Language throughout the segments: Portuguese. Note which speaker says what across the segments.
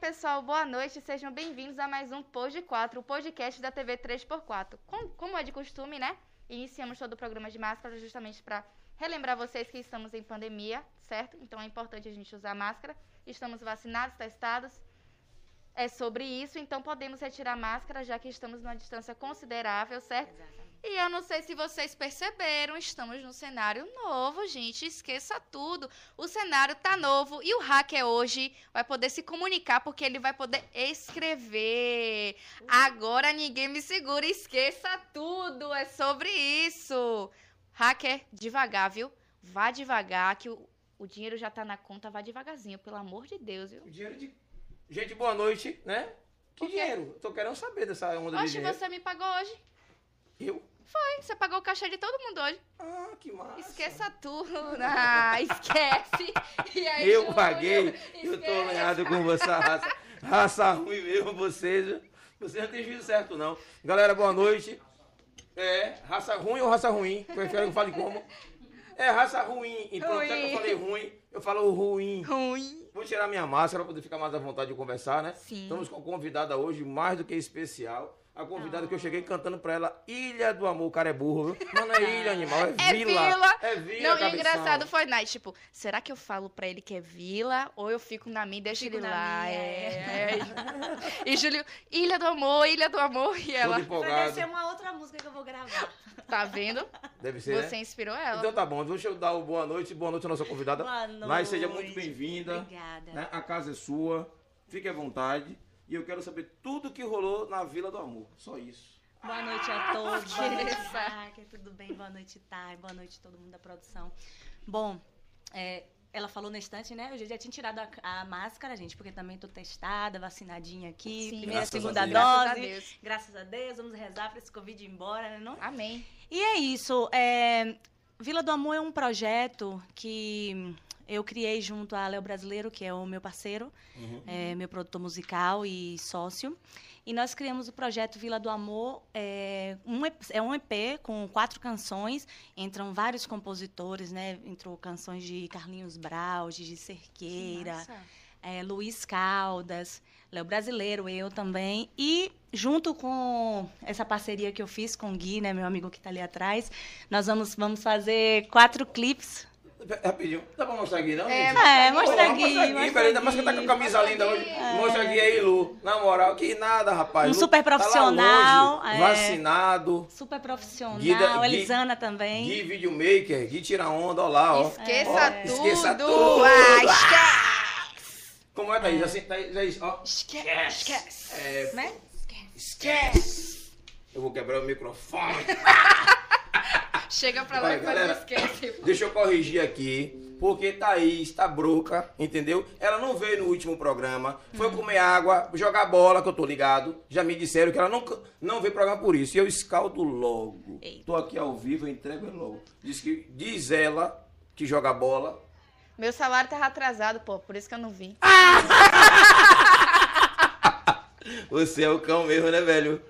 Speaker 1: pessoal, boa noite. Sejam bem-vindos a mais um Pod 4, o podcast da TV 3x4. Com- como é de costume, né? Iniciamos todo o programa de máscara justamente para relembrar vocês que estamos em pandemia, certo? Então é importante a gente usar máscara. Estamos vacinados, testados. É sobre isso, então podemos retirar a máscara, já que estamos numa distância considerável, certo?
Speaker 2: Exatamente.
Speaker 1: E eu não sei se vocês perceberam, estamos num cenário novo, gente. Esqueça tudo. O cenário tá novo e o hacker hoje vai poder se comunicar porque ele vai poder escrever.
Speaker 3: Uhum.
Speaker 1: Agora ninguém me segura, esqueça tudo. É sobre isso. Hacker, devagar, viu? Vá devagar, que o, o dinheiro já tá na conta, vá devagarzinho, pelo amor de Deus, viu?
Speaker 3: O Então, dinheiro de. Gente, boa noite, né? Que
Speaker 1: Por quê?
Speaker 3: dinheiro? Eu tô querendo saber dessa onda de
Speaker 1: Oxe,
Speaker 3: dinheiro.
Speaker 1: você me pagou hoje.
Speaker 3: Eu?
Speaker 1: Hein? Você pagou o cachê de todo mundo hoje.
Speaker 3: Ah, que massa.
Speaker 1: Esqueça tudo. Ah, esquece. E aí,
Speaker 3: Eu
Speaker 1: Júlio,
Speaker 3: paguei, eu tô
Speaker 1: esquece.
Speaker 3: alinhado com você, raça, raça ruim mesmo, vocês. viu? Vocês não têm juízo certo, não. Galera, boa noite. É, raça ruim ou raça ruim? Eu prefiro que eu fale como. É, raça ruim. Então,
Speaker 1: Ruim.
Speaker 3: já que eu falei ruim, eu falo ruim.
Speaker 1: Ruim.
Speaker 3: Vou tirar minha máscara para poder ficar mais à vontade de conversar, né?
Speaker 1: Sim.
Speaker 3: Estamos com a convidada hoje, mais do que especial. A convidada que eu cheguei cantando pra ela, Ilha do Amor, o cara é burro, viu? Mas não é ilha, animal, é
Speaker 1: É
Speaker 3: vila.
Speaker 1: vila.
Speaker 3: É vila,
Speaker 1: Não, e o
Speaker 3: cabeção.
Speaker 1: engraçado foi Night, tipo, será que eu falo pra ele que é vila ou eu fico na minha e deixo
Speaker 2: Fico
Speaker 1: ele
Speaker 2: na
Speaker 1: lá?
Speaker 2: minha,
Speaker 1: é. e Júlio, Ilha do Amor, Ilha do Amor, e
Speaker 3: Todo
Speaker 1: ela,
Speaker 2: Vai
Speaker 3: empolgado.
Speaker 2: descer uma outra música que eu vou gravar.
Speaker 1: tá vendo?
Speaker 3: Deve ser,
Speaker 1: Você
Speaker 3: né?
Speaker 1: inspirou ela.
Speaker 3: Então tá bom, deixa eu dar o boa noite. Boa noite à nossa convidada.
Speaker 2: Boa noite.
Speaker 3: Mas seja muito bem-vinda.
Speaker 2: Obrigada.
Speaker 3: né? A casa é sua, fique à vontade. E eu quero saber tudo que rolou na Vila do Amor. Só isso.
Speaker 2: Boa noite a todos. Boa noite,
Speaker 1: beleza.
Speaker 2: Hacker. Tudo bem? Boa noite, Thay. Boa noite todo mundo da produção. Bom, é, ela falou no instante, né? Eu já tinha tirado a, a máscara, gente, porque também tô testada, vacinadinha aqui.
Speaker 1: Sim.
Speaker 2: Primeira,
Speaker 3: Graças a
Speaker 2: segunda
Speaker 3: Deus.
Speaker 1: Graças a
Speaker 2: dose.
Speaker 1: Deus.
Speaker 2: Graças a Deus. Vamos rezar pra esse Covid ir embora, né? Não?
Speaker 1: Amém.
Speaker 2: E é isso. é, Vila do Amor é um projeto que eu criei junto a Léo Brasileiro, que é o meu parceiro, é, meu produtor musical e sócio. E nós criamos o projeto Vila do Amor. É um, EP é um EP com quatro canções. Entram vários compositores, né? Entrou canções de Carlinhos Brau, Gigi Cerqueira,
Speaker 1: Massa.
Speaker 2: é, Luiz Caldas, Léo Brasileiro, eu também. E junto com essa parceria que eu fiz com o Gui, né, meu amigo que está ali atrás, nós vamos, vamos fazer quatro clipes.
Speaker 3: Pe- Rapidinho, dá pra mostrar aqui, não?
Speaker 1: É,
Speaker 3: gente?
Speaker 2: É,
Speaker 1: Mostra
Speaker 2: mostra
Speaker 3: Pô,
Speaker 2: Gui,
Speaker 3: Gui,
Speaker 2: mostra
Speaker 3: peraí, ainda mais que tá com a
Speaker 2: Gui.
Speaker 3: camisa linda hoje.
Speaker 1: É.
Speaker 3: Mostra Gui aí, Lu. Na moral, que nada, rapaz.
Speaker 2: Um
Speaker 3: Lu
Speaker 2: super
Speaker 3: tá lá
Speaker 2: profissional,
Speaker 3: longe,
Speaker 2: é.
Speaker 3: Vacinado.
Speaker 2: Super profissional,
Speaker 3: Gui da- Gui-
Speaker 2: Elisana também.
Speaker 3: Gui videomaker, Gui tira onda, ó lá, ó.
Speaker 2: É.
Speaker 1: Esqueça
Speaker 3: Ó,
Speaker 1: tudo.
Speaker 3: Esqueça tudo.
Speaker 1: Ah, esquece.
Speaker 3: Como é, Thaís? Assim, Thaís, Thaís, ó.
Speaker 2: Esquece, esquece.
Speaker 3: É,
Speaker 2: Né?
Speaker 3: esquece. Eu vou quebrar o microfone.
Speaker 1: Chega pra lá
Speaker 3: Vai,
Speaker 1: e fala, não
Speaker 3: galera.
Speaker 1: esquece.
Speaker 3: Deixa eu corrigir aqui, porque Thaís tá broca, entendeu? Ela não veio no último programa, foi comer água, jogar bola, que eu tô ligado. Já me disseram que ela não, não veio programa por isso. E eu escaldo logo.
Speaker 2: Eita.
Speaker 3: Tô aqui ao vivo, eu entrego ela logo. Diz, que, diz ela que joga bola.
Speaker 1: Meu salário tava atrasado, pô, por isso que eu não vim.
Speaker 3: Ah, Você é o cão mesmo, né, velho?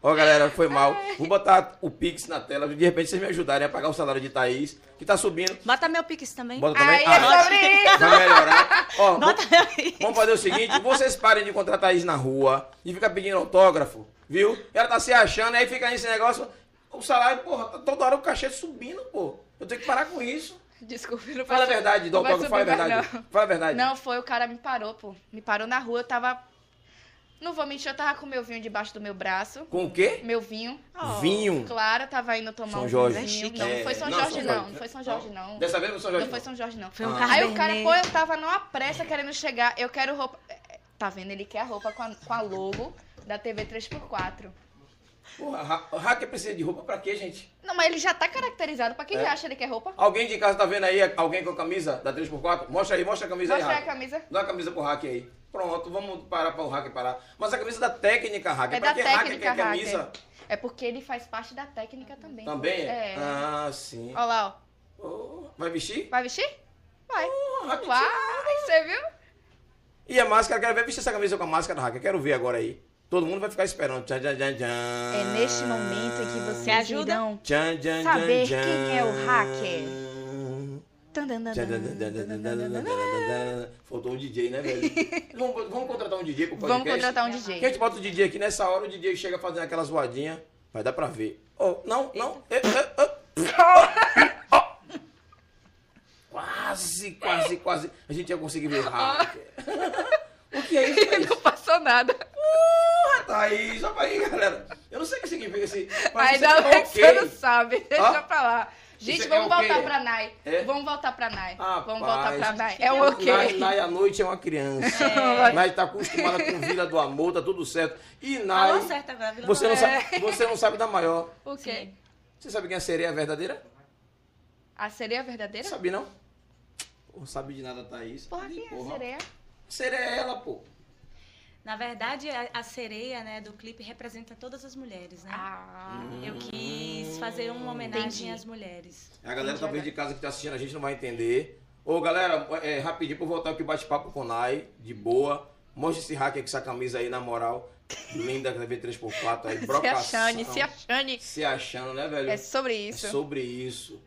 Speaker 3: Ó, galera, foi mal. Vou botar o Pix na tela, de repente vocês me ajudarem a pagar o salário de Thaís, que tá subindo.
Speaker 2: Bota meu pix também.
Speaker 3: Bota
Speaker 1: Aí
Speaker 3: também.
Speaker 1: é
Speaker 3: Ah,
Speaker 1: sobre isso.
Speaker 3: vai melhorar. Ó, vou-
Speaker 2: Bota meu pix.
Speaker 3: Vamos fazer o seguinte, vocês parem de encontrar a Thaís na rua e ficar pedindo autógrafo, viu? Ela tá se achando, aí fica nesse negócio, o salário, porra, tá toda hora o cachê subindo, pô. Eu tenho que parar com isso.
Speaker 1: Desculpe, não
Speaker 3: Fala a
Speaker 1: posso-
Speaker 3: verdade, do
Speaker 1: não vai
Speaker 3: autógrafo, fala a
Speaker 1: subir mais,
Speaker 3: verdade.
Speaker 1: não.
Speaker 3: Fala a verdade.
Speaker 1: Não, foi, o cara me parou, pô. Me parou na rua, eu tava. Não vou mentir, eu tava com meu vinho debaixo do meu braço.
Speaker 3: Com o quê?
Speaker 1: Meu vinho.
Speaker 2: Oh.
Speaker 3: Vinho.
Speaker 1: Claro, eu tava indo tomar
Speaker 3: Hum. São
Speaker 1: um
Speaker 3: Jorge.
Speaker 1: vinhozinho.
Speaker 2: É,
Speaker 1: Não, não foi São Jorge, não. Não foi São Jorge, não.
Speaker 3: Dessa vez não foi São Jorge.
Speaker 1: Não foi São Jorge, não.
Speaker 2: Foi um
Speaker 3: Ah.
Speaker 2: carro
Speaker 1: Aí o cara, pô, eu tava numa pressa querendo chegar. Eu quero roupa. É, Tá vendo? Ele quer a roupa com a, com a logo da TV 3x4.
Speaker 3: Porra, ha- hacker precisa de roupa pra quê, gente?
Speaker 1: Não, mas ele já tá caracterizado. Pra quem
Speaker 3: É.
Speaker 1: já acha ele quer roupa?
Speaker 3: Alguém de casa tá vendo aí alguém com a camisa da 3x4? Mostra aí, mostra a camisa aí,
Speaker 1: Mostra aí a
Speaker 3: hacker.
Speaker 1: camisa.
Speaker 3: Dá a camisa pro hacker aí. Pronto, vamos parar para o hacker parar. Mas a camisa da técnica, hacker.
Speaker 1: É
Speaker 3: Ah, pra
Speaker 1: da
Speaker 3: que hacker
Speaker 1: técnica,
Speaker 3: quer camisa?
Speaker 1: hacker. É porque ele faz parte da técnica também.
Speaker 3: Também?
Speaker 1: É.
Speaker 3: Ah, sim.
Speaker 1: Olha lá, ó.
Speaker 3: Oh, vai vestir?
Speaker 1: Vai vestir? Vai.
Speaker 3: Oh, rapidinho.
Speaker 1: Vai, você viu?
Speaker 3: E a máscara? Quero ver vestir essa camisa com a máscara, Raquel. Quero ver agora aí. Todo mundo vai ficar esperando. Tchan, tchan, tchan, tchan.
Speaker 1: É neste momento que vocês
Speaker 2: ajuda?
Speaker 1: irão
Speaker 3: Tchan, tchan,
Speaker 1: saber é
Speaker 3: tchan, tchan.
Speaker 1: quem é o hacker.
Speaker 3: Faltou um DJ, né, velho? vamos, vamos contratar um DJ pro podcast?
Speaker 1: Vamos contratar um
Speaker 3: Que a
Speaker 1: DJ.
Speaker 3: gente bota o DJ aqui nessa hora, o DJ chega fazendo aquela zoadinha, vai dar pra ver. Oh, não, não. eh, eh, eh, oh, oh. Quase, quase, quase. A gente ia conseguir ver rápido. o que é isso, Thaís?
Speaker 1: Não passou nada.
Speaker 3: Porra, Thaís, olha aí, galera. Eu não sei o que você ver esse. mas
Speaker 1: Ainda
Speaker 3: isso é
Speaker 1: bem que você
Speaker 3: ok.
Speaker 1: não sabe. Deixa
Speaker 3: Ah?
Speaker 1: pra lá. Gente,
Speaker 3: Isso é
Speaker 1: vamos
Speaker 3: ok?
Speaker 1: voltar pra Nai.
Speaker 3: É?
Speaker 1: Vamos voltar pra Nai.
Speaker 3: Rapaz,
Speaker 1: Vamos voltar pra Nai. É o
Speaker 3: Nai,
Speaker 1: ok.
Speaker 3: Nai à noite é uma criança.
Speaker 1: É.
Speaker 3: Nai tá acostumada com Vila do Amor, tá tudo certo. E Nai,
Speaker 2: Falou certo agora, Vila
Speaker 3: você,
Speaker 2: do
Speaker 1: é.
Speaker 3: não
Speaker 2: Amor.
Speaker 3: sabe, você não sabe da maior.
Speaker 1: O quê?
Speaker 3: Você sabe quem é a sereia verdadeira?
Speaker 1: A sereia verdadeira?
Speaker 3: Sabe não? Não sabe de nada, Thaís.
Speaker 1: Porra, quem é a sereia?
Speaker 3: Sereia é ela, pô.
Speaker 2: Na verdade, a, a sereia né, do clipe representa todas as mulheres, né?
Speaker 1: Ah.
Speaker 2: Eu quis fazer uma homenagem
Speaker 1: Entendi.
Speaker 2: às mulheres.
Speaker 3: É A galera
Speaker 1: é
Speaker 3: talvez de casa que tá assistindo a gente não vai entender. Ô, galera, é, rapidinho pra eu voltar aqui, bate-papo com o Nai, de boa. Mostra esse hacker com essa camisa aí, na moral. Linda, que deve 3x4 aí,
Speaker 1: Se
Speaker 3: brocação.
Speaker 1: achane, se achane.
Speaker 3: Se achando, né, velho?
Speaker 1: É sobre
Speaker 3: É
Speaker 1: isso.
Speaker 3: sobre isso.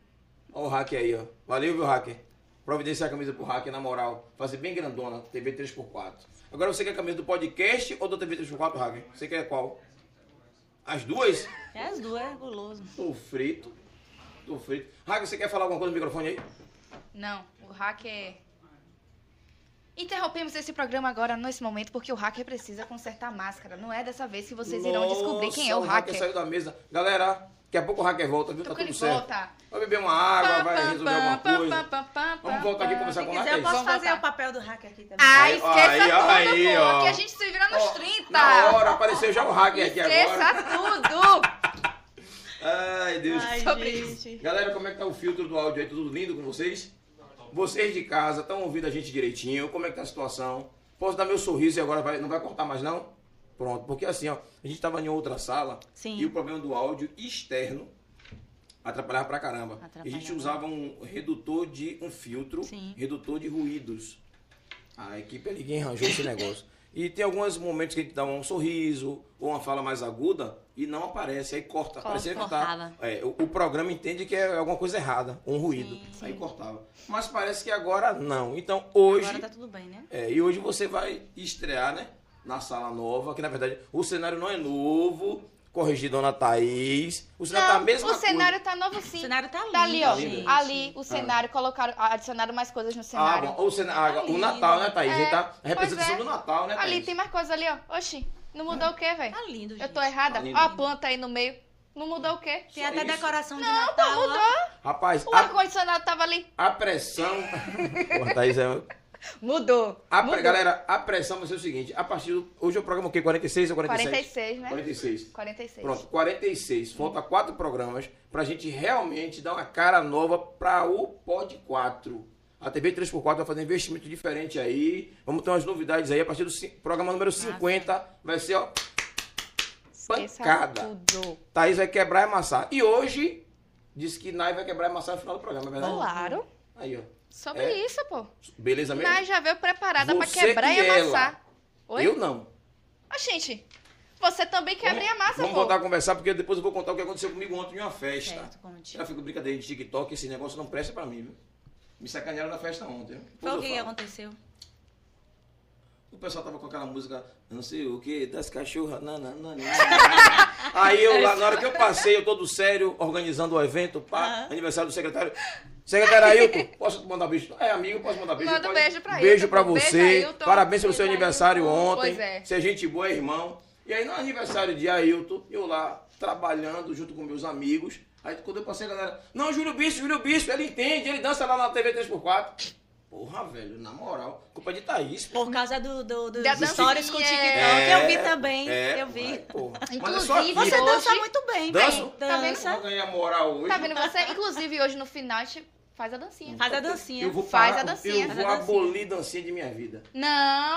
Speaker 3: Ó o hacker aí, ó. Valeu, viu, hacker? Providenciar a camisa pro hacker, na moral. Fazer bem grandona, TV 3x4. Agora você quer a camisa do podcast ou da TV 3x4, hacker? Você quer qual? As duas?
Speaker 2: É as duas, é guloso.
Speaker 3: Tô frito. Tô frito. Hacker, você quer falar alguma coisa no microfone aí?
Speaker 1: Não, o hacker. Interrompemos esse programa agora, nesse momento, porque o hacker precisa consertar a máscara. Não é dessa vez que vocês irão descobrir quem é o
Speaker 3: Nossa,
Speaker 1: hacker.
Speaker 3: saiu da mesa. Galera, daqui a pouco o hacker volta, viu?
Speaker 1: Então,
Speaker 3: Tá
Speaker 1: quando
Speaker 3: tudo
Speaker 1: ele
Speaker 3: certo.
Speaker 1: volta.
Speaker 3: Vai beber uma água, vai
Speaker 1: Pam,
Speaker 3: resolver
Speaker 1: pam,
Speaker 3: alguma
Speaker 1: pam,
Speaker 3: coisa.
Speaker 1: pam, pam, pam,
Speaker 3: Vamos voltar aqui
Speaker 1: pam.
Speaker 3: conversar
Speaker 2: Se
Speaker 3: com o
Speaker 2: quiser, eu
Speaker 3: Nath.
Speaker 2: posso
Speaker 1: Vamos
Speaker 2: fazer
Speaker 1: voltar.
Speaker 2: o papel do hack aqui também.
Speaker 1: Ah,
Speaker 3: Aí,
Speaker 1: esqueça
Speaker 3: aí,
Speaker 1: tudo,
Speaker 3: aí,
Speaker 1: pô,
Speaker 3: ó.
Speaker 1: que a gente se vira nos 30.
Speaker 3: Na hora, apareceu já o hacker aqui agora.
Speaker 1: esqueça tudo.
Speaker 3: Ai, Deus.
Speaker 2: Ai,
Speaker 1: sobre
Speaker 2: gente.
Speaker 3: Galera, como é que tá o filtro do áudio aí? Tudo lindo com vocês? Vocês de casa estão ouvindo a gente direitinho? Como é que tá a situação? Posso dar meu sorriso e agora vai- não vai cortar mais não? Pronto, porque assim, ó, a gente tava em outra sala
Speaker 2: Sim.
Speaker 3: e o problema do áudio externo atrapalhava pra caramba.
Speaker 2: Atrapalhava.
Speaker 3: E a gente usava um redutor de um filtro,
Speaker 2: Sim.
Speaker 3: redutor de ruídos. A equipe ali quem arranjou esse negócio. E tem alguns momentos que a gente dá um sorriso ou uma fala mais aguda e não aparece, aí corta.
Speaker 2: Corta,
Speaker 3: Parecia que tá.
Speaker 2: cortava.
Speaker 3: É, o, o programa entende que é alguma coisa errada, um ruído.
Speaker 2: Sim,
Speaker 3: Aí
Speaker 2: sim.
Speaker 3: cortava. Mas parece que agora não. Então hoje.
Speaker 2: Agora tá tudo bem, né?
Speaker 3: é, e hoje você vai estrear, né? Na sala nova, que na verdade o cenário não é novo. Corrigir Dona Thaís. O cenário tá a
Speaker 1: Não,
Speaker 3: mesma
Speaker 1: o
Speaker 3: coisa.
Speaker 1: cenário tá novo
Speaker 2: O
Speaker 1: sim.
Speaker 2: cenário tá lindo,
Speaker 1: Tá ali, ó.
Speaker 2: gente.
Speaker 1: Ali, o cenário, colocaram, adicionaram mais coisas no
Speaker 3: Ah,
Speaker 1: cenário. Tá
Speaker 3: bom, o, cenário, agora, o
Speaker 2: lindo.
Speaker 3: Natal, né, Thaís?
Speaker 1: É,
Speaker 3: Aí tá a
Speaker 1: pois
Speaker 3: representação
Speaker 1: é.
Speaker 3: do Natal, né, Thaís?
Speaker 1: Ali tem mais coisa ali, ó. Oxi, não mudou o quê, velho?
Speaker 2: Tá lindo, gente.
Speaker 1: Eu tô errada?
Speaker 3: Tá lindo.
Speaker 1: Ó a planta aí no meio. Não mudou o quê?
Speaker 2: Tem
Speaker 3: Só
Speaker 2: até
Speaker 3: isso.
Speaker 2: decoração de
Speaker 1: tá
Speaker 2: Natal. ó.
Speaker 3: Rapaz,
Speaker 1: O
Speaker 3: a,
Speaker 1: ar-condicionado tava ali.
Speaker 3: a pressão. Porra, Thaís é.
Speaker 1: Mudou.
Speaker 3: A,
Speaker 1: Mudou.
Speaker 3: Ah, galera, a pressão vai ser o seguinte: a partir do. Hoje é o programa o quê? 46 ou 47?
Speaker 1: 46, né?
Speaker 3: 46.
Speaker 1: 46.
Speaker 3: Pronto, 46. Falta quatro programas pra gente realmente dar uma cara nova pra o Pod 4. A TV 3x4 vai fazer um investimento diferente aí. Vamos ter umas novidades aí. A partir do cin- programa número 50 vai ser, ó,
Speaker 1: Esqueça
Speaker 3: pancada.
Speaker 1: tudo.
Speaker 3: Thaís vai quebrar e amassar. E hoje, disse que Nai vai quebrar e amassar no final do programa, é verdade?
Speaker 1: Claro.
Speaker 3: Aí, ó.
Speaker 1: Sobre
Speaker 3: É.
Speaker 1: isso, pô.
Speaker 3: Beleza mesmo?
Speaker 1: Nai já veio preparada pra
Speaker 3: Você
Speaker 1: quebrar
Speaker 3: e
Speaker 1: e
Speaker 3: ela.
Speaker 1: amassar. Oi?
Speaker 3: Eu não.
Speaker 1: Ah, gente, você também quebra e
Speaker 3: Vamos-
Speaker 1: amassa,
Speaker 3: Vamos
Speaker 1: pô.
Speaker 3: voltar a conversar, porque depois eu vou contar o que aconteceu comigo ontem em uma festa.
Speaker 2: Certo, conte.
Speaker 3: Já fico brincadeira de TikTok, esse negócio não presta pra mim, viu? Me sacanearam na festa ontem. viu? Depois
Speaker 2: Foi o
Speaker 3: eu
Speaker 2: que
Speaker 3: falo.
Speaker 2: aconteceu?
Speaker 3: O pessoal tava com aquela música, não sei o que, das cachorras, nananana. Aí eu lá, na hora que eu passei, eu todo sério, organizando o evento, pá, aniversário do secretário. Secretário Ailton, posso te mandar beijo? É, amigo, posso mandar beijo?
Speaker 1: Manda um
Speaker 3: Pode-
Speaker 1: beijo pra
Speaker 3: Beijo
Speaker 1: Ailton,
Speaker 3: pra
Speaker 1: beijo,
Speaker 3: você.
Speaker 1: Ailton.
Speaker 3: Parabéns pelo seu
Speaker 1: Beijo,
Speaker 3: aniversário
Speaker 1: Ailton.
Speaker 3: ontem.
Speaker 1: Pois é.
Speaker 3: Você é gente boa, irmão. E aí no aniversário de Ailton, eu lá, trabalhando junto com meus amigos. Aí quando eu passei, a galera, não, Júlio Bispo, Júlio Bispo, ele entende, ele dança lá na TV 3x4. Porra, velho, na moral, culpa de Thaís, pô.
Speaker 2: Por causa do, do, do
Speaker 1: Da
Speaker 2: dos stories com o
Speaker 1: dancinha.
Speaker 2: TikTok,
Speaker 1: É,
Speaker 2: eu vi também. eu vi.
Speaker 1: Inclusive,
Speaker 2: Você
Speaker 1: Hoje-
Speaker 2: dança muito bem,
Speaker 3: Danço?
Speaker 2: bem.
Speaker 1: Tá vendo?
Speaker 2: Dança.
Speaker 3: Vou ganhar moral hoje.
Speaker 1: Tá vendo você? Inclusive, hoje no final, a gente faz a dancinha.
Speaker 3: Hum.
Speaker 2: Faz a dancinha.
Speaker 3: Eu vou
Speaker 1: Faz
Speaker 3: parar-
Speaker 1: a dancinha.
Speaker 3: Eu
Speaker 1: Faz
Speaker 3: vou
Speaker 2: a dancinha.
Speaker 3: abolir dancinha de minha vida.
Speaker 1: Não,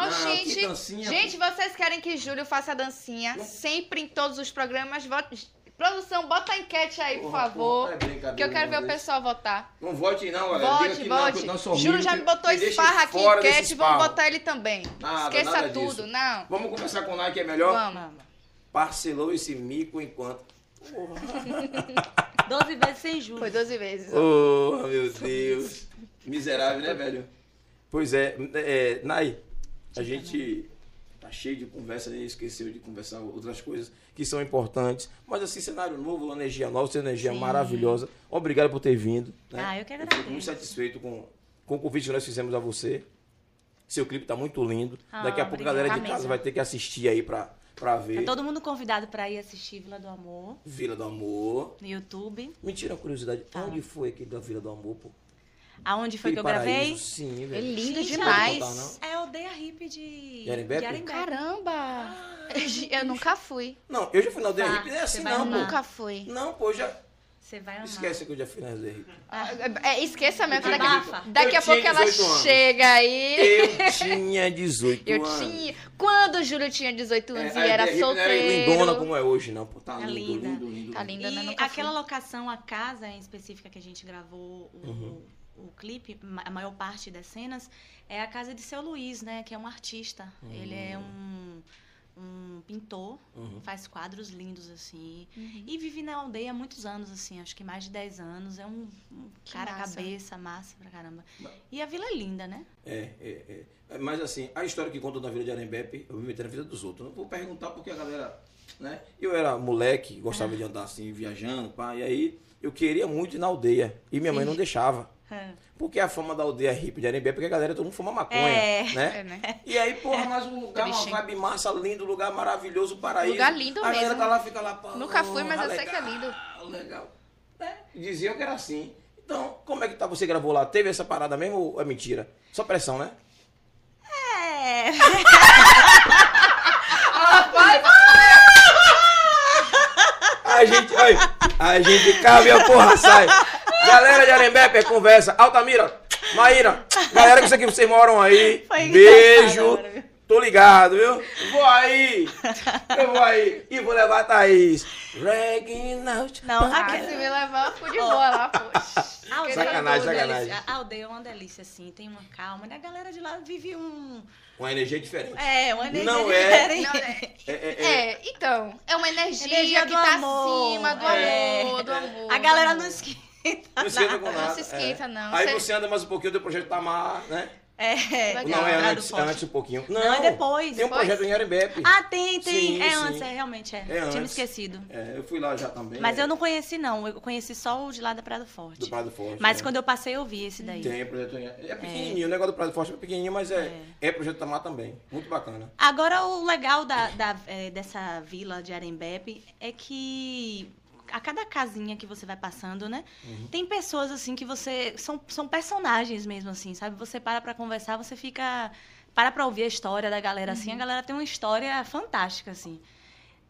Speaker 3: Ah, que
Speaker 1: gente.
Speaker 3: dancinha,
Speaker 1: gente, vocês querem que Júlio faça a dancinha
Speaker 3: Não.
Speaker 1: sempre em todos os programas? Vote- Produção, bota a enquete aí, por
Speaker 3: Porra,
Speaker 1: favor.
Speaker 3: porra, é brincadeira,
Speaker 1: que eu quero
Speaker 3: meu
Speaker 1: ver o
Speaker 3: Deus.
Speaker 1: pessoal votar.
Speaker 3: Não vote não, galera. Diga
Speaker 1: Vote,
Speaker 3: que não, que eu não sou
Speaker 1: vote. Júlio
Speaker 3: humilde,
Speaker 1: já me botou
Speaker 3: deixa
Speaker 1: esparra aqui,
Speaker 3: fora desse
Speaker 1: enquete. Vamos
Speaker 3: esparro.
Speaker 1: botar ele também.
Speaker 3: Nada,
Speaker 1: Esqueça
Speaker 3: nada
Speaker 1: tudo,
Speaker 3: disso.
Speaker 1: não.
Speaker 3: Vamos conversar com o Nike, é melhor?
Speaker 1: Vamos.
Speaker 3: Parcelou esse mico enquanto...
Speaker 2: 12 vezes sem juros.
Speaker 1: Foi 12 vezes. ó.
Speaker 3: Oh, meu Deus. Miserável, né, velho? Pois é, é Nay, a gente tá cheio de conversa, nem esqueceu de conversar outras coisas que são importantes. Mas assim, cenário novo, uma energia nova, essa energia
Speaker 2: Sim.
Speaker 3: maravilhosa. Obrigado por ter vindo. né?
Speaker 2: Ah, eu que
Speaker 3: fico muito
Speaker 2: agradeço.
Speaker 3: satisfeito com, com o convite que nós fizemos a você. Seu clipe tá muito lindo.
Speaker 2: Ah,
Speaker 3: Daqui a pouco a
Speaker 2: obrigada
Speaker 3: galera de
Speaker 2: mesmo.
Speaker 3: casa vai ter que assistir aí pra, pra
Speaker 2: Tá
Speaker 3: ver.
Speaker 2: todo mundo convidado para ir assistir Vila do Amor
Speaker 3: Vila do Amor.
Speaker 2: no YouTube.
Speaker 3: Mentira, curiosidade. Onde foi aqui da Vila do Amor, pô?
Speaker 2: Aonde foi que eu
Speaker 3: Paraíso,
Speaker 2: gravei?
Speaker 3: Sim,
Speaker 1: É
Speaker 3: velho.
Speaker 1: lindo
Speaker 2: Gente,
Speaker 1: demais.
Speaker 3: não pode botar,
Speaker 2: É a aldeia hippie de,
Speaker 3: De Arembepe?
Speaker 2: de Arembepe.
Speaker 1: Caramba! Eu nunca fui.
Speaker 3: Não, eu já fui na Aldeia
Speaker 2: Tá,
Speaker 3: Hippie, não é
Speaker 2: você
Speaker 3: assim
Speaker 2: vai
Speaker 3: não,
Speaker 2: amar.
Speaker 3: pô.
Speaker 1: Nunca fui.
Speaker 3: Não, pô, eu já...
Speaker 2: Você vai amar.
Speaker 3: Esquece que eu já fui na Aldeia Hippie.
Speaker 1: É, esqueça mesmo. que
Speaker 2: Abafa.
Speaker 1: Daqui, daqui a
Speaker 3: Eu tinha
Speaker 1: pouco ela
Speaker 3: 18 anos.
Speaker 1: chega aí.
Speaker 3: Eu tinha 18
Speaker 1: Eu
Speaker 3: anos. É,
Speaker 1: tinha. Quando o Júlio tinha 18 anos
Speaker 3: a
Speaker 1: e era
Speaker 3: Aldeia Hippie não era lindona
Speaker 1: solteiro.
Speaker 3: como é hoje, não, pô. Tá
Speaker 2: Tá
Speaker 3: lindo,
Speaker 2: linda.
Speaker 3: lindo, lindo.
Speaker 1: Tá linda, né?
Speaker 2: E
Speaker 1: Nunca
Speaker 2: aquela
Speaker 1: fui.
Speaker 2: locação, a casa em específica que a gente gravou o,
Speaker 3: Uhum.
Speaker 2: o clipe, ma- a maior parte das cenas, é a casa de seu Luiz, né? Que é um artista. Ele é
Speaker 3: Hum.
Speaker 2: um, um pintor,
Speaker 3: Uhum.
Speaker 2: faz quadros lindos, assim.
Speaker 1: Uhum.
Speaker 2: E vive na aldeia há muitos anos, assim, acho que mais de 10 anos. É um, um
Speaker 1: Que
Speaker 2: cara
Speaker 1: massa.
Speaker 2: cabeça, massa pra caramba.
Speaker 3: Não.
Speaker 2: E a vila é linda, né?
Speaker 3: É, é, é. Mas assim, a história que conta na Vila de Arembepe, eu me meter na vida dos outros. Não vou perguntar porque a galera, né? Eu era moleque, gostava de andar assim, viajando, pá, e aí eu queria muito ir na aldeia. E minha mãe não deixava.
Speaker 1: É.
Speaker 3: Porque a fama da aldeia hippie de Arembepe é que a galera todo mundo fuma maconha,
Speaker 2: É.
Speaker 3: né?
Speaker 1: É, né?
Speaker 3: E aí, porra, mais um lugar, uma
Speaker 2: Bichinho.
Speaker 3: vibe massa, lindo, um lugar maravilhoso, paraíso.
Speaker 1: Lugar lindo
Speaker 3: a galera
Speaker 1: mesmo.
Speaker 3: tá lá, fica lá, pô,
Speaker 1: Nunca fui, mas eu
Speaker 3: legal,
Speaker 1: sei que é lindo.
Speaker 3: Legal. Né? Diziam que era assim. Então, como é que tá? Você gravou lá? Teve essa parada mesmo ou é mentira? Só pressão, né?
Speaker 2: É.
Speaker 3: A gente, olha, a gente cava e a porra sai. Galera de Arembepe, é conversa. Altamira, Maíra, galera que sei que vocês moram aí.
Speaker 2: Foi engraçado
Speaker 3: Beijo.
Speaker 2: agora, viu?
Speaker 3: Tô ligado, viu? Vou aí. Eu vou aí. E vou levar a Thaís. Regging out.
Speaker 2: Não,
Speaker 1: Ah,
Speaker 2: aqui-
Speaker 1: se me levar, eu fui de boa lá,
Speaker 2: Ah,
Speaker 1: poxa.
Speaker 2: A aldeia,
Speaker 3: Sacanagem,
Speaker 2: é uma
Speaker 3: sacanagem.
Speaker 2: delícia. A aldeia é uma delícia, assim, tem uma calma, né? A galera de lá vive um.
Speaker 3: Uma energia diferente.
Speaker 2: É, uma energia
Speaker 3: Não é.
Speaker 2: diferente.
Speaker 1: Não, é,
Speaker 3: É, é, é.
Speaker 1: é, então, é uma energia,
Speaker 2: Energia
Speaker 1: que
Speaker 2: do
Speaker 1: tá
Speaker 2: amor.
Speaker 1: acima do
Speaker 2: É.
Speaker 1: amor, do amor.
Speaker 2: A galera
Speaker 1: do
Speaker 2: não
Speaker 1: amor.
Speaker 2: esquenta.
Speaker 3: Não esquenta com
Speaker 1: Não
Speaker 3: nada.
Speaker 1: se esquenta,
Speaker 3: é.
Speaker 1: não.
Speaker 3: Aí
Speaker 1: Você-
Speaker 3: você anda mais um pouquinho, o teu projeto tá mar, né?
Speaker 2: É,
Speaker 1: Legal.
Speaker 3: Não, é
Speaker 2: Lado
Speaker 3: antes, é
Speaker 2: forte.
Speaker 3: antes um pouquinho. Não,
Speaker 2: Não, é depois.
Speaker 3: Tem um
Speaker 2: depois.
Speaker 3: projeto em Arembepe.
Speaker 2: Ah, tem, tem.
Speaker 3: Sim,
Speaker 2: é
Speaker 3: sim.
Speaker 2: antes, é, realmente é. Tinha me
Speaker 3: antes.
Speaker 2: esquecido.
Speaker 3: É, eu fui lá já também.
Speaker 2: Mas
Speaker 3: é,
Speaker 2: eu não conheci, não. Eu conheci só o de lá da Prado Forte.
Speaker 3: Do Prado Forte.
Speaker 2: Mas
Speaker 3: é.
Speaker 2: quando eu passei, eu vi esse daí.
Speaker 3: Tem projeto em... É pequenininho, o negócio do Prado Forte é pequenininho, mas é, é. projeto Tamar também. Muito bacana.
Speaker 2: Agora, o legal da, da, eh, dessa vila de Arembepe é que a cada casinha que você vai passando, né?
Speaker 3: Uhum.
Speaker 2: Tem pessoas, assim, que você... São, são personagens mesmo, assim, sabe? Você para pra conversar, você fica... Para pra ouvir a história da galera,
Speaker 3: Uhum.
Speaker 2: assim. A galera tem uma história fantástica, assim.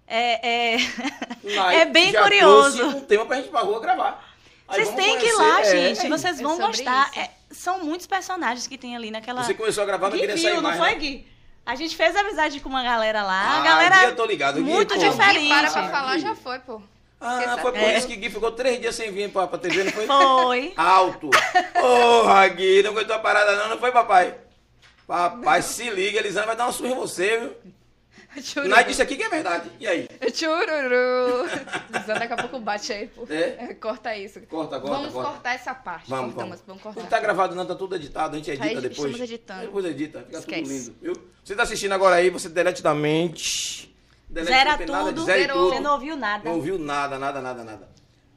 Speaker 2: É... é...
Speaker 3: Lá,
Speaker 2: É bem
Speaker 3: já
Speaker 2: curioso.
Speaker 3: trouxe um tema pra gente ir pra rua gravar. Aí
Speaker 2: Vocês
Speaker 3: vamos
Speaker 2: têm que ir
Speaker 3: conhecer,
Speaker 2: lá,
Speaker 3: é,
Speaker 2: gente.
Speaker 3: é.
Speaker 2: Vocês
Speaker 1: É
Speaker 2: vão
Speaker 1: sobre
Speaker 2: gostar.
Speaker 1: isso.
Speaker 2: É, são muitos personagens que tem ali naquela...
Speaker 3: Você começou a gravar, não
Speaker 2: Gui
Speaker 3: queria
Speaker 2: viu,
Speaker 3: sair
Speaker 2: não
Speaker 3: mais.
Speaker 2: foi,
Speaker 3: né?
Speaker 2: Gui? A gente fez amizade com uma galera lá.
Speaker 3: Ah,
Speaker 2: a
Speaker 3: Gui,
Speaker 2: galera...
Speaker 3: eu tô ligado. Gui,
Speaker 2: muito
Speaker 3: pô.
Speaker 2: diferente.
Speaker 1: Quem para pra
Speaker 3: Gui.
Speaker 1: falar já foi, pô.
Speaker 3: Ah,
Speaker 1: Esqueça.
Speaker 3: foi por
Speaker 2: É.
Speaker 3: isso que Gui ficou três dias sem vir pra, pra TV, não foi?
Speaker 2: Foi.
Speaker 3: Alto. Porra, Gui, não aguentou a parada não, não foi, papai? Papai, se liga, Elisandra vai dar uma surra em você, viu?
Speaker 1: Chururu.
Speaker 3: Nai disse aqui que é verdade. E aí?
Speaker 1: Chururu. Zana, daqui a pouco bate aí, pô.
Speaker 3: É?
Speaker 1: Corta isso.
Speaker 3: Corta, corta,
Speaker 1: Vamos
Speaker 3: corta.
Speaker 1: cortar essa parte.
Speaker 3: Vamos,
Speaker 1: Cortamos, vamos,
Speaker 3: Não
Speaker 1: cortar.
Speaker 3: tá gravado não, tá tudo editado, a gente edita
Speaker 1: Aí estamos
Speaker 3: depois.
Speaker 1: editando.
Speaker 3: Depois edita, fica tudo
Speaker 1: Esquece.
Speaker 3: lindo, viu? Você tá assistindo agora aí, você delete da mente. Delete
Speaker 2: Zera
Speaker 3: não tem nada,
Speaker 2: tudo.
Speaker 3: zere
Speaker 1: Zerou.
Speaker 3: tudo.
Speaker 2: Você não ouviu nada.
Speaker 3: Não ouviu nada, nada, nada, nada.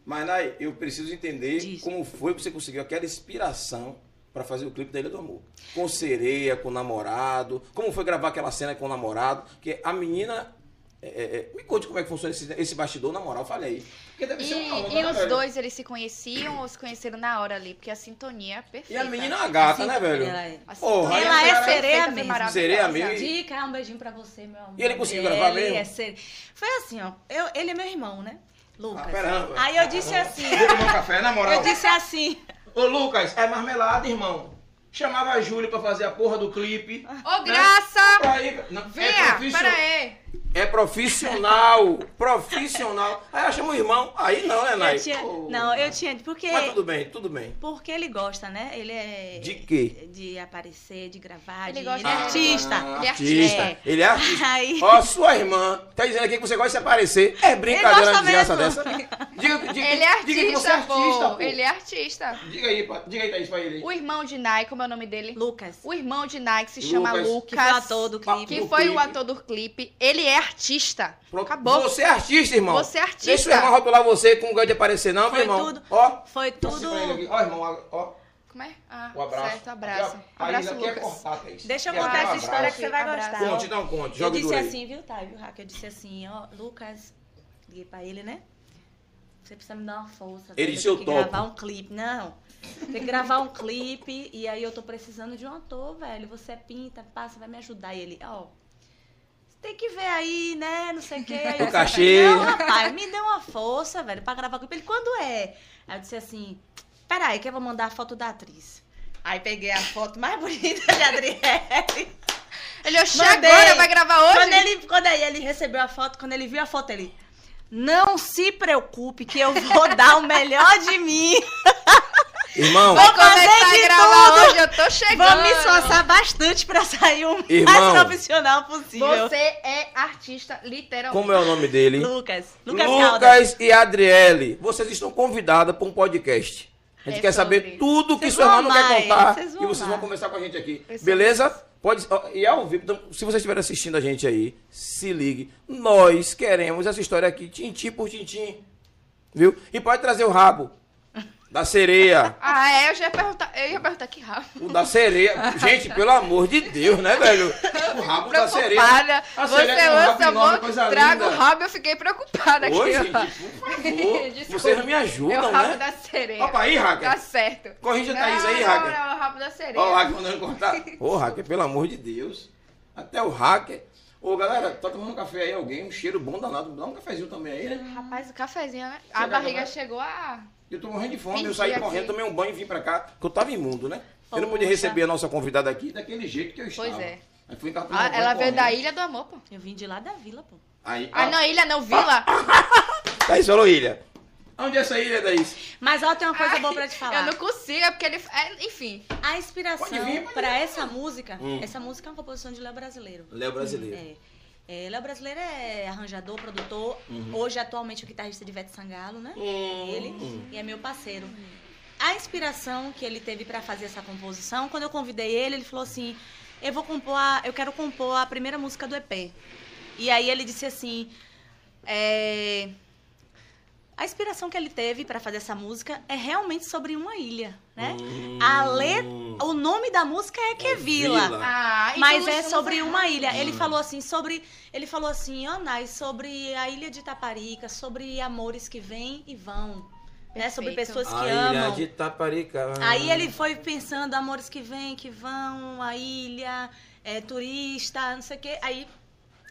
Speaker 3: Mas, Nai, eu preciso entender
Speaker 2: Diz.
Speaker 3: como foi que você conseguiu aquela inspiração pra fazer o clipe da Ilha do Amor. Com sereia, com namorado. Como foi gravar aquela cena com o namorado? Que a menina. é, é, é, me conte como é que funciona esse, esse bastidor, na moral, fala aí. Porque deve
Speaker 1: E,
Speaker 3: ser uma onda,
Speaker 1: e
Speaker 3: né,
Speaker 1: os
Speaker 3: velho?
Speaker 1: dois, eles se conheciam ou se conheceram na hora ali? Porque a sintonia é perfeita.
Speaker 3: E a menina é uma gata,
Speaker 2: Assim,
Speaker 3: né, velho?
Speaker 2: ela é.
Speaker 1: A
Speaker 3: Porra,
Speaker 1: sintonia
Speaker 2: Ela é
Speaker 1: perfeita,
Speaker 2: sereia
Speaker 1: foi
Speaker 2: mesmo.
Speaker 1: maravilhosa.
Speaker 3: Sereia mesmo.
Speaker 2: Dica, um beijinho pra você, meu amor.
Speaker 3: E ele conseguiu gravar
Speaker 2: Ele
Speaker 3: mesmo?
Speaker 2: é sério. Foi assim, ó. eu- ele é meu irmão, né? Lucas.
Speaker 3: Ah, pera,
Speaker 2: Aí eu disse assim.
Speaker 3: Vou tomar um café, na moral.
Speaker 2: Eu disse assim.
Speaker 3: Ô, Lucas, é marmelada, irmão.
Speaker 2: Ah,
Speaker 3: Chamava a Júlia pra fazer a porra do clipe. Né?
Speaker 1: Ô, Graça!
Speaker 3: Pra ir- Não,
Speaker 1: Vem,
Speaker 3: é profissional.
Speaker 1: pera aí.
Speaker 3: É profissional, profissional. Aí achamos o irmão. Aí não, né, Nai?
Speaker 2: Eu tinha-
Speaker 3: Pô.
Speaker 2: Não, eu tinha. Porque,
Speaker 3: Mas tudo bem, tudo bem.
Speaker 2: porque ele gosta, né? Ele é.
Speaker 3: De quê?
Speaker 2: De aparecer, de gravar,
Speaker 1: Ele
Speaker 2: de
Speaker 1: gosta
Speaker 2: ele é
Speaker 1: de-
Speaker 2: artista.
Speaker 3: Ah,
Speaker 1: Ele é
Speaker 3: artista.
Speaker 1: artista.
Speaker 3: Ele é artista.
Speaker 2: Aí-
Speaker 3: Ó, sua irmã tá dizendo aqui que você gosta de se aparecer. É brincadeira
Speaker 2: gosta
Speaker 3: uma desgraça
Speaker 2: mesmo.
Speaker 3: dessa. Diga, diga,
Speaker 1: Ele é
Speaker 3: diga que você é
Speaker 1: artista,
Speaker 3: artista,
Speaker 1: pô.
Speaker 3: pô.
Speaker 1: Ele é artista.
Speaker 3: Diga aí, pa- diga aí, Thaís, pra ele. aí.
Speaker 1: O irmão de Nai, como é o nome dele?
Speaker 2: Lucas.
Speaker 1: O irmão de Nai, que se chama
Speaker 3: Lucas.
Speaker 1: Lucas.
Speaker 2: Que foi o ator do clipe.
Speaker 1: que
Speaker 3: Do
Speaker 1: foi o
Speaker 3: clipe.
Speaker 1: ator do clipe. Ele é artista.
Speaker 3: Pronto.
Speaker 1: Acabou.
Speaker 3: Você é artista, irmão.
Speaker 1: Você é artista.
Speaker 3: Deixa o irmão rotular você com ganho de aparecer, não, meu
Speaker 2: Foi
Speaker 3: irmão.
Speaker 2: tudo.
Speaker 3: Ó,
Speaker 2: Foi
Speaker 3: assim
Speaker 2: tudo.
Speaker 3: pra ele aqui. Ó, irmão, ó.
Speaker 1: Como é? Ah,
Speaker 3: Um abraço.
Speaker 1: certo, abraço.
Speaker 3: Aqui, ó, a
Speaker 1: Abraço,
Speaker 3: Isa quer
Speaker 1: Lucas.
Speaker 3: cortar, Thaís.
Speaker 2: Deixa eu
Speaker 3: Quer
Speaker 2: contar
Speaker 3: dar um
Speaker 2: essa história
Speaker 3: abraço.
Speaker 2: que você vai
Speaker 1: Abraço.
Speaker 2: gostar. ó.
Speaker 3: Conte, não conte.
Speaker 2: Eu
Speaker 3: Joga
Speaker 2: disse
Speaker 3: duro aí.
Speaker 2: assim, viu, tá? Viu, Raquel? Eu disse assim, ó, Lucas, liguei pra ele, né? Você precisa me dar uma força.
Speaker 3: Ele
Speaker 2: velho,
Speaker 3: disse, eu
Speaker 2: Tem que
Speaker 3: topo.
Speaker 2: gravar um clipe. Não. Tem que gravar um clipe. E aí eu tô precisando de um ator, velho. Você pinta, passa, vai me ajudar. E ele, ó. "Você Tem que ver aí, né? Não sei o quê. Aí eu
Speaker 3: O cachê.
Speaker 2: falei, Não, rapaz, me dê uma força, velho, pra gravar com ele. Quando é? Aí eu disse assim: peraí, que eu vou mandar a foto da atriz. Aí peguei a foto mais bonita de Adriele.
Speaker 1: Ele oxe
Speaker 2: Mandei.
Speaker 1: agora, vai gravar hoje?
Speaker 2: Quando ele, quando aí ele recebeu a foto, quando ele viu a foto, ele. Não se preocupe que eu vou dar o melhor de mim.
Speaker 3: Irmão,
Speaker 1: Vai
Speaker 2: Vou fazer
Speaker 1: começar a
Speaker 2: de
Speaker 1: gravar
Speaker 2: tudo.
Speaker 1: hoje, eu tô chegando.
Speaker 2: Vou me esforçar bastante pra sair o
Speaker 3: Irmão.
Speaker 2: mais profissional possível.
Speaker 1: Você é artista, literalmente.
Speaker 3: como é o nome dele?
Speaker 2: Lucas. Lucas, Caldas.
Speaker 3: Lucas e Adriele, vocês estão convidadas para um podcast. A gente
Speaker 1: É
Speaker 3: quer
Speaker 1: sobre.
Speaker 3: saber tudo que
Speaker 2: Vocês
Speaker 3: seu
Speaker 2: vão
Speaker 3: irmão não quer
Speaker 2: amar,
Speaker 3: contar.
Speaker 2: vocês vão
Speaker 3: e vocês vão
Speaker 2: amar.
Speaker 3: conversar com a gente aqui.
Speaker 1: Isso
Speaker 3: Beleza? Pode, ó, e ao vivo, então, se vocês estiverem assistindo a gente aí, se ligue. Nós queremos essa história aqui, tintim por tintim. Viu? E pode trazer o rabo da sereia.
Speaker 1: Ah, é, eu já ia perguntar, eu ia perguntar que rabo.
Speaker 3: O da sereia. Gente, pelo amor de Deus, né, velho? O rabo da sereia.
Speaker 1: Preocupada.
Speaker 3: A
Speaker 1: Você
Speaker 3: sereia com um rabo
Speaker 1: lança a
Speaker 3: enorme,
Speaker 1: mão,
Speaker 3: coisa
Speaker 1: traga o
Speaker 3: linda.
Speaker 1: rabo, eu fiquei preocupada aqui.
Speaker 3: Ô,
Speaker 1: ó.
Speaker 3: gente, por favor.
Speaker 1: Desculpa.
Speaker 3: Vocês não me
Speaker 1: É
Speaker 3: ajudam,
Speaker 1: o rabo
Speaker 3: né?
Speaker 1: da sereia.
Speaker 3: Opa, aí, Raquel.
Speaker 1: Tá certo.
Speaker 3: Corrija a
Speaker 1: Não,
Speaker 3: Thaís aí,
Speaker 1: não,
Speaker 3: Raquel.
Speaker 1: não, é o rabo da sereia.
Speaker 3: Ó, o hacker mandando cortar. Ô, hacker, pelo amor de Deus. Até o hacker. Ô, galera, tá tomando café aí alguém? Um cheiro bom danado. Dá um cafezinho também aí, né?
Speaker 1: Rapaz, o cafezinho, né? A
Speaker 3: Chega,
Speaker 1: barriga
Speaker 3: vai.
Speaker 1: chegou a...
Speaker 3: Eu tô morrendo de fome.
Speaker 1: Tem
Speaker 3: eu saí
Speaker 1: dia
Speaker 3: correndo,
Speaker 1: aqui.
Speaker 3: tomei um banho e vim pra cá, que eu tava imundo, né? Eu não
Speaker 2: Poxa.
Speaker 3: podia receber a nossa convidada aqui daquele jeito que eu estava.
Speaker 1: é.
Speaker 3: Aí fui encartar
Speaker 1: Ah, ela veio da Ilha do Amor, pô.
Speaker 2: Eu vim de lá da vila, pô.
Speaker 3: Aí,
Speaker 1: Ah, não, Ilha não, Vila.
Speaker 3: Ah. Thaís falou ilha. Onde é essa ilha, Thaís?
Speaker 2: Mas ó, tem uma coisa
Speaker 1: Ai,
Speaker 2: boa pra te falar.
Speaker 1: Eu não consigo, é porque ele... é, enfim.
Speaker 2: A inspiração
Speaker 3: Pode vir, pode
Speaker 2: pra essa música,
Speaker 3: Hum.
Speaker 2: essa música é uma composição de Léo Brasileiro.
Speaker 3: Léo Brasileiro.
Speaker 2: É. É, Léo Brasileiro é arranjador, produtor.
Speaker 1: É.
Speaker 3: Uhum.
Speaker 2: Hoje, atualmente, o guitarrista de Ivete Sangalo, né?
Speaker 3: Hum.
Speaker 2: Ele e é meu parceiro. A inspiração que ele teve pra fazer essa composição, quando eu convidei ele, ele falou assim: "Eu vou compor, a, eu quero compor a primeira música do EP". E aí ele disse assim: é, a inspiração que ele teve pra fazer essa música é realmente sobre uma ilha, né?
Speaker 3: Hum.
Speaker 2: A letra, o nome da música é Que
Speaker 3: É
Speaker 2: é Vila.
Speaker 3: Vila.
Speaker 1: Ah, então
Speaker 2: Mas
Speaker 1: nós
Speaker 2: é
Speaker 1: estamos
Speaker 2: sobre
Speaker 1: errados.
Speaker 2: uma ilha.
Speaker 3: Hum.
Speaker 2: Ele falou assim sobre, ele falou assim, ó, Nai, sobre a ilha de Itaparica, sobre amores que vêm e vão, né? Sobre
Speaker 1: Perfeito.
Speaker 2: pessoas que
Speaker 3: a ilha
Speaker 2: amam.
Speaker 3: de Taparica.
Speaker 2: Aí ele foi pensando amores que vêm, que vão, a ilha, é, turista, não sei o quê. Aí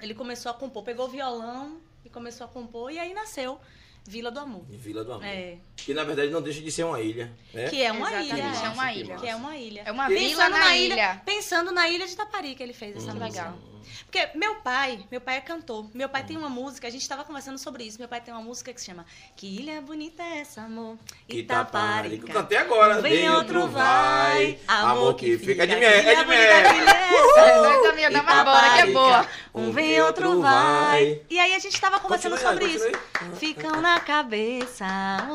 Speaker 2: ele começou a compor, pegou o violão e começou a compor e aí nasceu Vila do Amor.
Speaker 3: Vila do Amor.
Speaker 2: É,
Speaker 3: Que na verdade não deixa de ser uma ilha. Né?
Speaker 2: que é uma
Speaker 1: Exatamente,
Speaker 2: ilha.
Speaker 1: é uma
Speaker 3: Que
Speaker 1: ilha.
Speaker 3: massa.
Speaker 2: Que é uma ilha.
Speaker 1: É uma
Speaker 2: Pensando
Speaker 1: vila na ilha.
Speaker 2: Pensando na ilha de Itaparica, ele fez essa
Speaker 3: Hum.
Speaker 2: música.
Speaker 1: Legal.
Speaker 2: Porque meu pai, meu pai é cantor. Meu pai tem uma música, a gente estava conversando sobre isso. Meu pai tem uma música que se chama Que Ilha Bonita é essa, amor?
Speaker 3: tá Eu
Speaker 2: Itaparica.
Speaker 3: cantei agora.
Speaker 2: Um Vem outro vai,
Speaker 3: Amor que fica de mel.
Speaker 2: Que
Speaker 3: É
Speaker 2: ilha
Speaker 3: de
Speaker 2: bonita que
Speaker 3: mel.
Speaker 2: ilha é essa?
Speaker 1: É, nós também, dá
Speaker 2: tá
Speaker 1: uma bora, que é
Speaker 2: Itaparica.
Speaker 1: boa.
Speaker 2: Um vem, outro vai. E aí a gente tava conversando
Speaker 3: Continue,
Speaker 2: sobre isso.
Speaker 3: continue.
Speaker 2: Ficam na cabeça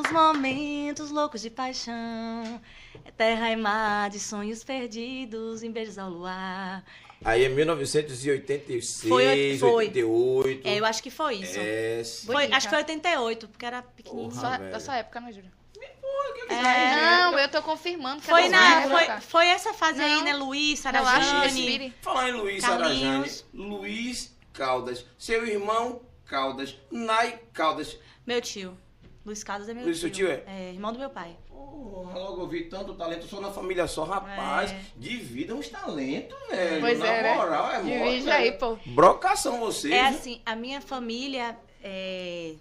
Speaker 2: os momentos loucos de paixão. É terra e mar de sonhos perdidos em beijos ao luar.
Speaker 3: Aí é 1986,
Speaker 2: Foi, foi.
Speaker 3: 88.
Speaker 2: É, eu acho que foi isso.
Speaker 3: É,
Speaker 2: Foi-
Speaker 1: Bonita.
Speaker 2: acho que foi 88, porque era pequenininho.
Speaker 3: Porra.
Speaker 1: Só,
Speaker 3: velho.
Speaker 1: da sua época, não juro.
Speaker 2: É.
Speaker 1: Não, eu tô confirmando que é
Speaker 2: Foi,
Speaker 1: era
Speaker 2: na,
Speaker 1: sua época.
Speaker 2: foi, foi essa fase
Speaker 1: Não.
Speaker 2: aí, né? Luiz,
Speaker 1: Não, acho que
Speaker 2: Sarajane.
Speaker 1: respire.
Speaker 3: Falar em Luiz Arajane,
Speaker 2: Carlinhos.
Speaker 3: Luiz Caldas, seu irmão Caldas, Nai Caldas.
Speaker 2: Meu tio. Luiz Carlos é meu
Speaker 3: Luiz, seu
Speaker 2: tio.
Speaker 3: tio é?
Speaker 2: irmão do meu pai.
Speaker 3: Porra, logo eu vi tanto talento, sou na família só, rapaz.
Speaker 2: É.
Speaker 3: Dividam os talentos, velho.
Speaker 1: Pois
Speaker 3: na
Speaker 1: é, né?
Speaker 3: moral, é mole,
Speaker 1: Divide
Speaker 3: velho.
Speaker 1: aí, pô.
Speaker 3: Brocação vocês.
Speaker 2: É
Speaker 3: viu?
Speaker 2: assim, a minha família é,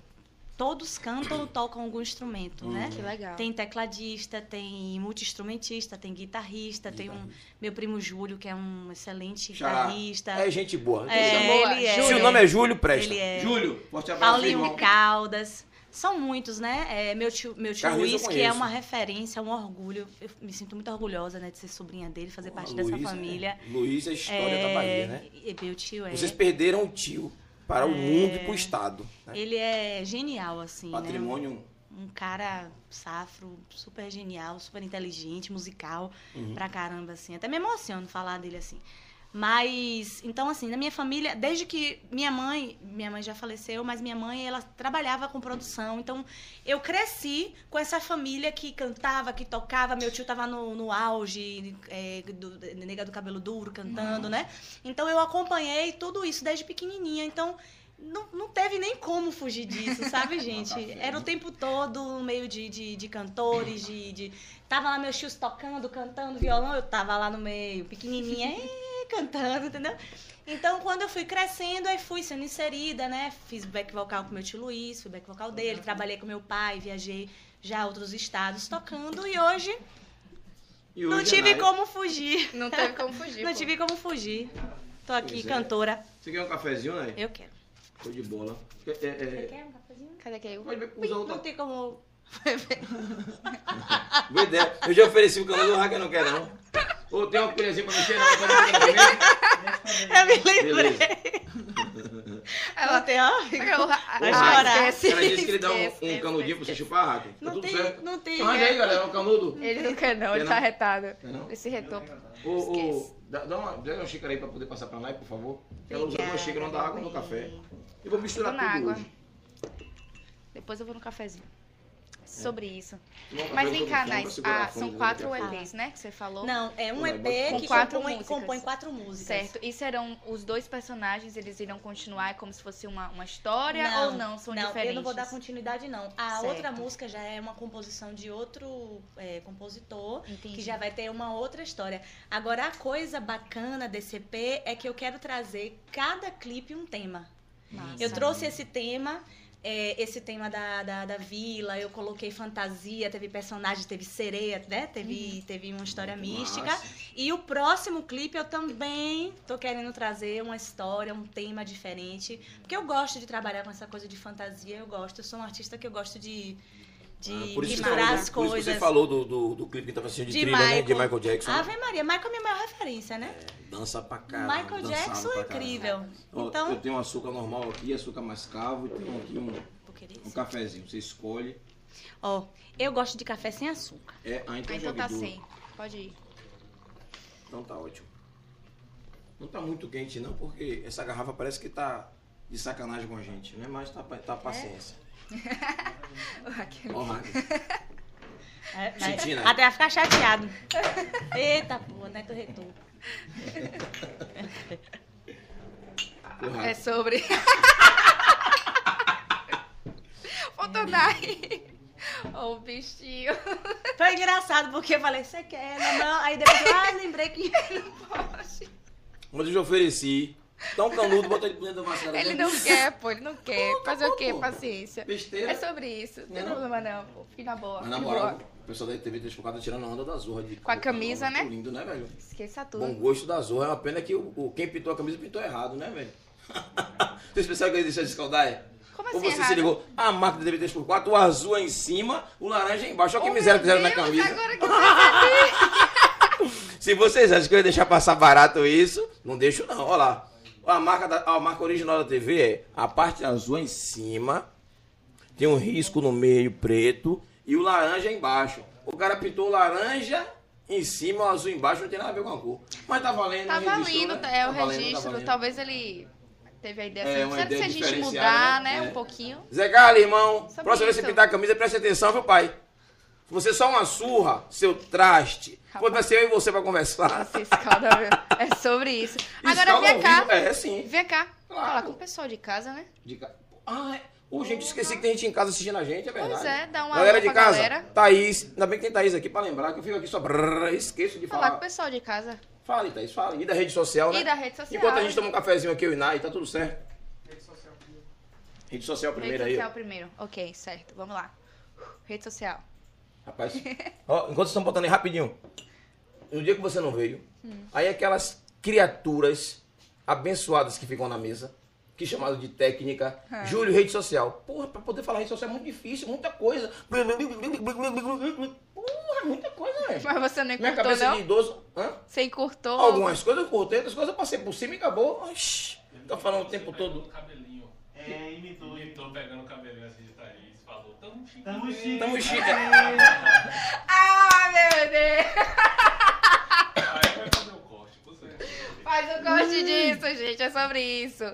Speaker 2: todos cantam ou tocam algum instrumento, né?
Speaker 3: Hum.
Speaker 1: Que legal.
Speaker 2: Tem tecladista, tem multi-instrumentista, tem guitarrista, tem um meu primo Júlio, que é um excelente
Speaker 3: Xará.
Speaker 2: guitarrista.
Speaker 3: É gente boa. não tem
Speaker 2: É,
Speaker 3: gente boa.
Speaker 1: boa.
Speaker 2: ele é.
Speaker 3: Se o nome é Júlio, presta.
Speaker 2: Ele é.
Speaker 3: Júlio, forte abraço,
Speaker 2: Paulinho
Speaker 3: Tá irmão.
Speaker 2: de Caldas. São muitos, né? É, meu tio, meu tio
Speaker 3: Carlinhos eu
Speaker 2: Luiz, que é
Speaker 3: conheço.
Speaker 2: uma referência, um orgulho. Eu me sinto muito orgulhosa né, de ser sobrinha dele, fazer parte
Speaker 3: Luiz,
Speaker 2: dessa
Speaker 3: né?
Speaker 2: família.
Speaker 3: Luiz é a história
Speaker 2: É,
Speaker 3: da Bahia, né?
Speaker 2: e- Meu tio é.
Speaker 3: Vocês perderam o tio para o mundo e para o Estado. né?
Speaker 2: Ele é genial, assim. né?
Speaker 3: Patrimônio.
Speaker 2: um cara safro, super genial, super inteligente, musical
Speaker 3: Uhum.
Speaker 2: pra caramba, assim. Até me emociono falar dele assim. Mas, então, assim, na minha família, desde que minha mãe, minha mãe já faleceu, mas minha mãe, ela trabalhava com produção. Então, eu cresci com essa família que cantava, que tocava. Meu tio tava no, no auge, é, do, nega do cabelo duro, cantando, né? Então, eu acompanhei tudo isso desde pequenininha. Então, não, não teve nem como fugir disso, sabe, gente? Era o tempo todo no meio de, de, de cantores, de, de. Tava lá meus tios tocando, cantando violão, eu tava lá no meio, pequenininha, eh, cantando, entendeu? Então, quando eu fui crescendo, aí fui sendo inserida, né? Fiz back vocal com meu tio Luiz, fui back vocal
Speaker 3: Uhum.
Speaker 2: dele, trabalhei com meu pai, viajei já a outros estados tocando e hoje,
Speaker 3: E
Speaker 2: não
Speaker 3: hoje é
Speaker 2: tive
Speaker 3: nada.
Speaker 2: como fugir.
Speaker 1: Não teve como fugir.
Speaker 2: Não
Speaker 1: pô.
Speaker 2: tive como fugir. Tô aqui,
Speaker 3: Pois é.
Speaker 2: cantora.
Speaker 3: Você quer um cafezinho, né?
Speaker 2: Eu quero.
Speaker 3: Show de bola. É, é, é,
Speaker 2: quer um cafezinho?
Speaker 1: Cadê que eu?
Speaker 3: Pode ver,
Speaker 2: Ui,
Speaker 3: usar outra.
Speaker 2: Não tem como
Speaker 3: Boa ideia. Eu já ofereci um o canal do Raquel, não quer não. Ou tem uma colherzinha pra mexer, não. Pra mexer também?
Speaker 2: Eu me lembrei.
Speaker 3: Beleza.
Speaker 1: Ela
Speaker 2: Não tem
Speaker 3: Tá
Speaker 2: óbvio?
Speaker 1: Eu,
Speaker 3: Vai
Speaker 1: ah,
Speaker 2: chorar.
Speaker 1: esquece,
Speaker 3: Ela disse que ele dá um,
Speaker 1: esquece,
Speaker 3: um
Speaker 1: esquece.
Speaker 3: canudinho pra você chupar, Raquel. Tá
Speaker 2: Não
Speaker 3: tudo
Speaker 2: tem,
Speaker 3: certo.
Speaker 2: não tem.
Speaker 3: Arranja aí, galera, um canudo.
Speaker 1: Ele não quer não,
Speaker 3: Quer
Speaker 1: ele
Speaker 3: não?
Speaker 1: tá retado.
Speaker 3: Quer não?
Speaker 1: Esse retorno.
Speaker 3: Ô, ô,
Speaker 1: Esquece.
Speaker 3: dá, dá uma, dá uma xícara aí pra poder passar pra lá, por favor. Ela usou duas xícaras, uma da água e uma do café. Eu vou misturar
Speaker 1: Vou na
Speaker 3: tudo
Speaker 1: água.
Speaker 3: hoje.
Speaker 1: Depois eu vou no cafezinho.
Speaker 3: É.
Speaker 1: Sobre isso.
Speaker 3: Tomar um café,
Speaker 1: Mas
Speaker 3: eu tô
Speaker 1: vem
Speaker 3: com
Speaker 1: cá,
Speaker 3: fome, pra
Speaker 1: Nath.
Speaker 3: segurar a
Speaker 1: Ah,
Speaker 3: fome,
Speaker 1: são
Speaker 3: né,
Speaker 1: quatro
Speaker 3: daqui a pouco.
Speaker 1: EPs, né? Que você falou.
Speaker 2: Não, é um
Speaker 3: Vai,
Speaker 2: EP
Speaker 3: bota-
Speaker 1: Com
Speaker 2: que
Speaker 1: quatro
Speaker 2: compõe,
Speaker 1: músicas.
Speaker 2: compõe quatro músicas.
Speaker 1: Certo. E serão os dois personagens, eles irão continuar é como se fosse uma, uma história ou não? São diferentes?
Speaker 2: eu não vou dar continuidade, não. A
Speaker 1: Certo.
Speaker 2: outra música já é uma composição de outro é, compositor,
Speaker 1: Entendi.
Speaker 2: que já vai ter uma outra história. Agora, a coisa bacana desse EP é que eu quero trazer cada clipe um tema.
Speaker 1: Massa.
Speaker 2: Eu trouxe esse tema, é, esse tema da, da, da vila, eu coloquei fantasia, teve personagem, teve sereia, né? Teve, teve uma história mística.
Speaker 3: Uhum. Massa.
Speaker 2: E o próximo clipe eu também tô querendo trazer uma história, um tema diferente. Porque eu gosto de trabalhar com essa coisa de fantasia, eu gosto. Eu sou um artista que eu gosto de, de
Speaker 3: Ah, por isso que você
Speaker 2: misturar
Speaker 3: falou-
Speaker 2: as
Speaker 3: por isso que
Speaker 2: coisas.
Speaker 3: você falou do, do, do clipe que tava assistindo de,
Speaker 2: De
Speaker 3: trilha, né? De
Speaker 2: Michael.
Speaker 3: Michael Jackson.
Speaker 2: Ave Maria, Michael é minha maior referência, né?
Speaker 3: Dança pra caralho.
Speaker 2: Michael
Speaker 3: dançava
Speaker 2: Jackson é
Speaker 3: pra caralho.
Speaker 2: incrível.
Speaker 3: Ó,
Speaker 2: Então,
Speaker 3: Eu tenho um açúcar normal aqui, açúcar mascavo, e tenho aqui um,
Speaker 2: Vou querer
Speaker 3: um
Speaker 2: isso.
Speaker 3: cafezinho. Você escolhe.
Speaker 2: Ó, eu gosto de café sem açúcar.
Speaker 3: É, ah,
Speaker 1: Ah,
Speaker 3: então,
Speaker 1: então
Speaker 3: jogue
Speaker 1: tá
Speaker 3: duro.
Speaker 1: sem. Pode ir.
Speaker 3: Então tá ótimo. Não tá muito quente não, porque essa garrafa parece que tá de sacanagem com a gente, né? Mas tá, pa- tá
Speaker 1: É.
Speaker 3: paciência. Ó, Raquel.
Speaker 2: É, vai-
Speaker 3: Senti, né?
Speaker 2: Até vai ficar chateado. Eita, porra, né, Neto Retor.
Speaker 1: É
Speaker 3: Ô, Raquel.
Speaker 1: sobre. Ô, Tonai. Ô, bichinho.
Speaker 2: Foi engraçado, porque eu falei, você quer, não, não. Aí depois, eu, ah, lembrei que...
Speaker 3: Mas eu já ofereci. Dá um canudo, bota ele dentro da né? máscara.
Speaker 1: Ele
Speaker 3: dele.
Speaker 1: não quer, pô, ele não quer. Fazer o quê?
Speaker 3: pô.
Speaker 1: Paciência.
Speaker 3: Besteira.
Speaker 1: É sobre isso. Não tem
Speaker 3: Não.
Speaker 1: problema, não, pô. Fique na boa.
Speaker 3: Mas na
Speaker 1: de
Speaker 3: moral,
Speaker 1: boa.
Speaker 3: o pessoal da TV Três tá tirando a onda da Zorra. De
Speaker 1: Com a camisa,
Speaker 3: Muito
Speaker 1: né?
Speaker 3: lindo, né, velho?
Speaker 1: Esqueça
Speaker 3: Bom
Speaker 1: tudo.
Speaker 3: gosto da Zorra. É uma pena que o, o- quem pintou a camisa pintou errado, né, velho? Vocês pensaram que ele deixou de escaldar? É?
Speaker 1: Como
Speaker 3: Ou
Speaker 1: assim
Speaker 3: você se
Speaker 1: errado?
Speaker 3: ligou? A marca da TV3x4, o azul é em cima, o laranja é embaixo. Olha que
Speaker 1: Ô,
Speaker 3: miséria que
Speaker 1: meu
Speaker 3: fizeram na
Speaker 1: Deus,
Speaker 3: camisa.
Speaker 1: Agora que eu percebi.
Speaker 3: Se vocês acham que eu ia deixar passar barato isso, não deixo não. Olha lá. A marca, da- a marca original da TV é a parte azul é em cima, tem um risco no meio preto e o laranja é embaixo. O cara pintou o laranja em cima, o azul embaixo, não tem nada a ver com a cor. Mas tá valendo,
Speaker 1: Tá
Speaker 3: registrou,
Speaker 1: valendo,
Speaker 3: né?
Speaker 1: é o
Speaker 3: Tá valendo, tá
Speaker 1: registro.
Speaker 3: valendo.
Speaker 1: Talvez ele teve a ideia
Speaker 3: É,
Speaker 1: assim.
Speaker 3: uma
Speaker 1: será que se a
Speaker 3: ideia
Speaker 1: gente
Speaker 3: diferenciada,
Speaker 1: mudar,
Speaker 3: né?
Speaker 1: né?
Speaker 3: É.
Speaker 1: Um pouquinho.
Speaker 3: Zé Carlos, irmão,
Speaker 1: Sabe
Speaker 3: próxima vez que
Speaker 1: isso.
Speaker 3: você pintar a camisa, preste atenção, viu, pai? Se você só uma surra, seu traste. Depois vai ser eu e você pra conversar.
Speaker 1: Nossa, esse caldo é sobre isso. Agora
Speaker 3: Escala
Speaker 1: vem
Speaker 3: ao
Speaker 1: cá.
Speaker 3: vivo, É, sim.
Speaker 1: Vem cá.
Speaker 3: Claro.
Speaker 1: Falar com o pessoal de casa, né?
Speaker 3: De ca- Ah, é. Ô, gente, esqueci que tem gente em casa assistindo a gente, é verdade.
Speaker 1: é, dá um
Speaker 3: Galera
Speaker 1: alô
Speaker 3: de
Speaker 1: pra
Speaker 3: casa,
Speaker 1: galera.
Speaker 3: Thaís, ainda bem que tem Thaís aqui pra lembrar que eu fico aqui só brrr, esqueço de
Speaker 1: Falar
Speaker 3: falar.
Speaker 1: com o pessoal de casa.
Speaker 3: Fala, Thaís, fala. E da rede social, né?
Speaker 1: E da rede social.
Speaker 3: Enquanto a gente toma um cafezinho aqui, eu e Nai, tá tudo certo. Rede social primeiro
Speaker 1: Rede
Speaker 3: aí.
Speaker 1: social
Speaker 3: ó.
Speaker 1: primeiro. Ok, certo. Vamos lá. Rede social.
Speaker 3: Rapaz. Ó, enquanto vocês estão botando aí rapidinho. No dia que você não veio,
Speaker 1: Hum.
Speaker 3: aí aquelas criaturas abençoadas que ficam na mesa, que chamado de técnica, Júlio, rede social. Porra, pra poder falar rede social é muito difícil, muita coisa. Porra, muita coisa, velho.
Speaker 1: Mas você não
Speaker 3: Minha
Speaker 1: encurtou,
Speaker 3: cabeça é de
Speaker 1: não?
Speaker 3: idoso. Hã?
Speaker 1: Você encurtou?
Speaker 3: Algumas coisas eu cortei, outras coisas eu passei por cima e acabou. Oxi, tá falando o tempo todo.
Speaker 4: Cabelinho.
Speaker 5: É, imitou.
Speaker 4: Eu tô pegando o cabelinho assim de Thaís, falou, tamo chique.
Speaker 5: Tamo chique. É.
Speaker 3: Tamo chique.
Speaker 1: Ah, meu Deus!
Speaker 4: Aí vai fazer o corte, com certeza.
Speaker 1: Faz o corte disso, gente. É sobre isso.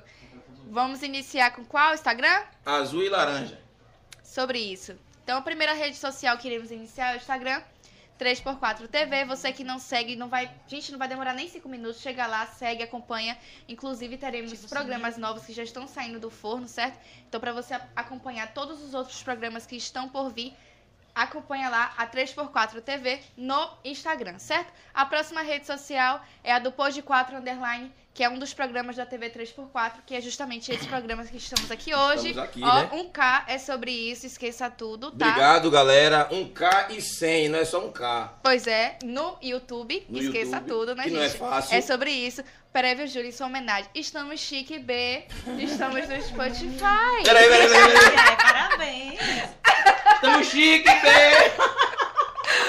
Speaker 1: Vamos iniciar com qual Instagram?
Speaker 3: Azul e laranja.
Speaker 1: sobre isso. Então, a primeira rede social que iremos iniciar é o Instagram, 3x4TV. Você que não segue, não vai. Gente, não vai demorar nem 5 minutos. Chega lá, segue, acompanha. Inclusive, teremos programas novos que já estão saindo do forno, certo? Então, para você a- acompanhar todos os outros programas que estão por vir. Acompanha lá a 3x4TV no Instagram, certo? A próxima rede social é a do Pod 4 Underline, que é um dos programas da TV 3x4, que é justamente esse programa que estamos aqui hoje.
Speaker 3: Estamos aqui,
Speaker 1: Ó,
Speaker 3: né?
Speaker 1: um K é sobre isso, esqueça tudo, tá?
Speaker 3: Obrigado, galera. Um K e 100, não é só um K.
Speaker 1: Pois é, no YouTube,
Speaker 3: No
Speaker 1: esqueça
Speaker 3: YouTube,
Speaker 1: tudo, né,
Speaker 3: que
Speaker 1: gente?
Speaker 3: não é fácil.
Speaker 1: É sobre isso. Prévio Júlio, em sua homenagem. Estamos chique B, estamos no Spotify.
Speaker 3: Peraí, peraí, peraí. peraí.
Speaker 2: É, parabéns.
Speaker 3: Tamo chique,
Speaker 1: Tá,
Speaker 3: bê!
Speaker 1: Porra,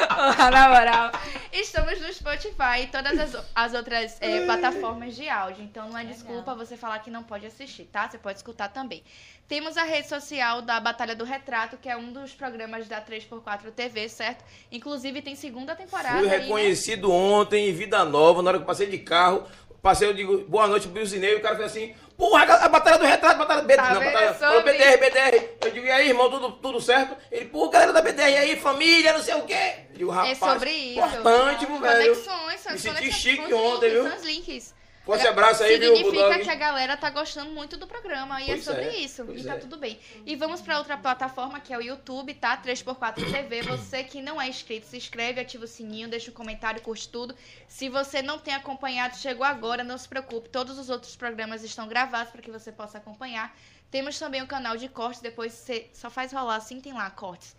Speaker 1: Ah, Na moral. Estamos no Spotify e todas as, o- as outras eh, plataformas de áudio. Então não é
Speaker 2: Legal.
Speaker 1: desculpa você falar que não pode assistir, tá? Você pode escutar também. Temos a rede social da Batalha do Retrato, que é um dos programas da 3x4 TV, certo? Inclusive tem segunda temporada.
Speaker 3: Fui
Speaker 1: aí, né?
Speaker 3: reconhecido ontem em Vida Nova, na hora que eu passei de carro. Passei, eu digo, boa noite pro Bilzinei. O cara fez assim, porra, a batalha do retrato, batalha do BDR.
Speaker 1: Tá
Speaker 3: não,
Speaker 1: vendo?
Speaker 3: batalha,
Speaker 1: Eu sou
Speaker 3: falou
Speaker 1: amigo.
Speaker 3: BDR, BDR. Eu digo, e aí, irmão, tudo, tudo certo? Ele, pô, galera da BDR, e aí, família, não sei o quê. Eu digo,
Speaker 1: É
Speaker 3: rapaz,
Speaker 1: sobre isso. é
Speaker 3: importante,
Speaker 1: São
Speaker 3: meu velho.
Speaker 1: Conexões, são
Speaker 3: Me
Speaker 1: as
Speaker 3: senti
Speaker 1: conexões,
Speaker 3: chique
Speaker 1: são os
Speaker 3: ontem,
Speaker 1: links,
Speaker 3: viu?
Speaker 1: São os links.
Speaker 3: Forte abraço aí, viu,
Speaker 1: Significa
Speaker 3: Bulldog?
Speaker 1: que a galera tá gostando muito do programa e
Speaker 3: Pois
Speaker 1: é sobre
Speaker 3: é,
Speaker 1: isso.
Speaker 3: pois
Speaker 1: E tá
Speaker 3: é.
Speaker 1: tudo bem. E vamos pra outra plataforma que é o YouTube, tá? 3x4 TV. Você que não é inscrito, se inscreve, ativa o sininho, deixa um comentário, curte tudo. Se você não tem acompanhado, chegou agora, não se preocupe. Todos os outros programas estão gravados para que você possa acompanhar. Temos também o canal de cortes, depois você só faz rolar assim, tem lá cortes.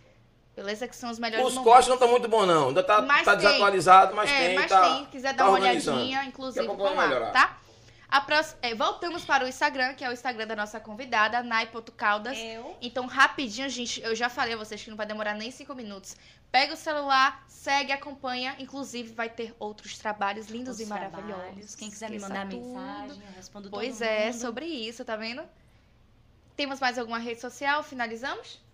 Speaker 1: Beleza? Que são os melhores
Speaker 3: Os
Speaker 1: momentos.
Speaker 3: cortes não estão muito bons, não. Ainda tá,
Speaker 1: Mas
Speaker 3: tá
Speaker 1: tem.
Speaker 3: desatualizado, mas
Speaker 1: é,
Speaker 3: tem,
Speaker 1: mas
Speaker 3: tá.
Speaker 1: tem, quiser
Speaker 3: tá
Speaker 1: dar uma
Speaker 3: organizando.
Speaker 1: olhadinha,
Speaker 3: Daqui a
Speaker 1: inclusive,
Speaker 3: pouco
Speaker 1: vão
Speaker 3: vai
Speaker 1: lá,
Speaker 3: melhorar.
Speaker 1: tá? A próxima, é, voltamos para o Instagram, que é o Instagram da nossa convidada, nai.caldas.
Speaker 2: Eu.
Speaker 1: Então, rapidinho, gente, eu já falei a vocês que não vai demorar nem cinco minutos. Pega o celular, segue, acompanha. Inclusive, vai ter outros trabalhos lindos
Speaker 2: Os
Speaker 1: e
Speaker 2: trabalhos,
Speaker 1: maravilhosos.
Speaker 2: Quem quiser me
Speaker 1: Esqueça
Speaker 2: mandar
Speaker 1: tudo.
Speaker 2: mensagem, eu respondo todo
Speaker 1: Pois é,
Speaker 2: mundo.
Speaker 1: sobre isso, tá vendo? Temos mais alguma rede social? Finalizamos?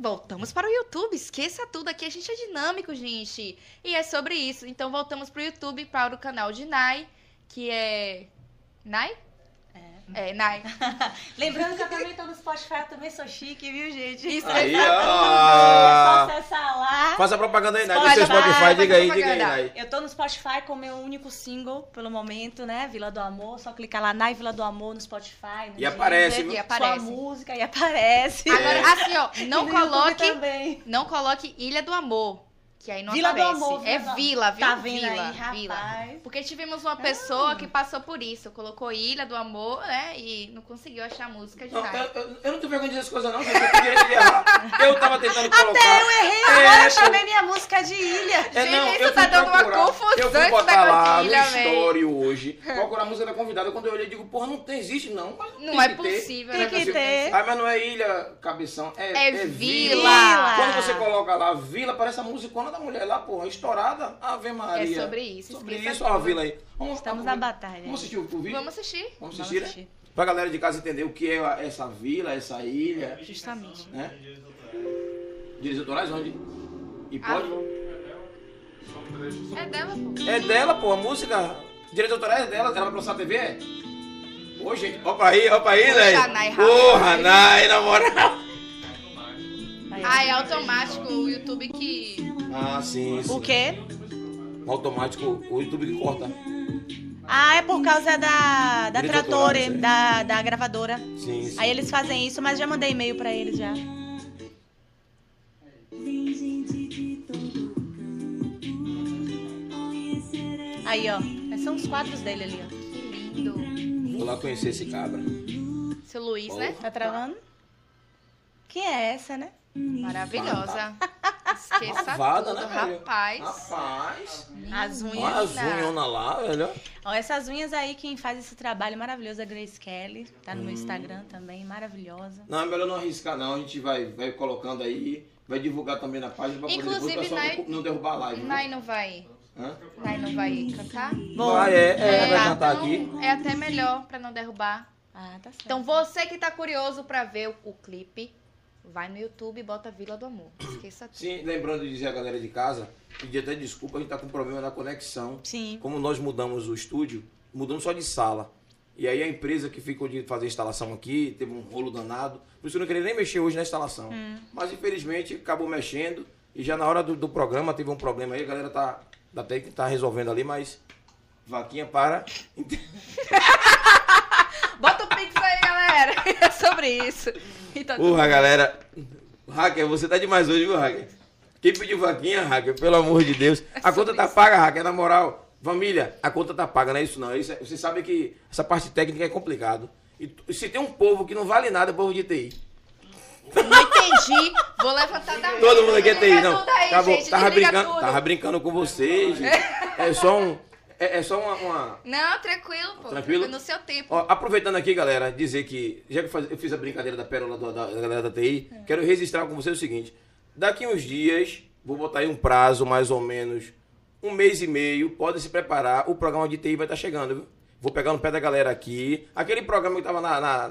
Speaker 1: Voltamos para o YouTube, esqueça tudo, aqui a gente é dinâmico, gente. E é sobre isso. Então voltamos para o YouTube, para o canal de Nai, que é. Nai? É, Nai.
Speaker 2: Lembrando que eu também tô no Spotify, eu também sou chique, viu, gente?
Speaker 1: Isso,
Speaker 3: Aí,
Speaker 1: exato.
Speaker 3: ó.
Speaker 2: É só acessar lá.
Speaker 3: Faça a propaganda aí, Nai. Do
Speaker 2: Spotify,
Speaker 3: seu Spotify,
Speaker 1: faz
Speaker 3: diga aí, diga aí,
Speaker 1: propaganda.
Speaker 3: Nai.
Speaker 2: Eu tô no Spotify com o meu único single pelo momento, né? Vila do Amor. Só clicar lá na Vila do Amor no Spotify. No
Speaker 3: E aparece,
Speaker 1: Aqui,
Speaker 3: viu?
Speaker 1: aparece.
Speaker 2: Sua É. música e aparece.
Speaker 1: Agora, assim, ó,
Speaker 2: E
Speaker 1: não
Speaker 2: no YouTube
Speaker 1: coloque.
Speaker 2: Também.
Speaker 1: Não coloque Ilha do Amor. Que aí não
Speaker 2: Vila do
Speaker 1: aparece.
Speaker 2: Amor, Vila
Speaker 1: é
Speaker 2: do Amor.
Speaker 1: vila, viu?
Speaker 2: Tá vendo
Speaker 1: vila,
Speaker 2: aí, rapaz?
Speaker 1: vila. Porque tivemos uma pessoa
Speaker 2: Ah.
Speaker 1: que passou por isso, colocou Ilha do Amor, né? E não conseguiu achar a música de
Speaker 3: Não, eu,
Speaker 1: nada.
Speaker 3: eu- eu não tenho vergonha de dizer essas coisas, não. Você tem direito de errar. Eu tava tentando colocar.
Speaker 2: Eu errei
Speaker 3: É,
Speaker 2: agora, eu
Speaker 3: pô.
Speaker 2: chamei minha música de Ilha.
Speaker 3: É,
Speaker 1: Gente,
Speaker 3: não,
Speaker 1: isso
Speaker 3: eu
Speaker 1: tá
Speaker 3: fui
Speaker 1: dando uma
Speaker 3: procurar.
Speaker 1: confusão
Speaker 3: Eu fui
Speaker 1: esse
Speaker 3: botar lá no
Speaker 1: negocinho, véi.
Speaker 3: story hoje, procurar a música da convidada. Quando eu olhei, eu digo, porra, não tem, existe não. Mas
Speaker 1: Hum. Não
Speaker 3: tem
Speaker 1: é
Speaker 3: que ter.
Speaker 1: possível,
Speaker 3: Não
Speaker 1: né?
Speaker 3: é
Speaker 2: Tem que
Speaker 3: possível.
Speaker 2: ter.
Speaker 3: Ah, mas não é ilha, cabeção. É,
Speaker 1: É
Speaker 3: é
Speaker 1: vila.
Speaker 3: Quando você coloca lá vila, parece a musicona da mulher lá, porra, estourada. Ave Maria.
Speaker 1: É sobre isso,
Speaker 3: Sobre
Speaker 1: esqueça
Speaker 3: isso, ó, a
Speaker 1: tudo.
Speaker 3: vila aí. Vamos,
Speaker 2: Estamos na
Speaker 3: vamos-
Speaker 2: batalha.
Speaker 3: Vamos assistir o, o vídeo?
Speaker 1: Vamos assistir.
Speaker 3: Vamos
Speaker 2: Vamos
Speaker 3: assistir, né?
Speaker 2: assistir.
Speaker 3: Pra galera de casa entender o que é a- essa vila, essa ilha.
Speaker 2: Justamente.
Speaker 3: Né? Direitos autorais onde? E
Speaker 1: Ah.
Speaker 3: pode?
Speaker 4: Só um trecho, só
Speaker 1: É dela, pô.
Speaker 3: É dela, pô, a música. Direitos autorais é dela, ela vai passar na TV? é? Ô, gente, ó pra aí, ó pra aí,
Speaker 1: Poxa, Nai,
Speaker 3: velho.
Speaker 1: rapaz.
Speaker 3: Porra, Nai, na moral. um
Speaker 2: Aí,
Speaker 1: Ah, é automático o YouTube que.
Speaker 3: Ah, sim. sim.
Speaker 2: O quê?
Speaker 3: Automático, o YouTube que corta.
Speaker 2: Ah, é por causa da, da
Speaker 3: Direitos
Speaker 2: Tratore,
Speaker 3: autorais, é.
Speaker 2: da, da gravadora.
Speaker 3: Sim, sim.
Speaker 2: Aí eles fazem isso, mas já mandei e-mail pra eles já. Aí, ó. Esses são os quadros dele ali, ó.
Speaker 1: Que lindo.
Speaker 3: Vou lá conhecer esse cabra.
Speaker 1: Seu Luiz, né?
Speaker 2: Tá travando? Que é essa, né?
Speaker 1: Maravilhosa. Esqueça
Speaker 3: Lavada,
Speaker 1: tudo,
Speaker 3: né, velho?
Speaker 1: rapaz.
Speaker 3: Rapaz.
Speaker 2: As unhas.
Speaker 3: Olha as unhas lá, velho.
Speaker 2: Ó, essas unhas aí, quem faz esse trabalho maravilhoso é a Grace Kelly. Tá no meu Instagram também, maravilhosa.
Speaker 3: Não, é melhor não arriscar, não. A gente vai, vai colocando aí, vai divulgar também na página pra poder
Speaker 1: Inclusive,
Speaker 3: depois o pessoal
Speaker 1: na-
Speaker 3: não co- não derrubar a live. né?
Speaker 1: Nai não vai.
Speaker 3: Hã?
Speaker 1: Nai não vai cantar?
Speaker 2: Bom,
Speaker 3: ah, é, é,
Speaker 1: É,
Speaker 3: vai cantar
Speaker 1: então,
Speaker 3: aqui.
Speaker 1: É até melhor pra não derrubar.
Speaker 2: Ah, tá certo.
Speaker 1: Então você que tá curioso pra ver o, o clipe, vai no YouTube e bota Vila do Amor. Esqueça tudo.
Speaker 3: Sim, lembrando de dizer a galera de casa, pedir até desculpa, a gente tá com problema na conexão.
Speaker 2: Sim.
Speaker 3: Como nós mudamos o estúdio, mudamos só de sala. E aí a empresa que ficou de fazer a instalação aqui, teve um rolo danado. Por isso eu não queria nem mexer hoje na instalação. Mas infelizmente acabou mexendo. E já na hora do, do programa teve um problema aí, a galera tá até que tá resolvendo ali, mas vaquinha para.
Speaker 1: Bota o pix aí, galera. É sobre isso. Então,
Speaker 3: Porra, galera. Hacker, você tá demais hoje, viu, Hacker? Quem pediu vaquinha, Hacker? Pelo amor de Deus.
Speaker 1: É
Speaker 3: A conta tá paga, Hacker, na moral. Família, a conta tá paga, não é isso não. Isso, é- você sabe que essa parte técnica é complicado. E t- se tem um povo que não vale nada, é o povo de TI.
Speaker 1: não entendi. Vou levantar da mesa.
Speaker 3: Todo mundo aqui é
Speaker 1: Desliga
Speaker 3: TI, não.
Speaker 1: tudo aí,
Speaker 3: Acabou.
Speaker 1: gente.
Speaker 3: Tava
Speaker 1: Desliga
Speaker 3: brincando,
Speaker 1: tudo.
Speaker 3: tava brincando com vocês. gente. É só um... É, é só uma- uma,
Speaker 1: Não, tranquilo, pô. É
Speaker 3: Tranquilo?
Speaker 1: No seu tempo.
Speaker 3: Ó, aproveitando aqui, galera, dizer que, já que eu faz- eu fiz a brincadeira da pérola do- da, da galera da TI, quero registrar com vocês o seguinte: daqui uns dias, vou botar aí um prazo, mais ou menos um mês e meio, podem se preparar, o programa de TI vai estar chegando, viu? Vou pegar no pé da galera aqui. Aquele programa que tava na- na-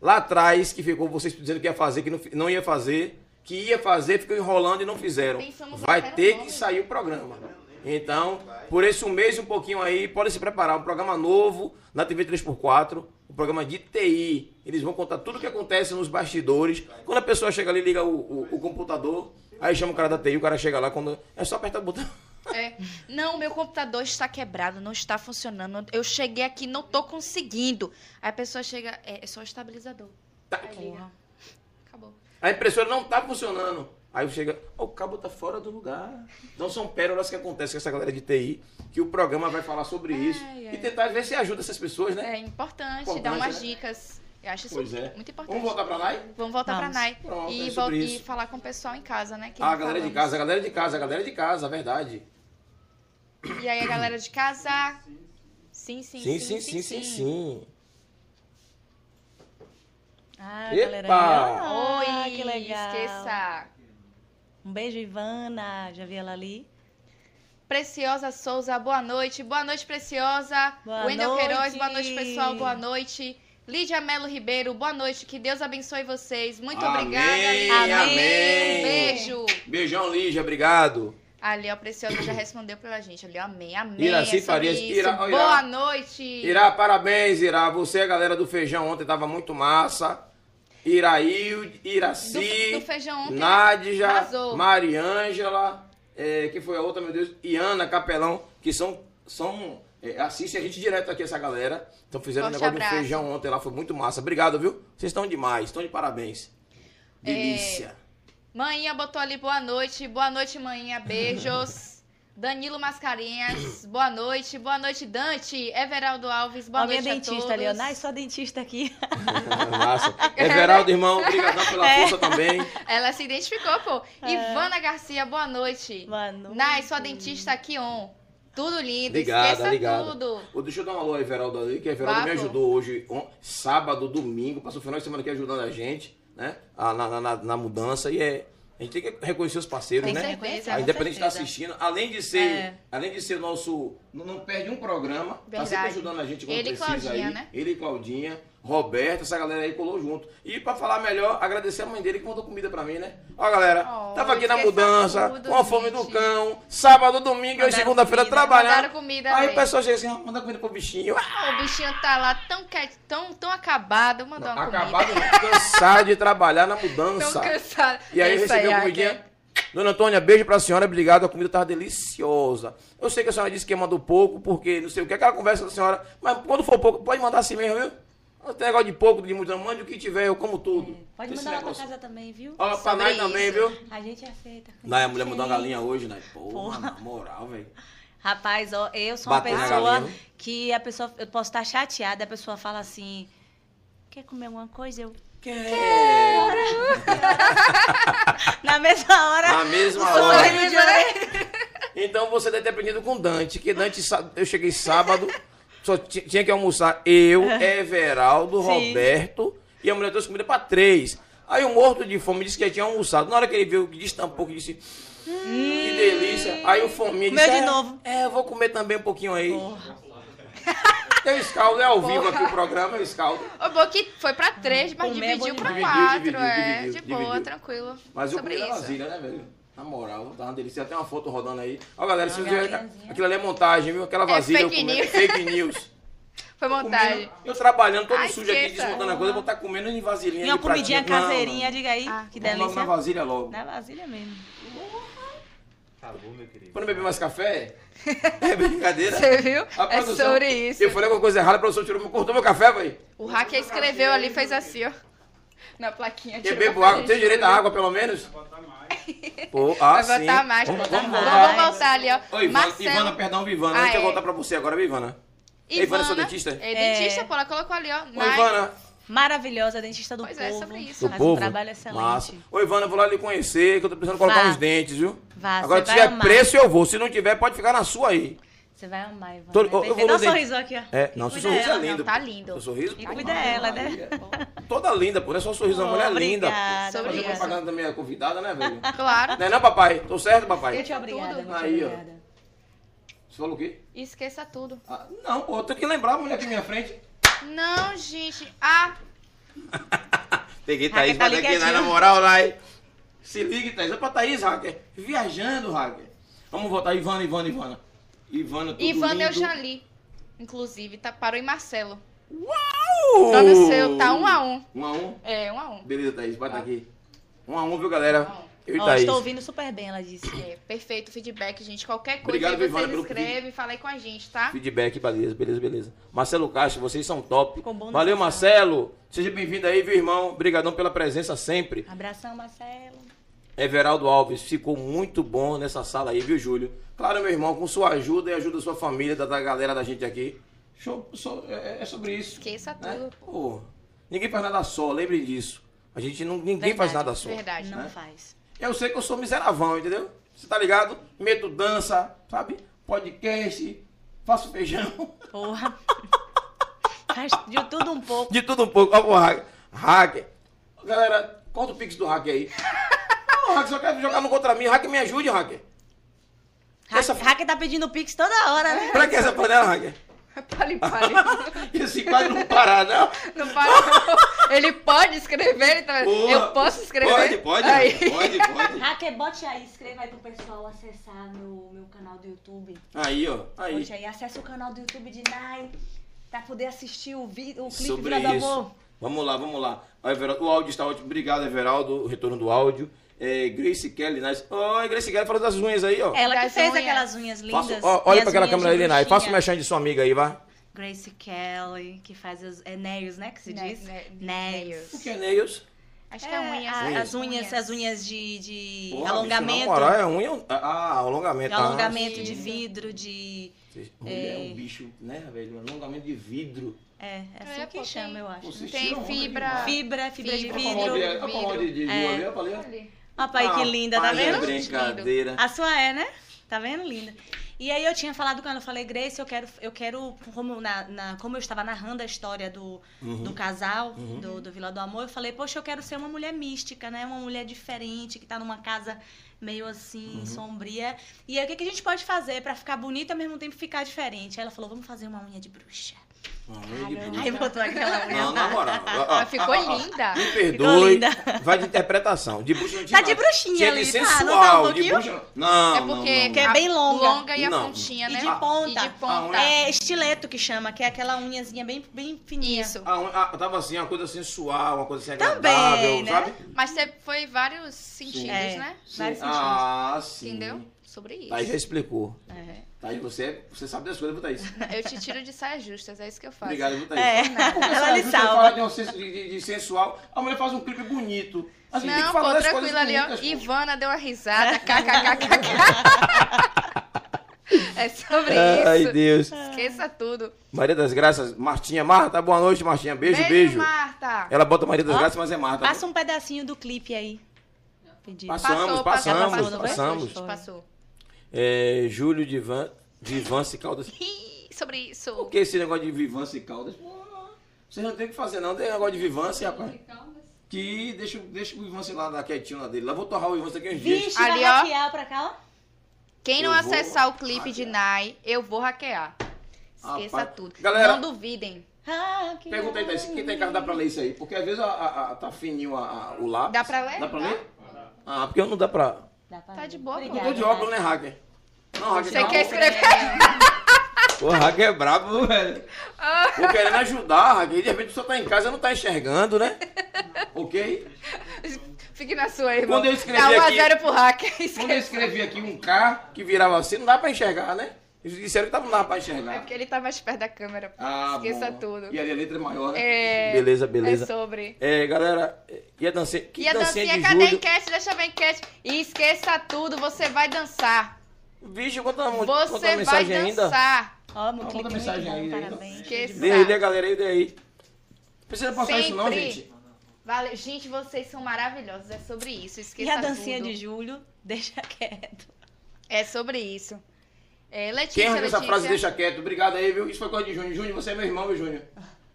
Speaker 3: lá atrás, que ficou vocês dizendo que ia fazer, que não, fi- não ia fazer, que ia fazer, ficou enrolando e não fizeram.
Speaker 1: Pensamos até
Speaker 3: Então, Vai
Speaker 1: no
Speaker 3: ter
Speaker 1: nome.
Speaker 3: que sair o programa. Então, por esse um mês e um pouquinho aí, podem se preparar. Um programa novo na TV 3x4, um programa de TI. Eles vão contar tudo o que acontece nos bastidores. Quando a pessoa chega ali, liga o, o- o computador, aí chama o cara da TI, o cara chega lá, quando é só apertar o botão.
Speaker 1: É. Não, meu computador está quebrado, não está funcionando. Eu cheguei aqui, não tô conseguindo. Aí a pessoa chega, é, é só o estabilizador.
Speaker 3: Tá.
Speaker 1: Aí liga. Acabou.
Speaker 3: A impressora não tá funcionando. Aí chega, "Ó, o cabo tá fora do lugar. Então são pérolas que acontecem com essa galera de TI, que o programa vai falar sobre isso
Speaker 1: Ai,
Speaker 3: e tentar ver se ajuda essas pessoas, né?
Speaker 1: É importante,
Speaker 3: Importante,
Speaker 1: dar umas
Speaker 3: né?
Speaker 1: dicas. Eu acho isso
Speaker 3: Pois é.
Speaker 1: muito importante.
Speaker 3: Vamos voltar pra lá? hein?
Speaker 1: Vamos voltar pra
Speaker 2: Vamos.
Speaker 1: Nai.
Speaker 3: Pronto,
Speaker 1: e,
Speaker 3: é sobre
Speaker 1: vol- e
Speaker 3: isso.
Speaker 1: falar com o pessoal em casa, né? que
Speaker 3: Ah, a
Speaker 1: não
Speaker 3: galera de
Speaker 1: falamos.
Speaker 3: casa, a galera de casa, a galera de casa, a verdade.
Speaker 1: E aí a galera de casa. Sim, sim, sim.
Speaker 2: Ah,
Speaker 3: Epa!
Speaker 2: galera. Ah,
Speaker 1: Oi,
Speaker 2: que legal.
Speaker 1: esqueça.
Speaker 2: Um beijo, Ivana. Já vi ela ali.
Speaker 1: Preciosa Souza, boa noite. Boa noite, Preciosa.
Speaker 2: Boa
Speaker 1: Wendel
Speaker 2: noite.
Speaker 1: Queiroz, boa noite, pessoal. Boa noite. Lídia Melo Ribeiro, boa noite. Que Deus abençoe vocês. Muito
Speaker 3: Amém,
Speaker 1: obrigada, Lídia.
Speaker 2: amém.
Speaker 1: Um beijo.
Speaker 3: Beijão, Lígia, obrigado.
Speaker 1: Ali, ó, Preciosa já respondeu pela gente. Ali, ó, amém, amém. É
Speaker 3: Iraci
Speaker 1: sobre
Speaker 3: Farias,
Speaker 1: isso.
Speaker 3: Ira- ó, Ira.
Speaker 1: Boa noite.
Speaker 3: Irá, parabéns, Irá. Você e a galera do feijão ontem tava muito massa. Iraí,
Speaker 1: do, do
Speaker 3: Iraci,
Speaker 1: feijão ontem. né?
Speaker 3: Nádia,
Speaker 1: Arrasou.
Speaker 3: Mariângela, é, que foi a outra, meu Deus, Iana, Capelão, que são. são é, assiste a gente direto aqui, essa galera. Então fizeram
Speaker 1: Forte
Speaker 3: um negócio
Speaker 1: abraço.
Speaker 3: de feijão ontem lá, foi muito massa. Obrigado, viu? Vocês estão demais, estão de parabéns.
Speaker 1: É.
Speaker 3: Delícia.
Speaker 1: Maninha botou ali boa noite. Boa noite, Maninha. Beijos. Danilo Mascarenhas, boa noite. Boa noite, Dante. Everaldo Alves, boa
Speaker 2: Ó, minha
Speaker 1: noite a
Speaker 2: é dentista
Speaker 1: todos.
Speaker 2: ali, ó. Ai, só dentista aqui.
Speaker 3: Massa. Everaldo, irmão, obrigadão pela
Speaker 1: É.
Speaker 3: força também.
Speaker 1: Ela se identificou, pô. Ivana Garcia, boa noite.
Speaker 2: É. Boa noite.
Speaker 1: Nai, sua dentista aqui on. Tudo lindo,
Speaker 3: Obrigado,
Speaker 1: esqueça
Speaker 3: obrigado.
Speaker 1: tudo.
Speaker 3: Ô, Deixa eu dar um alô a Everaldo ali, que a Everaldo
Speaker 1: Papo.
Speaker 3: me ajudou hoje, on- sábado, domingo, passou o final de semana aqui ajudando a gente, né? Ah, Na, na- na- na mudança. E é. A gente tem que reconhecer os parceiros,
Speaker 1: Com
Speaker 3: né?
Speaker 1: é certeza,
Speaker 3: Ah,
Speaker 1: com
Speaker 3: independente de estar
Speaker 2: certeza.
Speaker 3: assistindo, além de ser,
Speaker 2: É.
Speaker 3: além de ser nosso, não, não perde um programa, tá sempre
Speaker 1: Verdade.
Speaker 3: ajudando a gente quando
Speaker 1: Ele e
Speaker 3: precisa
Speaker 1: Claudinha,
Speaker 3: aí.
Speaker 1: né?
Speaker 3: Ele e Claudinha, Roberto, essa galera aí colou junto. E pra falar melhor, agradecer a mãe dele que mandou comida pra mim, né? Ó, galera,
Speaker 1: Oh,
Speaker 3: tava aqui na
Speaker 1: esqueça
Speaker 3: mudança,
Speaker 1: tudo,
Speaker 3: com a fome do
Speaker 1: gente.
Speaker 3: cão, sábado, domingo e
Speaker 2: Mandaram
Speaker 3: segunda-feira
Speaker 2: comida,
Speaker 3: trabalhando.
Speaker 1: Mandaram comida, né?
Speaker 3: Aí
Speaker 1: véi.
Speaker 3: o pessoal chega assim, ah, manda comida pro bichinho. Ah,
Speaker 1: O bichinho tá lá tão quieto, tão, tão acabado. Mandou uma
Speaker 3: Acabado,
Speaker 1: comida.
Speaker 3: não, cansado de trabalhar na
Speaker 1: Tão
Speaker 3: mudança.
Speaker 1: cansado.
Speaker 3: E aí eu
Speaker 1: Isso
Speaker 3: recebi uma
Speaker 1: ah,
Speaker 3: comidinha. Dona Antônia, beijo pra senhora, obrigado, a comida tava deliciosa. Eu sei que a senhora disse que mandou pouco, porque não sei o que, aquela conversa da senhora, mas quando for pouco, pode mandar assim mesmo, viu? Não tem negócio de pouco, de muito, não, mande o que tiver, eu como tudo.
Speaker 2: É, Pode
Speaker 3: Esse
Speaker 2: mandar lá pra
Speaker 3: negócio.
Speaker 2: casa também, viu?
Speaker 3: Ó, pra nós
Speaker 1: Sobre
Speaker 3: também,
Speaker 1: isso.
Speaker 3: viu?
Speaker 2: A gente é feita.
Speaker 3: Daí a mulher mudou uma galinha hoje, né? Porra,
Speaker 2: Porra.
Speaker 3: na moral, velho.
Speaker 2: Rapaz, ó, eu sou uma
Speaker 3: Bateu na
Speaker 2: pessoa
Speaker 3: galinha.
Speaker 2: que a pessoa. Eu posso estar chateada, a pessoa fala assim. Quer comer alguma coisa? Eu.
Speaker 3: Quer.
Speaker 2: Na mesma hora. né?
Speaker 3: Na mesma
Speaker 2: o
Speaker 3: hora.
Speaker 2: sorriso de orelha.
Speaker 3: Então você deve ter aprendido com Dante, que Dante, sá- eu cheguei sábado, só ti- tinha que almoçar eu, Everaldo,
Speaker 2: Sim.
Speaker 3: Roberto, e a mulher trouxe comida pra três. Aí o morto de fome disse que já tinha almoçado. Na hora que ele viu, que destampou, que disse, "Hum, que delícia. Aí o fominha disse,
Speaker 2: Comeu de
Speaker 3: "É,
Speaker 2: novo."
Speaker 3: É, eu vou comer também um pouquinho aí. Eu escaldo, é ao vivo aqui o programa, eu escaldo.
Speaker 1: O bom que foi pra três, mas
Speaker 2: Comer é
Speaker 1: dividiu
Speaker 2: bom
Speaker 1: pra
Speaker 3: demais.
Speaker 1: quatro,
Speaker 3: Dividiu,
Speaker 1: é.
Speaker 3: dividiu,
Speaker 1: de
Speaker 3: dividiu,
Speaker 1: boa,
Speaker 3: dividiu.
Speaker 1: tranquilo.
Speaker 3: Mas eu
Speaker 1: Sobre
Speaker 3: comi na
Speaker 1: isso.
Speaker 3: vasilha, né, velho? Na moral, tá uma delícia. Tem uma foto rodando aí. Ó, galera, se
Speaker 2: Uma
Speaker 3: você...
Speaker 2: galinhazinha.
Speaker 3: aquilo ali é montagem, viu? Aquela
Speaker 1: É
Speaker 3: vasilha. eu
Speaker 1: fake
Speaker 3: comendo.
Speaker 1: news.
Speaker 3: Fake news.
Speaker 1: Foi montagem.
Speaker 3: Comendo- Eu trabalhando todo
Speaker 1: Ai,
Speaker 3: sujo aqui,
Speaker 1: esqueça.
Speaker 3: desmontando a coisa, vou estar comendo em vasilhinha.
Speaker 2: E uma
Speaker 3: de pratinho.
Speaker 2: comidinha
Speaker 3: Não, não.
Speaker 2: caseirinha, diga aí.
Speaker 1: Ah,
Speaker 2: que
Speaker 3: Vamos logo na
Speaker 2: delícia. Né?
Speaker 3: vasilha logo.
Speaker 2: Na vasilha mesmo.
Speaker 5: Tá bom, meu querido.
Speaker 3: Quando beber mais café, é brincadeira.
Speaker 1: Você viu?
Speaker 3: A
Speaker 1: É
Speaker 3: produção-
Speaker 1: sobre isso.
Speaker 3: Eu falei alguma coisa errada, a produção tirou, cortou meu café, velho.
Speaker 1: O hacker escreveu ali, fez assim, ó. Na plaquinha.
Speaker 3: Eu
Speaker 1: tirou
Speaker 3: bebo
Speaker 1: pra
Speaker 3: água,
Speaker 1: gente.
Speaker 3: tem direito à água pelo menos? Pô, ah,
Speaker 1: Vai botar
Speaker 3: sim.
Speaker 1: mais.
Speaker 3: Vamos, vamos
Speaker 1: vamos,
Speaker 3: voltar.
Speaker 2: mais.
Speaker 1: voltar ali, ó.
Speaker 3: Oi, Ivana, Ivana,
Speaker 1: Marcelo.
Speaker 3: perdão, Ivana.
Speaker 1: Ah,
Speaker 3: Deixa eu
Speaker 1: é.
Speaker 3: voltar pra você agora, Ivana. Ei, Ivana, sou dentista?
Speaker 1: É dentista,
Speaker 2: É.
Speaker 1: pô. Ela colocou ali, ó.
Speaker 3: Ô,
Speaker 1: Nai-
Speaker 3: Ivana.
Speaker 2: Maravilhosa, dentista do
Speaker 1: Pois é,
Speaker 2: povo.
Speaker 1: sobre isso.
Speaker 3: Do
Speaker 2: Faz
Speaker 3: povo?
Speaker 2: um trabalho excelente.
Speaker 3: Massa. Ô, Ivana, eu vou lá lhe conhecer, que eu tô precisando colocar
Speaker 2: Vá.
Speaker 3: uns dentes, viu?
Speaker 2: Vá,
Speaker 3: Agora,
Speaker 2: você
Speaker 3: se
Speaker 2: vai
Speaker 3: tiver
Speaker 2: amar.
Speaker 3: preço, eu vou. Se não tiver, pode ficar na sua aí.
Speaker 2: Você vai amar, Ivana.
Speaker 3: Tô-
Speaker 2: É
Speaker 3: eu- eu
Speaker 2: perfeito.
Speaker 3: vou
Speaker 2: Dá
Speaker 3: no
Speaker 2: um
Speaker 3: dentista.
Speaker 2: sorriso aqui, ó.
Speaker 3: É,
Speaker 2: E
Speaker 3: não, seu
Speaker 2: cuida
Speaker 3: sorriso
Speaker 2: dela.
Speaker 3: é lindo.
Speaker 1: Não, tá lindo.
Speaker 3: Seu sorriso?
Speaker 2: E
Speaker 3: tá
Speaker 2: cuida
Speaker 3: maravilha.
Speaker 2: ela, né?
Speaker 3: Toda linda, pô. Não é só sorriso, é uma mulher linda.
Speaker 2: Obrigada.
Speaker 1: Sobre
Speaker 3: Fazer
Speaker 1: isso.
Speaker 3: propaganda da minha convidada, né, velho?
Speaker 1: Claro.
Speaker 3: Não é não, papai? Tô certo,
Speaker 2: Eu
Speaker 3: papai?
Speaker 2: te obrigada,
Speaker 1: Tudo.
Speaker 2: muito
Speaker 3: Aí, ó.
Speaker 2: obrigada.
Speaker 3: Você falou o quê?
Speaker 1: E Esqueça tudo.
Speaker 3: Ah, não, pô. Eu tenho que lembrar a mulher aqui na minha frente.
Speaker 1: Não, gente. Ah,
Speaker 3: Peguei
Speaker 2: Raquel
Speaker 3: Thaís,
Speaker 2: tá
Speaker 3: mas aqui
Speaker 2: ligadinha.
Speaker 3: na moral, Lai. Se ligue, Thaís. É pra Thaís, Hacker. Viajando, Hacker. Vamos voltar, Ivana, Ivana, Ivana. Ivana, tudo
Speaker 1: Ivana eu
Speaker 3: lindo.
Speaker 1: já li. Inclusive, tá, parou em Marcelo.
Speaker 3: Uh!
Speaker 1: Tá no seu, tá um a um.
Speaker 3: Um a um.
Speaker 1: É, um a um.
Speaker 3: Beleza, Thaís, bota aqui. Um a um, viu, galera?
Speaker 1: Um a um.
Speaker 3: Eu e
Speaker 2: Ó,
Speaker 3: Thaís.
Speaker 2: estou ouvindo super bem, ela disse.
Speaker 1: É, perfeito o feedback, gente. Qualquer coisa
Speaker 3: Obrigado,
Speaker 1: que
Speaker 3: Ivana,
Speaker 1: vocês
Speaker 3: pelo
Speaker 1: escrevem, fala aí com a gente, tá?
Speaker 3: Feedback, beleza, beleza, beleza. Marcelo Castro, vocês são top.
Speaker 2: Ficou bom, né,
Speaker 3: Valeu,
Speaker 2: Marcelo?
Speaker 3: Marcelo. Seja bem-vindo aí, viu, irmão. Obrigadão pela presença sempre.
Speaker 2: Abração, Marcelo.
Speaker 3: Everaldo Alves, ficou muito bom nessa sala aí, viu, Júlio? Claro, meu irmão, com sua ajuda e ajuda da sua família, da, da galera da gente aqui. Show, so- é, é sobre isso.
Speaker 1: Esqueça
Speaker 3: né?
Speaker 1: tudo.
Speaker 3: Pô, ninguém faz nada só, lembre disso. A gente não, ninguém
Speaker 2: Verdade,
Speaker 3: faz nada só.
Speaker 1: Verdade.
Speaker 2: Não
Speaker 3: né?
Speaker 2: faz.
Speaker 3: Eu sei que eu sou miseravão, entendeu? Você tá ligado? Meto dança, sabe? Podcast, faço feijão.
Speaker 2: Porra. faz de tudo um pouco.
Speaker 3: De tudo um pouco. Ó, o hacker. Hacker. Galera, conta o pix do hacker aí. Não, o hacker só quer jogar no contra mim. Hacker, me ajude, hacker. Essa-
Speaker 2: Hack, hack tá pedindo pix toda hora, né?
Speaker 3: Pra que essa panela, hacker?
Speaker 1: Pali, pali.
Speaker 3: Esse quadro não parar, não.
Speaker 1: Não para, não. Ele pode escrever, ele tá...
Speaker 3: Porra.
Speaker 1: Eu posso
Speaker 3: Pode,
Speaker 1: escrever?
Speaker 3: pode,
Speaker 1: Aí.
Speaker 3: pode, pode.
Speaker 2: Hacker, bote aí, escreva aí pro pessoal acessar no meu canal do YouTube.
Speaker 3: Aí, ó.
Speaker 2: Bote
Speaker 3: Aí.
Speaker 2: aí, acessa o canal do YouTube de Nai pra poder assistir o, vi... o clipe
Speaker 3: Sobre
Speaker 2: Vila do
Speaker 3: isso.
Speaker 2: Amor.
Speaker 3: Vamos lá, vamos lá. Ó, Everaldo, O áudio está ótimo. Obrigado, Everaldo. O retorno do áudio. É, Grace Kelly, nice. Oi, Grace Kelly, falou das unhas aí, ó.
Speaker 2: Ela que
Speaker 1: Das
Speaker 2: fez
Speaker 1: unhas.
Speaker 2: aquelas unhas
Speaker 3: Faça-
Speaker 2: É, lindas.
Speaker 3: ó,
Speaker 2: e
Speaker 3: olha pra
Speaker 2: as
Speaker 3: aquela
Speaker 2: unhas de
Speaker 3: câmera ali, Nai. Faça o
Speaker 2: bruxinha.
Speaker 3: mexão de sua amiga aí, vai.
Speaker 2: Grace Kelly, que faz os é, nails, né? Que se
Speaker 1: Ne-
Speaker 2: diz?
Speaker 1: ne-
Speaker 2: Nails.
Speaker 3: O que é nails?
Speaker 1: né, Acho que é unhas.
Speaker 2: a-
Speaker 3: Unhas.
Speaker 2: as unhas, né? as unhas de, de
Speaker 3: Porra, bicho,
Speaker 2: alongamento.
Speaker 3: na moral, é unha. Ah, alongamento.
Speaker 2: de
Speaker 3: ah,
Speaker 2: alongamento de
Speaker 1: sim.
Speaker 2: vidro, de.
Speaker 3: Vocês- Mulher é um bicho, né, velho? Um alongamento de vidro.
Speaker 2: É, é assim
Speaker 1: É,
Speaker 2: que
Speaker 1: pô,
Speaker 2: chama,
Speaker 1: tem-
Speaker 2: eu acho.
Speaker 3: Vocês
Speaker 1: Tem
Speaker 3: tiram onda
Speaker 1: fibra.
Speaker 3: demais.
Speaker 2: Fibra, fibra de
Speaker 1: Fibra.
Speaker 2: vidro.
Speaker 1: Vidro.
Speaker 3: Olha pra onde de- de- de-
Speaker 2: É.
Speaker 3: olha pra ali, ó.
Speaker 2: Ó, pai, que linda, tá
Speaker 3: Rapaz, é
Speaker 2: vendo?
Speaker 3: Brincadeira.
Speaker 2: A sua é, né? Tá vendo? Linda. E aí eu tinha falado com ela, eu falei, Grace, eu quero, eu quero como, na, na- como eu estava narrando a história do,
Speaker 3: Uhum.
Speaker 2: do casal, do, do Vila do Amor, eu falei, poxa, eu quero ser uma mulher mística, né? Uma mulher diferente, que tá numa casa meio assim, sombria. E aí o que, que a gente pode fazer pra ficar bonita e ao mesmo tempo ficar diferente? Aí ela falou, vamos fazer uma unha de bruxa.
Speaker 3: Uma unha de bruxa.
Speaker 2: Aí botou aquela unha.
Speaker 3: Não, na moral. ó, ó,
Speaker 2: Ah,
Speaker 1: Ela ficou
Speaker 3: ó, ó, ó.
Speaker 1: linda.
Speaker 3: Me perdoe.
Speaker 2: linda.
Speaker 3: Vai de interpretação. De bruxa não tinha
Speaker 2: Tá de
Speaker 3: nada.
Speaker 2: bruxinha
Speaker 3: Tinha
Speaker 2: ali,
Speaker 3: de
Speaker 2: tá? Não tá um
Speaker 3: sensual. de
Speaker 2: pouquinho?
Speaker 3: bruxa. não- Não,
Speaker 1: É
Speaker 3: não,
Speaker 1: porque
Speaker 3: não,
Speaker 2: Que é
Speaker 1: a
Speaker 2: bem longa.
Speaker 1: longa e a
Speaker 3: Não. Ah,
Speaker 1: pontinha,
Speaker 2: E
Speaker 1: né?
Speaker 2: de ponta.
Speaker 1: E de ponta.
Speaker 2: É estileto que chama, que é aquela unhazinha bem, bem fininha.
Speaker 1: Isso.
Speaker 3: Ah, um- ah, tava assim, uma coisa sensual, uma coisa assim
Speaker 2: Também,
Speaker 3: agradável,
Speaker 2: né?
Speaker 3: sabe?
Speaker 1: Mas você foi vários sentidos,
Speaker 2: É.
Speaker 1: né?
Speaker 3: Sim.
Speaker 2: Vários
Speaker 3: Ah, sim.
Speaker 1: Entendeu? Sobre isso.
Speaker 3: Thaís já explicou.
Speaker 2: É.
Speaker 3: Thaís, Tá você, você sabe das coisas, viu, Thaís?
Speaker 1: Eu te tiro de saias justas, é isso que eu faço.
Speaker 3: Obrigado, viu, Thaís?
Speaker 2: É,
Speaker 3: Porque
Speaker 2: ela
Speaker 3: sabe,
Speaker 2: lhe
Speaker 3: você fala
Speaker 2: salva.
Speaker 3: de, um senso- de- de- de sensual, a mulher faz um clipe bonito. A gente Assim, tem que
Speaker 1: Não, pô,
Speaker 3: falar das coisas
Speaker 1: tranquilo ali, ó.
Speaker 3: bonitas, pô.
Speaker 1: Ivana deu uma risada, kkkk. É sobre
Speaker 3: Ai,
Speaker 1: isso.
Speaker 3: Deus.
Speaker 1: Esqueça tudo.
Speaker 3: Maria das Graças, Martinha, Marta, boa noite, Martinha. Beijo, beijo.
Speaker 1: Marta.
Speaker 3: Ela bota Maria das
Speaker 2: Ó,
Speaker 3: Graças, mas é Marta.
Speaker 2: Passa um pedacinho do clipe aí. Pedido.
Speaker 3: Passamos,
Speaker 2: passou,
Speaker 3: passamos,
Speaker 2: passou,
Speaker 3: passamos.
Speaker 2: foi?
Speaker 1: Passou.
Speaker 3: É, Júlio Divan, Vivance Caldas.
Speaker 1: Ih, sobre isso.
Speaker 3: Por que esse negócio de Vivance Caldas? Pô, Vocês não tem o que fazer, não. Tem um negócio de Vivance, rapaz. Que deixa, deixa o Vivance lá na quietinho lá dele. Lá vou torrar o Vivance daqui uns dias.
Speaker 2: Vixe,
Speaker 1: Ali,
Speaker 2: vai
Speaker 1: ó.
Speaker 2: hackear pra cá, ó.
Speaker 1: Quem não
Speaker 3: Eu vou
Speaker 1: acessar o clipe de Nai, eu vou hackear. Esqueça
Speaker 3: Rapaz.
Speaker 1: tudo.
Speaker 3: Galera-
Speaker 1: não duvidem.
Speaker 2: Hackear.
Speaker 3: Pergunta aí, Thaís, quem tem casa dá pra ler isso aí? Porque às vezes a- a- a- tá fininho a- a- o lápis.
Speaker 1: Dá pra ler?
Speaker 3: Dá pra ler? Ah, porque eu não dá pra.
Speaker 2: Dá pra
Speaker 1: Tá
Speaker 2: ler.
Speaker 1: de boa, pô.
Speaker 3: Eu
Speaker 2: Obrigada,
Speaker 3: tô de
Speaker 2: Nath.
Speaker 3: óculos, né, hacker? Não, hacker.
Speaker 1: Você
Speaker 3: não.
Speaker 1: quer escrever?
Speaker 3: O hacker é brabo, velho. Vou querendo ajudar, hacker. E de repente a pessoa tá em casa e não tá enxergando, né? Ok?
Speaker 1: Fique na sua, irmão.
Speaker 3: Quando eu escrevi
Speaker 1: Dá 1 a
Speaker 3: aqui-
Speaker 1: 0 pro hacker.
Speaker 3: Quando eu
Speaker 1: Esquece.
Speaker 3: escrevi aqui um K que virava assim, não dá pra enxergar, né? Eles disseram que tava, não dava pra
Speaker 1: É
Speaker 3: enxergar.
Speaker 1: porque ele tá mais perto da câmera. pô.
Speaker 3: Ah,
Speaker 1: Esqueça
Speaker 3: bom.
Speaker 1: tudo.
Speaker 3: E ali a letra é maior, né?
Speaker 1: É,
Speaker 3: Beleza,
Speaker 1: É
Speaker 3: beleza.
Speaker 1: sobre.
Speaker 3: É, galera, e a dancinha? Que
Speaker 1: e a dancinha,
Speaker 3: de
Speaker 1: cadê a
Speaker 3: julho?
Speaker 1: enquete? Deixa eu ver a enquete. E esqueça tudo, você vai dançar.
Speaker 3: Vixe, conta,
Speaker 1: Você vai
Speaker 3: mensagem ainda.
Speaker 1: dançar.
Speaker 2: Ó, meu
Speaker 3: Ah,
Speaker 2: clipe
Speaker 3: manda
Speaker 2: muito
Speaker 3: mensagem
Speaker 2: bom,
Speaker 3: aí, aí,
Speaker 2: parabéns.
Speaker 1: Esqueça.
Speaker 3: Dê aí, dê, galera, aí, dê aí. Precisa passar isso não,
Speaker 1: Sempre.
Speaker 3: gente.
Speaker 1: Valeu. Gente, vocês são maravilhosos. É sobre isso. Esqueça
Speaker 2: E a dancinha
Speaker 1: tudo.
Speaker 2: de julho, deixa quieto.
Speaker 1: É sobre isso. É, Letícia,
Speaker 3: Quem arranjou
Speaker 1: Letícia.
Speaker 3: essa frase, deixa quieto. Obrigado aí, viu? Isso foi coisa de Júnior. Júnior, você é meu irmão, meu Júnior.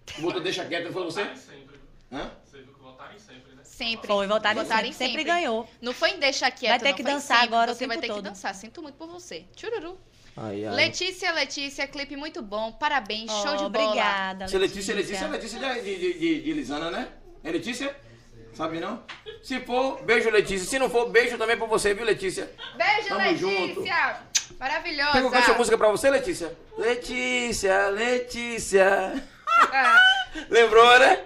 Speaker 3: Que Botou deixa quieto, não foi você?
Speaker 4: Votarem sempre.
Speaker 3: Hã?
Speaker 4: Você viu que votarem sempre,
Speaker 5: É
Speaker 4: né?
Speaker 1: Sempre.
Speaker 2: Foi, voltaram
Speaker 1: Votarem
Speaker 2: sempre. Sempre ganhou.
Speaker 1: Não foi em deixa quieto,
Speaker 2: Vai ter
Speaker 1: não,
Speaker 2: que
Speaker 1: foi em
Speaker 2: dançar
Speaker 1: sempre.
Speaker 2: agora o
Speaker 1: Você vai
Speaker 2: tempo
Speaker 1: ter que
Speaker 2: todo.
Speaker 1: dançar. Sinto muito por você. Tchururu.
Speaker 3: Ai,
Speaker 1: Letícia, Letícia, clipe muito bom. Parabéns, show
Speaker 2: Ó,
Speaker 1: de bola.
Speaker 2: Obrigada,
Speaker 3: Se é Letícia, Letícia, Letícia de, de, de- de- de Lisana, né? É Letícia? Sabe não? Se for, beijo, Letícia. Se não for, beijo também pra você, viu, Letícia?
Speaker 1: Beijo,
Speaker 3: Tamo
Speaker 1: Letícia. Maravilhosa.
Speaker 3: Quer que eu cante a música pra você, Letícia? Letícia, Letícia.
Speaker 1: Ah,
Speaker 3: Lembrou, né?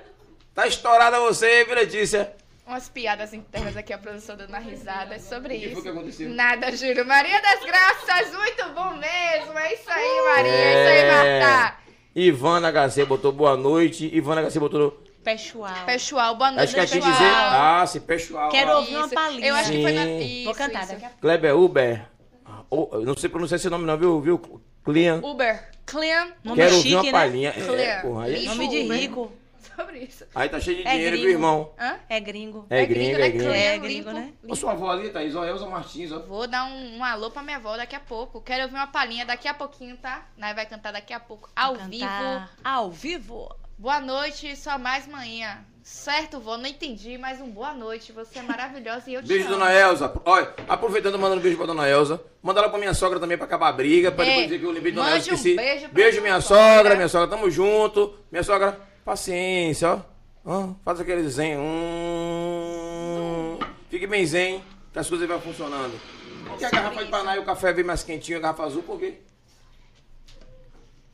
Speaker 3: Tá estourada você, viu, Letícia?
Speaker 1: umas piadas internas aqui, a produção dando uma risada. É sobre
Speaker 3: O que
Speaker 1: isso.
Speaker 3: foi que aconteceu?
Speaker 1: Nada, juro. Maria das Graças, muito bom mesmo. É isso aí,
Speaker 3: Uh!
Speaker 1: Maria. É isso aí, Marta.
Speaker 3: Ivana HC botou boa noite. Ivana HC botou.
Speaker 2: Pessoal.
Speaker 1: Pessoal, boa noite.
Speaker 3: Acho que a gente
Speaker 1: pessoal.
Speaker 3: dizer. Ah, se pessoal.
Speaker 2: Quero
Speaker 3: ah.
Speaker 2: ouvir uma
Speaker 1: Isso.
Speaker 2: palhinha.
Speaker 1: Eu acho que foi na
Speaker 3: Sim.
Speaker 1: isso,
Speaker 2: Vou cantar
Speaker 1: isso.
Speaker 2: daqui a pouco.
Speaker 3: Kleber Uber. Ah, oh, eu não sei pronunciar esse nome, não, viu? viu? Clean.
Speaker 1: Uber, Clean,
Speaker 2: Nome
Speaker 3: Quero ouvir
Speaker 2: chique,
Speaker 3: uma
Speaker 2: né?
Speaker 3: palhinha. É,
Speaker 1: Clear.
Speaker 3: porra, aí,
Speaker 1: Lixo.
Speaker 2: Nome de
Speaker 1: Uber.
Speaker 2: rico.
Speaker 1: sobre isso.
Speaker 3: aí tá cheio de
Speaker 2: É
Speaker 3: dinheiro, viu,
Speaker 2: gringo.
Speaker 3: irmão?
Speaker 1: Hã?
Speaker 2: É gringo.
Speaker 3: É gringo, é gringo.
Speaker 1: Clean,
Speaker 2: É gringo,
Speaker 1: limpo,
Speaker 2: né?
Speaker 3: Ô, sua avó ali, Thaís, ó, Elza Martins, ó.
Speaker 1: Vou dar um, um alô pra minha avó daqui a pouco. Quero ouvir uma palhinha daqui a pouquinho, tá? Nai vai cantar daqui a pouco, ao vivo.
Speaker 2: Cantar Ao vivo.
Speaker 1: Boa noite, só mais manhã. Certo, vó, não entendi, mas um boa noite. Você é maravilhosa e eu te
Speaker 3: Beijo,
Speaker 1: amo.
Speaker 3: dona Elza. Olha, aproveitando, mandando um beijo pra dona Elza. Manda lá pra minha sogra também pra acabar a briga, pra
Speaker 1: É,
Speaker 3: depois dizer que eu lembrei de dona
Speaker 1: mande
Speaker 3: Elza. Esqueci.
Speaker 1: um beijo pra
Speaker 3: beijo
Speaker 1: sua
Speaker 3: minha
Speaker 1: sogra.
Speaker 3: sogra, minha sogra, tamo junto. Minha sogra, paciência, ó. Ó, faz aquele zen. Hum. Fique bem zen, que as coisas vão funcionando. Por que a garrafa de paná e o café vem mais quentinho, a garrafa azul, por quê?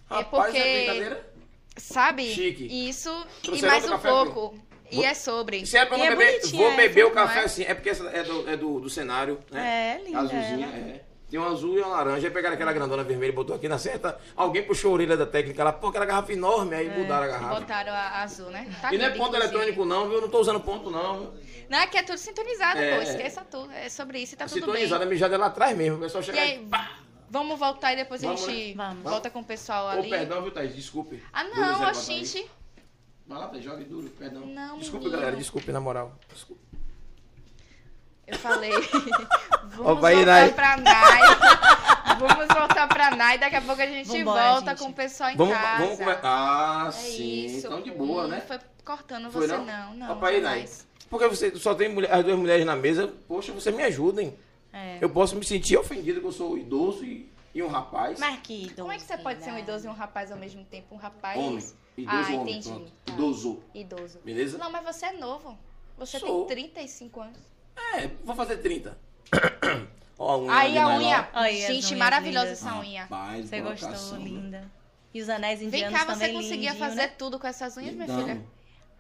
Speaker 1: É
Speaker 3: Rapaz, é
Speaker 1: porque-
Speaker 3: brincadeira?
Speaker 1: Sabe?
Speaker 3: Chique.
Speaker 1: Isso e
Speaker 3: Trouxeram
Speaker 1: mais
Speaker 3: outro
Speaker 1: um
Speaker 3: café aqui?
Speaker 1: pouco. E é sobre.
Speaker 3: Se é pra
Speaker 2: E
Speaker 3: não
Speaker 2: é
Speaker 3: beber,
Speaker 2: bonitinha,
Speaker 3: vou
Speaker 2: é,
Speaker 3: beber o
Speaker 1: não
Speaker 3: café
Speaker 1: é?
Speaker 3: assim. É porque essa é do, é do, do cenário, né?
Speaker 2: É, linda
Speaker 3: Azulzinha, é. Tem um azul e uma laranja. Aí pegaram aquela grandona vermelha e botou aqui na certa. Alguém puxou a orelha da técnica lá. Pô, aquela garrafa enorme. Aí mudaram a garrafa.
Speaker 1: É, Botaram a azul, né? Tá
Speaker 3: é E não é
Speaker 1: linda,
Speaker 3: ponto
Speaker 1: inclusive.
Speaker 3: eletrônico não, viu? Eu não tô usando ponto não. viu?
Speaker 1: Não, é que é tudo sintonizado,
Speaker 3: É.
Speaker 1: pô. Esqueça tudo. É sobre isso e tá tudo bem.
Speaker 3: Sintonizada, a mijada é lá atrás mesmo. O pessoal
Speaker 1: E
Speaker 3: chega
Speaker 1: aí, vamos voltar e depois
Speaker 3: Vamos,
Speaker 1: a gente
Speaker 2: né? Vamos.
Speaker 1: volta com o pessoal
Speaker 3: Ô,
Speaker 1: ali.
Speaker 3: perdão, viu, Thaís? Desculpe.
Speaker 1: Ah,
Speaker 3: Duro zero
Speaker 1: não,
Speaker 3: pra
Speaker 1: a
Speaker 3: Thaís.
Speaker 1: gente.
Speaker 3: Vai lá, Thaís, joga duro, perdão.
Speaker 1: Não,
Speaker 3: desculpe,
Speaker 1: menino.
Speaker 3: galera, desculpe, na moral. Desculpe.
Speaker 1: Eu falei. Vamos
Speaker 3: Opa, aí,
Speaker 1: voltar
Speaker 3: Nai.
Speaker 1: pra Nai. vamos voltar pra Nai. Daqui a pouco a gente
Speaker 2: Vambora,
Speaker 1: volta
Speaker 2: gente.
Speaker 1: com o pessoal Tá em
Speaker 3: Vamos,
Speaker 1: casa.
Speaker 3: vamos começar. Ah,
Speaker 1: É
Speaker 3: sim.
Speaker 1: isso.
Speaker 3: Então de boa,
Speaker 1: Hum,
Speaker 3: né?
Speaker 1: Foi cortando
Speaker 3: Foi
Speaker 1: você,
Speaker 3: não?
Speaker 1: não. Não,
Speaker 3: Papai e Nai.
Speaker 1: jamais.
Speaker 3: Porque você só tem mulher- as duas mulheres na mesa, poxa, vocês me ajudem.
Speaker 2: É.
Speaker 3: Eu posso me sentir ofendido que eu sou idoso e, e um rapaz.
Speaker 2: Marquinhos.
Speaker 1: Como é que você pode ser um idoso e um rapaz ao mesmo tempo? Um rapaz.
Speaker 3: Homem. Idoso
Speaker 1: Ah,
Speaker 3: homem,
Speaker 1: entendi.
Speaker 3: pronto.
Speaker 1: Tá.
Speaker 3: Idoso,
Speaker 1: Idoso.
Speaker 3: beleza?
Speaker 1: Não, mas você é novo. Você
Speaker 3: Sou.
Speaker 1: tem 35 anos.
Speaker 3: É, vou fazer 30. Ó, a unha
Speaker 1: Aí
Speaker 3: de
Speaker 1: a
Speaker 3: nylon.
Speaker 1: unha.
Speaker 2: Aí, as
Speaker 1: gente,
Speaker 2: unhas
Speaker 1: maravilhosa
Speaker 2: lindas.
Speaker 3: Ah.
Speaker 1: essa unha.
Speaker 3: Rapaz,
Speaker 2: Você
Speaker 3: colocação,
Speaker 2: gostou,
Speaker 3: né?
Speaker 2: linda. E os anéis
Speaker 1: Vem
Speaker 2: indianos
Speaker 1: cá, você
Speaker 2: também
Speaker 1: conseguia
Speaker 2: lindinho,
Speaker 1: fazer
Speaker 2: Né?
Speaker 1: tudo com essas unhas, minha
Speaker 3: Então,
Speaker 1: filha?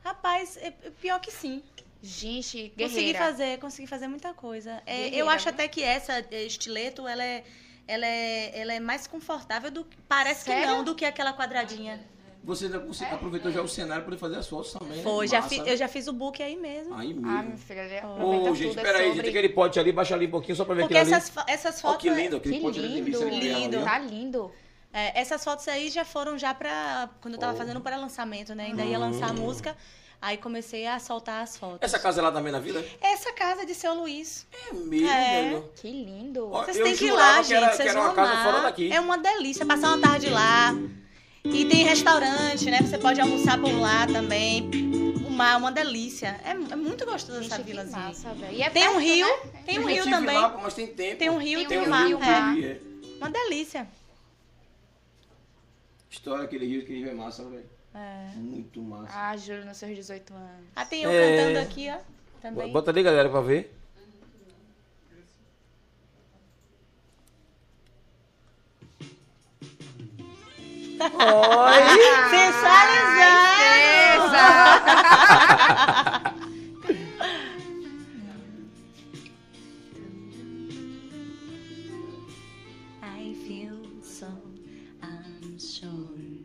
Speaker 2: Rapaz, é- é pior que sim.
Speaker 1: Gente,
Speaker 2: Consegui
Speaker 1: guerreira.
Speaker 2: fazer, consegui fazer muita coisa. É, eu
Speaker 1: Guerreira, né?
Speaker 2: acho
Speaker 1: viu?
Speaker 2: até que essa é, estileto, ela é, ela é, ela é mais confortável do que. Parece
Speaker 1: Sério?
Speaker 2: que não, do que aquela quadradinha.
Speaker 3: Você já conse- aproveitou já o cenário para fazer a sua orçamento.
Speaker 2: É, Foi,
Speaker 3: né?
Speaker 2: já
Speaker 3: Massa.
Speaker 2: fi- eu já fiz o book aí mesmo.
Speaker 3: Aí
Speaker 1: Ah, minha
Speaker 3: mesmo.
Speaker 1: filha, ele aproveita
Speaker 3: Ô,
Speaker 1: tudo,
Speaker 3: gente,
Speaker 1: é
Speaker 3: peraí,
Speaker 1: sobre-
Speaker 3: gente, aquele pote ali, baixa ali um pouquinho só para ver
Speaker 2: Porque
Speaker 3: aquele
Speaker 2: essas, fo- essas
Speaker 3: ali. Ó,
Speaker 2: fotos. é
Speaker 3: que lindo, aquele
Speaker 1: Que
Speaker 3: pote ali.
Speaker 1: lindo,
Speaker 3: tem bicho ali,
Speaker 2: lindo.
Speaker 3: ó.
Speaker 1: Tá lindo.
Speaker 2: é, essas fotos aí já foram já pra. Quando eu tava
Speaker 3: Oh. Uhum.
Speaker 2: fazendo para lançamento, né? Ainda ia lançar a música. Aí comecei a soltar as fotos.
Speaker 3: Essa casa lá também na vida?
Speaker 2: Essa casa de seu Luiz.
Speaker 3: É mesmo,
Speaker 2: É.
Speaker 3: velho.
Speaker 1: Que lindo.
Speaker 3: Ó,
Speaker 2: Vocês
Speaker 3: eu
Speaker 2: têm que ir
Speaker 3: jurava
Speaker 2: lá,
Speaker 3: que era-
Speaker 2: gente.
Speaker 3: que
Speaker 2: Vocês
Speaker 3: era
Speaker 2: vão
Speaker 3: uma casa
Speaker 2: lá.
Speaker 3: fora daqui.
Speaker 2: É uma delícia passar uma tarde lá. E tem restaurante, né? Você pode almoçar por lá também. O mar, é uma delícia. É, é muito gostoso essa
Speaker 1: Gente, que
Speaker 2: vilazinha.
Speaker 1: massa, velho. E é
Speaker 2: Tem um
Speaker 1: perto,
Speaker 2: rio,
Speaker 1: né?
Speaker 2: tem um
Speaker 3: Eu
Speaker 2: rio
Speaker 3: tive
Speaker 2: também.
Speaker 3: lá, mas tem tempo.
Speaker 2: Tem um rio,
Speaker 1: Tem
Speaker 2: tem
Speaker 1: um
Speaker 2: um
Speaker 1: rio,
Speaker 2: mar.
Speaker 1: né?
Speaker 2: É,
Speaker 3: É.
Speaker 2: uma delícia.
Speaker 3: História, aquele rio, aquele rio é massa, velho.
Speaker 2: É.
Speaker 3: Muito massa.
Speaker 1: Ah, Júlio, nos seus 18 anos.
Speaker 2: Ah, tem eu
Speaker 3: É.
Speaker 2: cantando aqui, ó. Também.
Speaker 3: Bota ali, galera, pra ver. Oi!
Speaker 2: Sensualizar!
Speaker 1: Beleza!
Speaker 2: I feel so unsure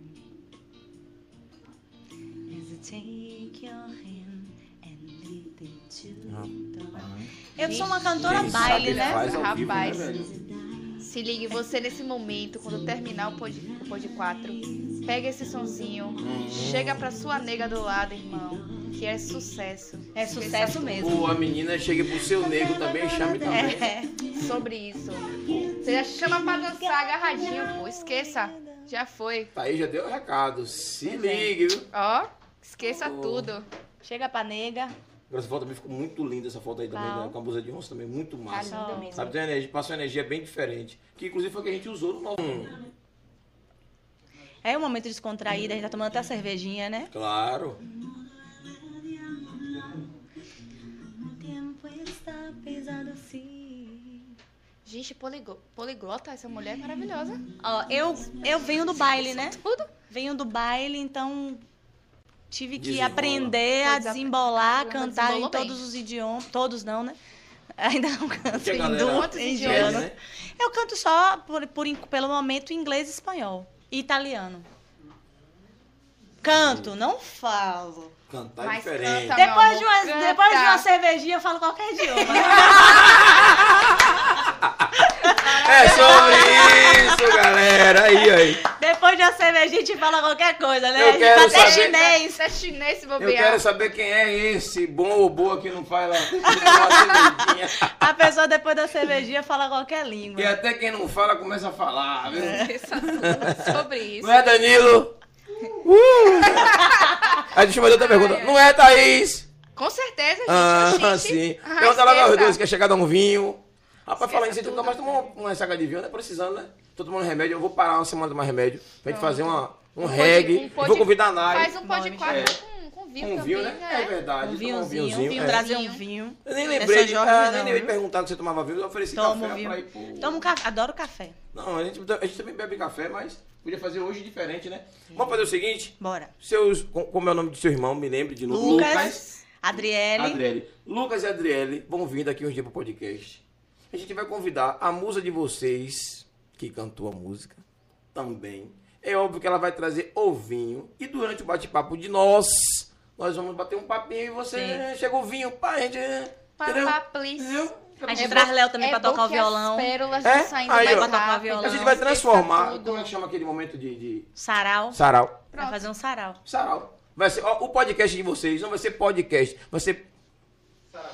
Speaker 2: as I take your hand and lead it to the door. Eu sou uma cantora
Speaker 3: Quem sabe
Speaker 2: baile,
Speaker 3: ele
Speaker 2: né?
Speaker 3: Faz ao vivo, né,
Speaker 1: Rapaz.
Speaker 3: velho?
Speaker 1: Se ligue você nesse momento, quando terminar o pod, o pod 4. Pega esse sonzinho, chega pra sua nega do lado, irmão. Que é sucesso.
Speaker 2: É sucesso mesmo.
Speaker 3: Pô, a menina chega pro seu nego também, chame também.
Speaker 2: É.
Speaker 1: Sobre isso. Você já chama pra dançar agarradinho, pô. Esqueça. Já foi.
Speaker 3: Tá aí, já deu o recado. Se ligue, viu?
Speaker 1: Ó, esqueça
Speaker 3: Oh.
Speaker 1: tudo.
Speaker 2: Chega pra nega.
Speaker 3: Agora Essa foto também ficou muito linda, essa foto aí também,
Speaker 2: Qual?
Speaker 3: né? com a blusa de onça também, muito
Speaker 1: Tá
Speaker 3: massa.
Speaker 1: linda
Speaker 2: Só.
Speaker 1: mesmo.
Speaker 3: Sabe, tem uma energia, passa uma energia bem diferente. Que inclusive foi o que a gente usou no nosso.
Speaker 2: É um momento descontraído, a gente tá tomando até a cervejinha, né?
Speaker 3: Claro.
Speaker 2: O tempo está pesado sim.
Speaker 1: Gente, poligo- poliglota, essa mulher é maravilhosa. É
Speaker 2: Ó, eu, eu venho do baile, né?
Speaker 1: Tudo.
Speaker 2: Venho do baile, então tive que
Speaker 3: Desenrola.
Speaker 2: aprender a
Speaker 1: Pois é,
Speaker 2: desembolar,
Speaker 1: ela
Speaker 2: cantar em
Speaker 1: desembolou bem.
Speaker 2: todos os idiomas. Todos não, né? Ainda não canto
Speaker 3: Porque a
Speaker 2: em
Speaker 3: galera
Speaker 2: du- em
Speaker 1: pede,
Speaker 2: indiano.
Speaker 3: né?
Speaker 2: Eu canto só, por, por en- pelo momento, inglês e espanhol. E italiano.
Speaker 3: Hum.
Speaker 2: Canto, não falo.
Speaker 3: Cantar é
Speaker 1: Mas
Speaker 3: diferente.
Speaker 1: canta. Ah, meu
Speaker 2: Depois de, uma,
Speaker 1: amor,
Speaker 2: depois de uma
Speaker 1: canta.
Speaker 2: cervejinha, eu falo qualquer idioma.
Speaker 3: É sobre isso, galera. Aí, aí.
Speaker 2: Depois de uma cervejinha, a gente fala qualquer coisa, né?
Speaker 3: Eu
Speaker 2: a gente
Speaker 3: quero
Speaker 2: fala até
Speaker 3: saber-
Speaker 2: chinês.
Speaker 1: Você é chinês, se
Speaker 3: Eu
Speaker 1: bobear.
Speaker 3: quero saber quem é esse bom ou boa que não faz lá. Tem que assim, né? dar uma cervejinha.
Speaker 2: A pessoa, depois da cervejinha, fala qualquer língua.
Speaker 3: E até quem não fala começa a falar, viu?
Speaker 1: Esqueça tudo sobre isso.
Speaker 3: Não é, Danilo? Uh! Aí deixa eu fazer outra pergunta. Não é, Thaís?
Speaker 1: Com certeza, gente.
Speaker 3: Ah,
Speaker 1: Oxente.
Speaker 3: sim.
Speaker 1: Ah,
Speaker 3: Pergunta logo aos
Speaker 1: esqueça.
Speaker 3: dois, quer chegar a dar um vinho? Rapaz, falando isso,
Speaker 1: Esqueça
Speaker 3: você nunca tá mais
Speaker 1: tudo.
Speaker 3: tomou uma saga de vinho, né? Precisando, né? Tô tomando remédio, eu vou parar uma semana de tomar remédio pra gente fazer uma, um
Speaker 1: pod-
Speaker 3: reggae.
Speaker 1: um pod-
Speaker 3: Vou convidar a
Speaker 1: Faz
Speaker 3: Nai.
Speaker 1: um pó de
Speaker 2: Nome,
Speaker 1: quatro com, com vinho
Speaker 3: Um
Speaker 1: também,
Speaker 3: vinho, né? É
Speaker 1: né?
Speaker 3: verdade.
Speaker 2: Um
Speaker 3: tomar
Speaker 2: vinhozinho, um vinho,
Speaker 3: é.
Speaker 2: trazer um vinho.
Speaker 3: Eu nem
Speaker 2: Essa
Speaker 3: lembrei, de,
Speaker 2: jovem
Speaker 3: ah,
Speaker 2: não,
Speaker 3: nem lembrei de
Speaker 2: viu?
Speaker 3: perguntar que você tomava vinho, eu ofereci
Speaker 2: Tomo
Speaker 3: café
Speaker 1: um
Speaker 2: um vinho.
Speaker 3: pra ir pro...
Speaker 2: Tomo café, adoro café.
Speaker 3: Não, a gente, a gente também bebe café, mas podia fazer hoje diferente, né? Vamos fazer o seguinte,
Speaker 2: Bora.
Speaker 3: seus, com- como é o nome do seu irmão, me lembre de novo.
Speaker 2: Lucas, Adriele.
Speaker 3: Adriele. Lucas e Adriele vão vir daqui uns dias pro podcast. A gente vai convidar a musa de vocês, que cantou a música, também. É óbvio que ela vai trazer o vinho. E durante o bate-papo de nós, nós vamos bater um papinho e você
Speaker 2: Sim.
Speaker 3: chega o vinho, pá, a gente... é, entendeu?
Speaker 1: Papá, please.
Speaker 3: Entendeu?
Speaker 2: A gente
Speaker 1: É
Speaker 2: traz
Speaker 1: bom-
Speaker 2: Léo também
Speaker 1: é
Speaker 2: pra
Speaker 1: bom
Speaker 2: tocar o
Speaker 1: que as
Speaker 2: violão.
Speaker 1: pérolas
Speaker 3: É?
Speaker 1: estão saindo mais
Speaker 3: Aí, ó.
Speaker 1: rápido.
Speaker 2: Pra tocar violão.
Speaker 3: A gente vai
Speaker 1: Esqueça
Speaker 3: transformar.
Speaker 1: tudo.
Speaker 3: Como é que chama aquele momento de. de...
Speaker 2: Sarau.
Speaker 3: Sarau.
Speaker 2: Vai
Speaker 1: Pronto.
Speaker 2: fazer um sarau.
Speaker 3: Sarau. Vai ser, ó, o podcast de vocês não vai ser podcast, vai ser.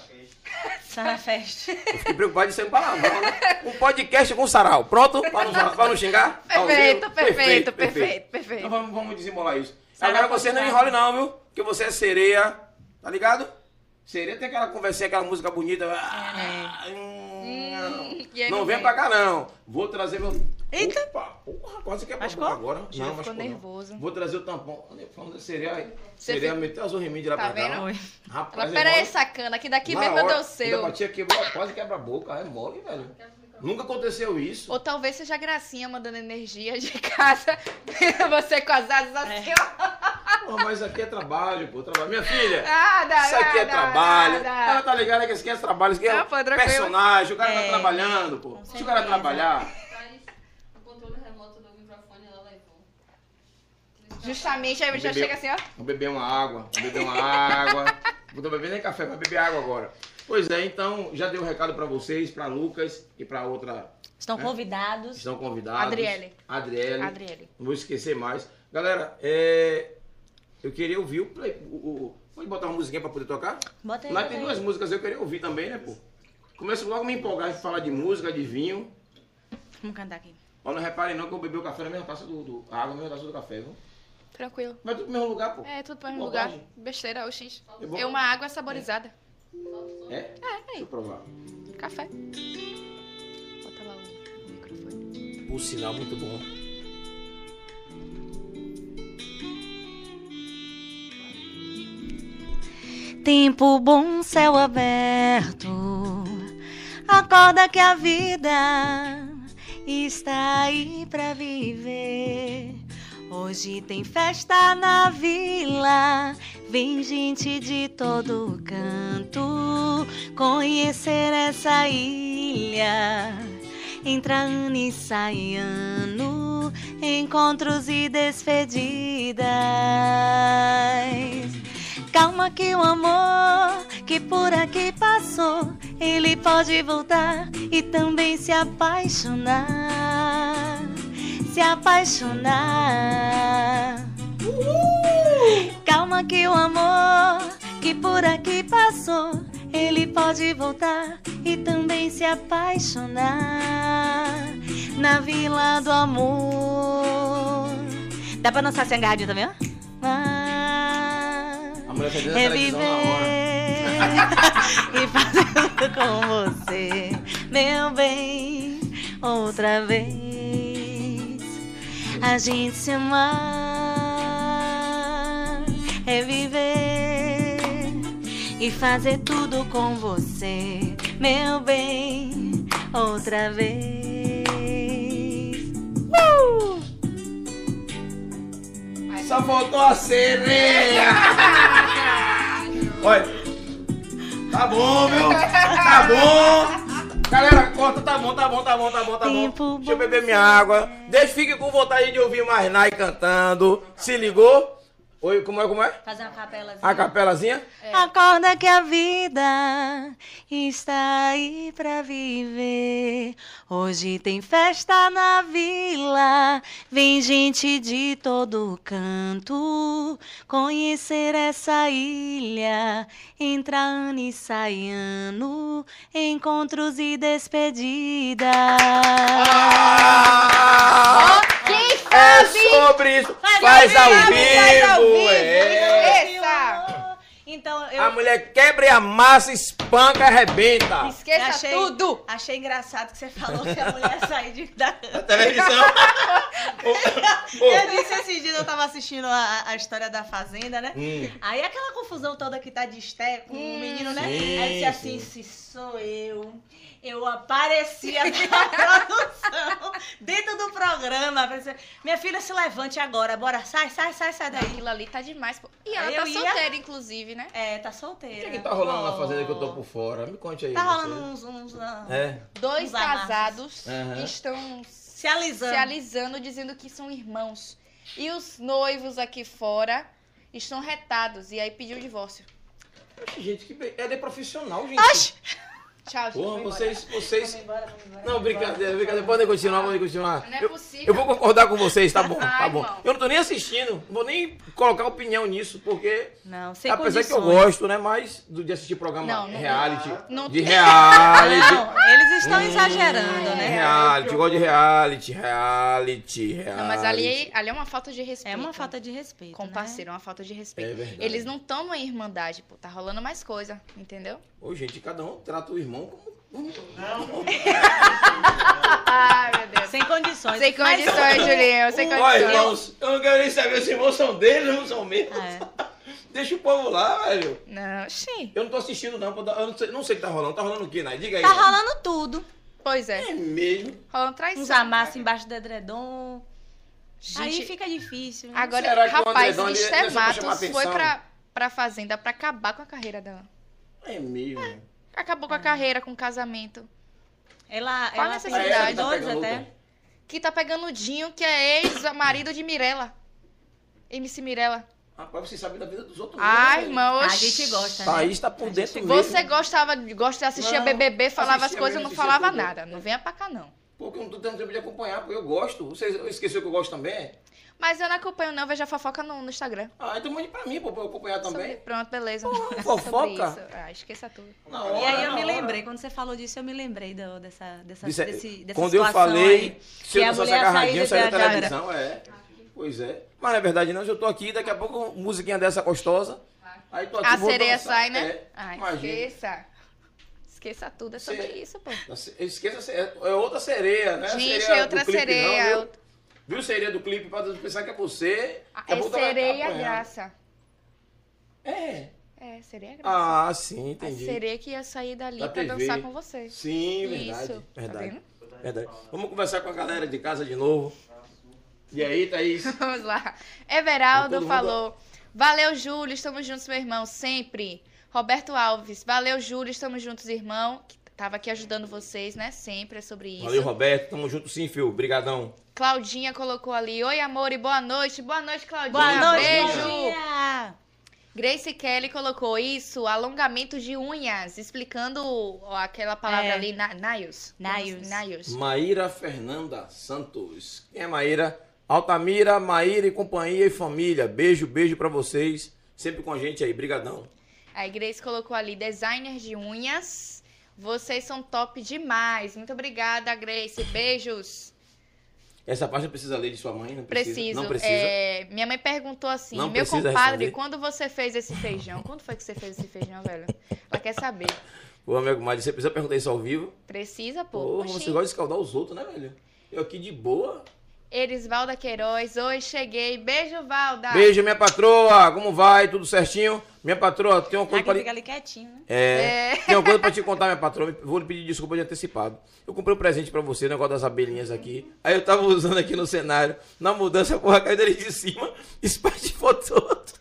Speaker 2: Sarafest.
Speaker 3: Eu fiquei preocupado de ser um palavrão, né? Um podcast com sarau. Pronto? Para não, pra não xingar? Tá ouvindo?
Speaker 1: Perfeito, perfeito, perfeito,
Speaker 3: Então
Speaker 1: perfeito.
Speaker 3: vamos, vamos desenrolar isso.
Speaker 2: Sarau
Speaker 3: Agora você não
Speaker 2: continuado.
Speaker 3: enrole, não, viu? Porque você é sereia. Tá ligado? Sereia tem aquela conversinha, aquela música bonita. Ah, hum,
Speaker 1: É. e aí
Speaker 3: não
Speaker 1: não
Speaker 3: vem
Speaker 1: vem.
Speaker 3: pra cá, não. Vou trazer meu.
Speaker 2: Eita.
Speaker 3: Opa, porra, quase que é
Speaker 2: Machucou?
Speaker 3: agora.
Speaker 1: Já
Speaker 3: não,
Speaker 1: ficou
Speaker 3: machucou não.
Speaker 1: nervoso.
Speaker 3: Vou trazer o tampão. Olha, Falando da sereia, aí.
Speaker 1: Você
Speaker 3: sereia
Speaker 1: fica-
Speaker 3: meteu as remídios lá
Speaker 1: Tá
Speaker 3: pra cá.
Speaker 1: vendo?
Speaker 2: Oi.
Speaker 3: Rapaz,
Speaker 1: Mas
Speaker 3: é
Speaker 1: pera aí,
Speaker 3: mole.
Speaker 1: sacana, que daqui
Speaker 3: Na
Speaker 1: mesmo eu
Speaker 3: hora,
Speaker 1: dou o
Speaker 3: ainda
Speaker 1: seu.
Speaker 3: batia, quebrou, quase quebra a boca. É mole, velho. Nunca aconteceu isso.
Speaker 1: Ou talvez seja a gracinha mandando energia de casa. Você com as asas
Speaker 2: É.
Speaker 1: assim, ó.
Speaker 3: Pô, mas aqui é trabalho, pô. Trabalho. Minha filha,
Speaker 1: Ah, dá,
Speaker 3: isso aqui é
Speaker 1: dá,
Speaker 3: trabalho.
Speaker 1: dá,
Speaker 3: Ela tá ligada que isso aqui é trabalho. Isso aqui é
Speaker 1: Não, pô, tranquilo.
Speaker 3: personagem. O cara tá
Speaker 2: É.
Speaker 3: trabalhando, pô.
Speaker 2: Com
Speaker 3: Deixa o cara
Speaker 2: certeza.
Speaker 3: trabalhar.
Speaker 6: Mas o controle remoto do microfone ela levou. Por isso
Speaker 1: Justamente, aí
Speaker 3: Vou
Speaker 1: já
Speaker 3: beber-
Speaker 1: chega assim, ó.
Speaker 3: Vou beber uma água, vou beber uma água. Não tô bebendo nem café, vou beber água agora. Pois é, então já dei um recado pra vocês, pra Lucas e pra outra
Speaker 2: Estão
Speaker 3: É. que
Speaker 2: convidados.
Speaker 3: estão convidados.
Speaker 1: Adriele.
Speaker 3: Adriele.
Speaker 1: Adriele.
Speaker 3: Não vou esquecer mais. Galera, é, eu queria ouvir o, play- o- o- Pode botar uma musiquinha pra poder tocar?
Speaker 2: Bota aí.
Speaker 3: Lá
Speaker 2: bota
Speaker 3: tem
Speaker 2: aí.
Speaker 3: duas músicas, eu queria ouvir também, né, pô? Começo logo a me empolgar e falar de música, de vinho.
Speaker 2: Vamos cantar aqui.
Speaker 3: Mas não reparem não que eu bebi o café na mesma taça do... do- a água na mesma taça do café, viu?
Speaker 1: Tranquilo.
Speaker 3: Mas tudo no mesmo lugar, pô.
Speaker 1: É, tudo pro mesmo lugar.
Speaker 3: Bobagem.
Speaker 1: Besteira, oxi.
Speaker 3: É bom.
Speaker 1: É uma água saborizada.
Speaker 3: É? é? Deixa eu provar.
Speaker 1: Café. Bota lá o microfone.
Speaker 3: Por Um sinal, muito bom.
Speaker 2: Tempo bom, céu aberto. Acorda que a vida está aí pra viver. Hoje tem festa na vila, vem gente de todo canto conhecer essa ilha. Entra ano e sai ano, encontros e despedidas. Calma que o amor que por aqui passou, ele pode voltar e também se apaixonar. Se apaixonar. Calma que o amor que por aqui passou, ele pode voltar e também se apaixonar na Vila do Amor. Dá pra dançar sem agarradinho também, ó? Mas
Speaker 3: A mulher tá dentro da televisão na hora.
Speaker 2: reviver É e fazer com você, meu bem, outra vez. A gente se amar, reviver e fazer tudo com você, meu bem, outra vez. Uh!
Speaker 3: Só faltou a sereia! Olha, tá bom, viu? Tá bom! Galera, corta, tá bom, tá bom, tá bom, tá bom, tá
Speaker 2: Tempo
Speaker 3: bom. Deixa eu
Speaker 2: bom.
Speaker 3: beber minha água. Deixa, fique com vontade de ouvir mais Nai cantando. Se ligou? Oi, como é, como é?
Speaker 2: Fazer uma capelazinha.
Speaker 3: A capelazinha?
Speaker 2: Acorda que a vida está aí pra viver. Hoje tem festa na vila, vem gente de todo canto conhecer essa ilha. Entra ano e sai ano, encontros e despedidas.
Speaker 3: Ah!
Speaker 1: Quem
Speaker 3: É sobre isso! Faz ao vivo! É.
Speaker 1: Essa!
Speaker 2: Então eu
Speaker 3: A mulher quebra e amassa, espanca, arrebenta!
Speaker 1: Esqueça
Speaker 2: achei,
Speaker 1: tudo!
Speaker 2: achei engraçado que você falou que a mulher saiu de da
Speaker 3: Televisão! Ô, ô.
Speaker 2: Eu disse esses dias, eu tava assistindo a, a história da Fazenda, né?
Speaker 3: Hum.
Speaker 2: Aí aquela confusão toda que tá de esté com
Speaker 1: Hum.
Speaker 2: o menino, né?
Speaker 3: Sim,
Speaker 2: Aí disse assim, se sou eu, eu aparecia na produção, dentro do programa. aparecia, Minha filha, se levante agora, bora, sai, sai, sai, sai daí.
Speaker 1: Aquilo ali tá demais, pô. E ela
Speaker 2: Eu
Speaker 1: tá
Speaker 2: ia-
Speaker 1: solteira, inclusive, né?
Speaker 2: É, tá
Speaker 3: O que,
Speaker 2: solteira.
Speaker 3: é que tá rolando na fazenda que eu tô
Speaker 2: Oh.
Speaker 3: por fora? Me conte aí.
Speaker 2: Tá
Speaker 3: você.
Speaker 2: rolando uns... uns ah,
Speaker 3: É.
Speaker 1: Dois
Speaker 2: Os amassos.
Speaker 1: casados
Speaker 3: Aham.
Speaker 1: estão
Speaker 2: Se alisando.
Speaker 1: se alisando, dizendo que são irmãos. E os noivos aqui fora estão retados. E aí pediu o divórcio.
Speaker 3: Poxa, Gente, que be- é de profissional, gente.
Speaker 1: Tchau, gente. vou
Speaker 3: Porra,
Speaker 1: embora.
Speaker 3: vocês, vocês.
Speaker 2: Vamos embora, vamos embora,
Speaker 3: Não,
Speaker 2: vamos embora.
Speaker 3: brincadeira, brincadeira. Podem continuar, podem continuar.
Speaker 1: Não é
Speaker 3: Eu,
Speaker 1: possível.
Speaker 3: eu vou concordar com vocês, tá bom, tá
Speaker 1: Ai,
Speaker 3: bom.
Speaker 1: irmão.
Speaker 3: Eu não tô nem assistindo, não vou nem colocar opinião nisso, porque.
Speaker 2: Não, sem
Speaker 3: apesar que eu
Speaker 2: condições.
Speaker 3: gosto, né? Mas do- de assistir programa
Speaker 1: Não, não-
Speaker 3: reality.
Speaker 1: não- né?
Speaker 3: De reality.
Speaker 2: Não, eles
Speaker 3: Hum.
Speaker 2: estão exagerando,
Speaker 3: É.
Speaker 2: né?
Speaker 3: Reality, eu gosto de reality, reality, reality.
Speaker 1: Não, mas ali, ali é uma falta de respeito.
Speaker 2: É uma falta de respeito.
Speaker 1: Com o
Speaker 2: né?
Speaker 1: parceiro, é uma falta de respeito.
Speaker 3: É verdade.
Speaker 1: Eles não estão numa irmandade, pô. Tá rolando mais coisa, entendeu?
Speaker 3: Ô, gente, cada um trata o irmão como.
Speaker 1: Ai, meu Deus.
Speaker 2: Sem condições.
Speaker 1: Sem
Speaker 2: Mas-
Speaker 1: condições, Julinho. Sem
Speaker 3: Ó,
Speaker 1: condições.
Speaker 3: irmãos, eu não quero nem saber se irmãos são deles ou são meus.
Speaker 2: Ah, é.
Speaker 3: Deixa o povo lá, velho.
Speaker 1: Não, sim.
Speaker 3: Eu não tô assistindo, não. pô, Eu não sei, não sei o que tá rolando. Tá rolando o quê, Nai? Diga aí.
Speaker 2: Tá rolando tudo.
Speaker 1: Pois é.
Speaker 3: É mesmo.
Speaker 1: Rolando
Speaker 2: Uns
Speaker 1: traição.
Speaker 2: amassos embaixo do edredom.
Speaker 1: Gente,
Speaker 2: Aí fica difícil. né?
Speaker 1: Agora,
Speaker 3: Será que o
Speaker 1: rapaz,
Speaker 3: Andredoni é só
Speaker 1: Esther
Speaker 3: pra chamar
Speaker 1: Matos
Speaker 3: atenção?
Speaker 1: foi pra, pra fazenda pra acabar com a carreira dela.
Speaker 3: É mesmo.
Speaker 1: Acabou
Speaker 2: Ah.
Speaker 1: com a carreira, com o casamento.
Speaker 2: Ela,
Speaker 1: Qual a
Speaker 3: é
Speaker 2: ela tem
Speaker 1: necessidade?
Speaker 2: seguidores
Speaker 3: Tá pegando
Speaker 2: até.
Speaker 3: Lucas.
Speaker 1: Que tá pegando o Dinho, que é ex-marido de Mirella. MC Mirella.
Speaker 3: Rapaz, você sabe da vida dos outros.
Speaker 1: Ai,
Speaker 3: mesmo, né?
Speaker 1: irmão,
Speaker 2: A
Speaker 1: oxi.
Speaker 2: gente gosta, né?
Speaker 3: Thaís tá por dentro mesmo.
Speaker 1: Você gostava de, gosta de assistir a
Speaker 3: Não,
Speaker 1: BBB, falava as
Speaker 3: assistia
Speaker 1: coisas,
Speaker 3: mesmo,
Speaker 1: não
Speaker 3: assistia
Speaker 1: falava
Speaker 3: tudo.
Speaker 1: nada. Não venha pra cá, não.
Speaker 3: Porque eu não tô tendo tempo de acompanhar, porque eu gosto. Você esqueceu que eu gosto também?
Speaker 1: Mas eu não acompanho, não. Vejo a fofoca no, no Instagram.
Speaker 3: Ah, então mande pra mim, pô, pra eu acompanhar
Speaker 1: Sobre-
Speaker 3: também.
Speaker 1: Pronto, beleza. Sobre
Speaker 3: fofoca?
Speaker 1: isso. Ah, esqueça tudo.
Speaker 3: Na
Speaker 2: E
Speaker 3: hora,
Speaker 2: aí eu
Speaker 3: na
Speaker 2: me
Speaker 3: hora.
Speaker 2: lembrei, quando você falou disso, eu me lembrei do- dessa, dessa,
Speaker 3: Disse-
Speaker 2: desse, dessa
Speaker 3: quando eu
Speaker 2: situação
Speaker 3: falei,
Speaker 2: aí.
Speaker 3: se eu
Speaker 2: Que a
Speaker 3: não fosse
Speaker 2: mulher
Speaker 3: agarradinho, eu
Speaker 2: saiu
Speaker 3: saía da
Speaker 2: da Jara.
Speaker 3: televisão, é. Pois é. Mas na verdade não, se eu tô aqui, daqui a pouco, musiquinha dessa gostosa. Aí tô aqui,
Speaker 1: A
Speaker 3: vou
Speaker 1: sereia
Speaker 3: dançar.
Speaker 1: sai, né?
Speaker 3: É,
Speaker 1: Ai,
Speaker 3: imagina. tá
Speaker 1: esqueça. Esqueça tudo. É sobre
Speaker 3: Você-
Speaker 1: isso, pô.
Speaker 3: Esqueça, é é outra sereia, né? A
Speaker 1: Gente,
Speaker 3: sereia
Speaker 1: é outra
Speaker 3: do clipe,
Speaker 1: sereia.
Speaker 3: Não,
Speaker 1: é
Speaker 3: viu?
Speaker 1: outra-
Speaker 3: Viu sereia do clipe pra pensar que é você.
Speaker 1: Ah,
Speaker 3: Daqui a
Speaker 1: É
Speaker 3: pouco ela tá
Speaker 1: sereia
Speaker 3: apanhando.
Speaker 1: graça.
Speaker 3: É.
Speaker 1: É, sereia graça.
Speaker 3: Ah, sim,
Speaker 1: A
Speaker 3: entendi.
Speaker 1: sereia que ia sair dali
Speaker 3: Da
Speaker 1: pra
Speaker 3: TV.
Speaker 1: dançar com você.
Speaker 3: Sim, verdade.
Speaker 1: Isso.
Speaker 3: Verdade.
Speaker 1: Tá vendo?
Speaker 3: Verdade. Vamos conversar com a galera de casa de novo. E aí, Thaís?
Speaker 1: Vamos lá.
Speaker 3: Todo
Speaker 1: Everaldo
Speaker 3: mundo-
Speaker 1: falou: Valeu, Júlio, estamos juntos, meu irmão, sempre. Roberto Alves, valeu, Júlio, estamos juntos, irmão. Que tava aqui ajudando vocês, né? Sempre é sobre isso.
Speaker 3: Valeu, Roberto. Tamo junto sim, Fio. Obrigadão.
Speaker 1: Claudinha colocou ali: Oi, amor, e boa noite. Boa noite, Claudinha.
Speaker 2: Boa noite,
Speaker 1: Beijo.
Speaker 2: Claudinha!
Speaker 1: Grace Kelly colocou isso, alongamento de unhas, explicando aquela palavra
Speaker 2: É.
Speaker 1: ali, na, nails.
Speaker 2: Nails.
Speaker 1: Nails.
Speaker 3: Maíra Fernanda Santos. Quem é Maíra? Altamira, Maíra e companhia e família. Beijo, beijo pra vocês. Sempre com a gente aí. Brigadão.
Speaker 1: A Grace colocou ali, designer de unhas. Vocês são top demais. Muito obrigada, Grace. Beijos.
Speaker 3: Essa parte não precisa ler de sua mãe, não precisa.
Speaker 1: Preciso.
Speaker 3: Não precisa.
Speaker 1: É, minha mãe perguntou assim:
Speaker 3: Não
Speaker 1: meu
Speaker 3: precisa
Speaker 1: compadre,
Speaker 3: responder.
Speaker 1: quando você fez esse feijão? Quando foi que você fez esse feijão, velho? Ela quer saber.
Speaker 3: Ô, amigo comadre, você precisa perguntar isso ao vivo.
Speaker 1: Precisa, pô.
Speaker 3: Pô,
Speaker 1: Oxi.
Speaker 3: você gosta de escaldar os outros, né, velho? Eu aqui de boa.
Speaker 1: Erisvalda Queiroz, oi, cheguei. Beijo, Valda.
Speaker 3: Beijo, minha patroa. Como vai? Tudo certinho? Minha patroa, tem uma coisa
Speaker 2: Aqui
Speaker 3: pra lhe-
Speaker 2: fica ali quietinho, né?
Speaker 3: É, Tem uma coisa pra te contar, minha patroa. Vou lhe pedir desculpa de antecipado. Eu comprei um presente pra você, o negócio das abelhinhas aqui. Aí eu tava usando aqui no cenário. Na mudança, a porra caiu dele de cima. Espatifou todo.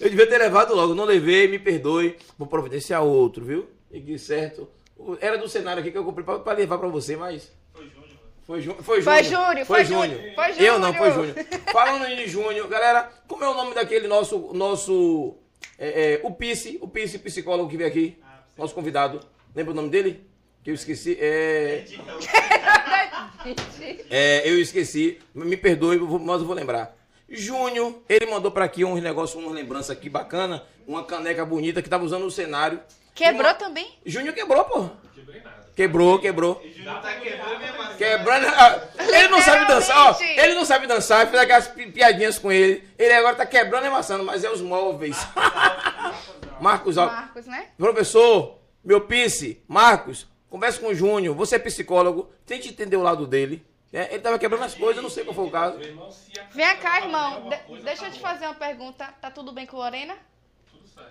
Speaker 3: Eu devia ter levado logo. Não levei, me perdoe. Vou providenciar outro, viu? E que certo. O- Era do cenário aqui que eu comprei pra, pra levar pra você, mas... Foi Júnior. Foi
Speaker 1: Foi
Speaker 3: Júnior.
Speaker 1: Júnior, foi Júnior, foi
Speaker 3: Eu não, foi
Speaker 1: Júnior.
Speaker 3: Júnior. Falando de Júnior, galera, como é o nome daquele nosso. nosso é, é, o Pisse, o Pisse, psicólogo que veio aqui, nosso convidado. Lembra o nome dele? Que eu esqueci. É, é, eu esqueci. Me perdoe, eu vou- mas eu vou lembrar. Júnior, ele mandou pra aqui uns negócios, uma lembrança aqui bacana, uma caneca bonita que tava usando no cenário.
Speaker 1: Quebrou também?
Speaker 3: Júnior quebrou, porra.
Speaker 4: Quebrei nada.
Speaker 3: Quebrou, quebrou.
Speaker 5: Júnior tá quebrando minha maçã.
Speaker 3: Quebrando. a- Ele não sabe dançar, ó. Ele não sabe dançar, eu fiz aquelas pi- piadinhas com ele. Ele agora tá quebrando e amassando, mas é os móveis. Marcos Alves.
Speaker 1: Marcos, né?
Speaker 3: Professor, meu pisse, Marcos, conversa com o Júnior. Você é psicólogo, tente entender o lado dele. né? Ele tava quebrando as coisas, eu não sei qual foi o caso.
Speaker 4: Meu irmão se a-
Speaker 1: Vem cá, irmão.
Speaker 4: alguma
Speaker 1: De-
Speaker 4: coisa,
Speaker 1: deixa eu te
Speaker 4: acabou.
Speaker 1: fazer uma pergunta. Tá tudo bem com Lorena?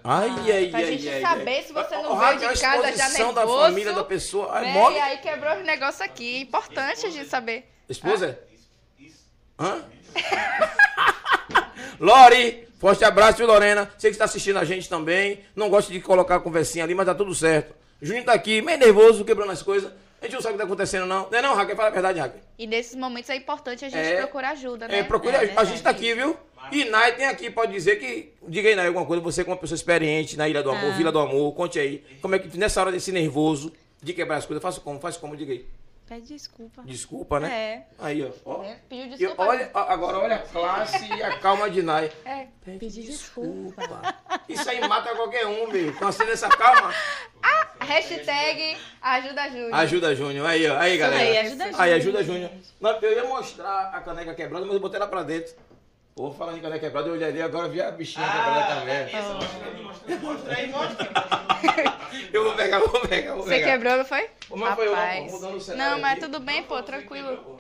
Speaker 3: Ai, ai,
Speaker 1: pra
Speaker 3: ai,
Speaker 1: gente
Speaker 3: ai,
Speaker 1: saber
Speaker 3: ai.
Speaker 1: se você
Speaker 3: Ó,
Speaker 1: não
Speaker 3: Rafa,
Speaker 1: veio de
Speaker 3: é uma
Speaker 1: casa já
Speaker 3: exposição da
Speaker 1: nervoso,
Speaker 3: família da pessoa. Ai,
Speaker 1: Né?
Speaker 3: mole.
Speaker 1: E aí quebrou os negócios aqui. Importante a gente saber.
Speaker 3: Esposa?
Speaker 1: Ah.
Speaker 3: Hã? Lori, forte abraço, viu, Lorena? Você que está assistindo a gente também. Não gosto de colocar a conversinha ali, mas tá tudo certo. Juninho tá aqui, meio nervoso, quebrando as coisas. A gente não sabe o que tá acontecendo, não. Não é não, Raquel? Fala a verdade, Raquel.
Speaker 1: E nesses momentos é importante a gente
Speaker 3: É.
Speaker 1: procurar ajuda, né?
Speaker 3: É, procure,
Speaker 2: É
Speaker 3: a- a
Speaker 2: verdade.
Speaker 3: gente tá aqui, viu? E Nai tem aqui, pode dizer que... Diga aí, Nai, alguma coisa. Você que é uma pessoa experiente na Ilha do Amor, Vila do Amor. Conte aí. Como é que, nessa hora desse nervoso, de quebrar as coisas, faça como, faz como, diga aí.
Speaker 2: Pede desculpa.
Speaker 3: Desculpa, né?
Speaker 2: É.
Speaker 3: Aí, ó. ó.
Speaker 1: É, Pediu
Speaker 3: E
Speaker 1: desculpa.
Speaker 3: olha, a- agora olha a classe e a calma de Nai.
Speaker 1: É.
Speaker 2: Pedi desculpa.
Speaker 3: Isso aí mata qualquer um, meu. Considera essa calma.
Speaker 1: Hashtag ajuda Júlio.
Speaker 3: Ajuda Júnior. Aí, ó. Aí, galera.
Speaker 2: aí, ajuda Júnior.
Speaker 3: Aí, ajuda Júnior. Não, Eu ia mostrar a caneca quebrada, mas eu botei ela pra dentro. Pô, falando em caneca quebrada, eu olhei ali agora vi a bichinha quebrada
Speaker 4: tá
Speaker 3: também.
Speaker 5: Isso, mostra, mostra, mostra aí, mostra.
Speaker 3: Eu vou pegar, vou pegar, vou
Speaker 1: Você
Speaker 3: pegar.
Speaker 1: quebrou, não foi?
Speaker 3: Ô, mas foi eu,
Speaker 1: Rapaz.
Speaker 3: vou mudando o cenário
Speaker 1: não, mas
Speaker 3: aqui.
Speaker 1: tudo bem, pô, tranquilo.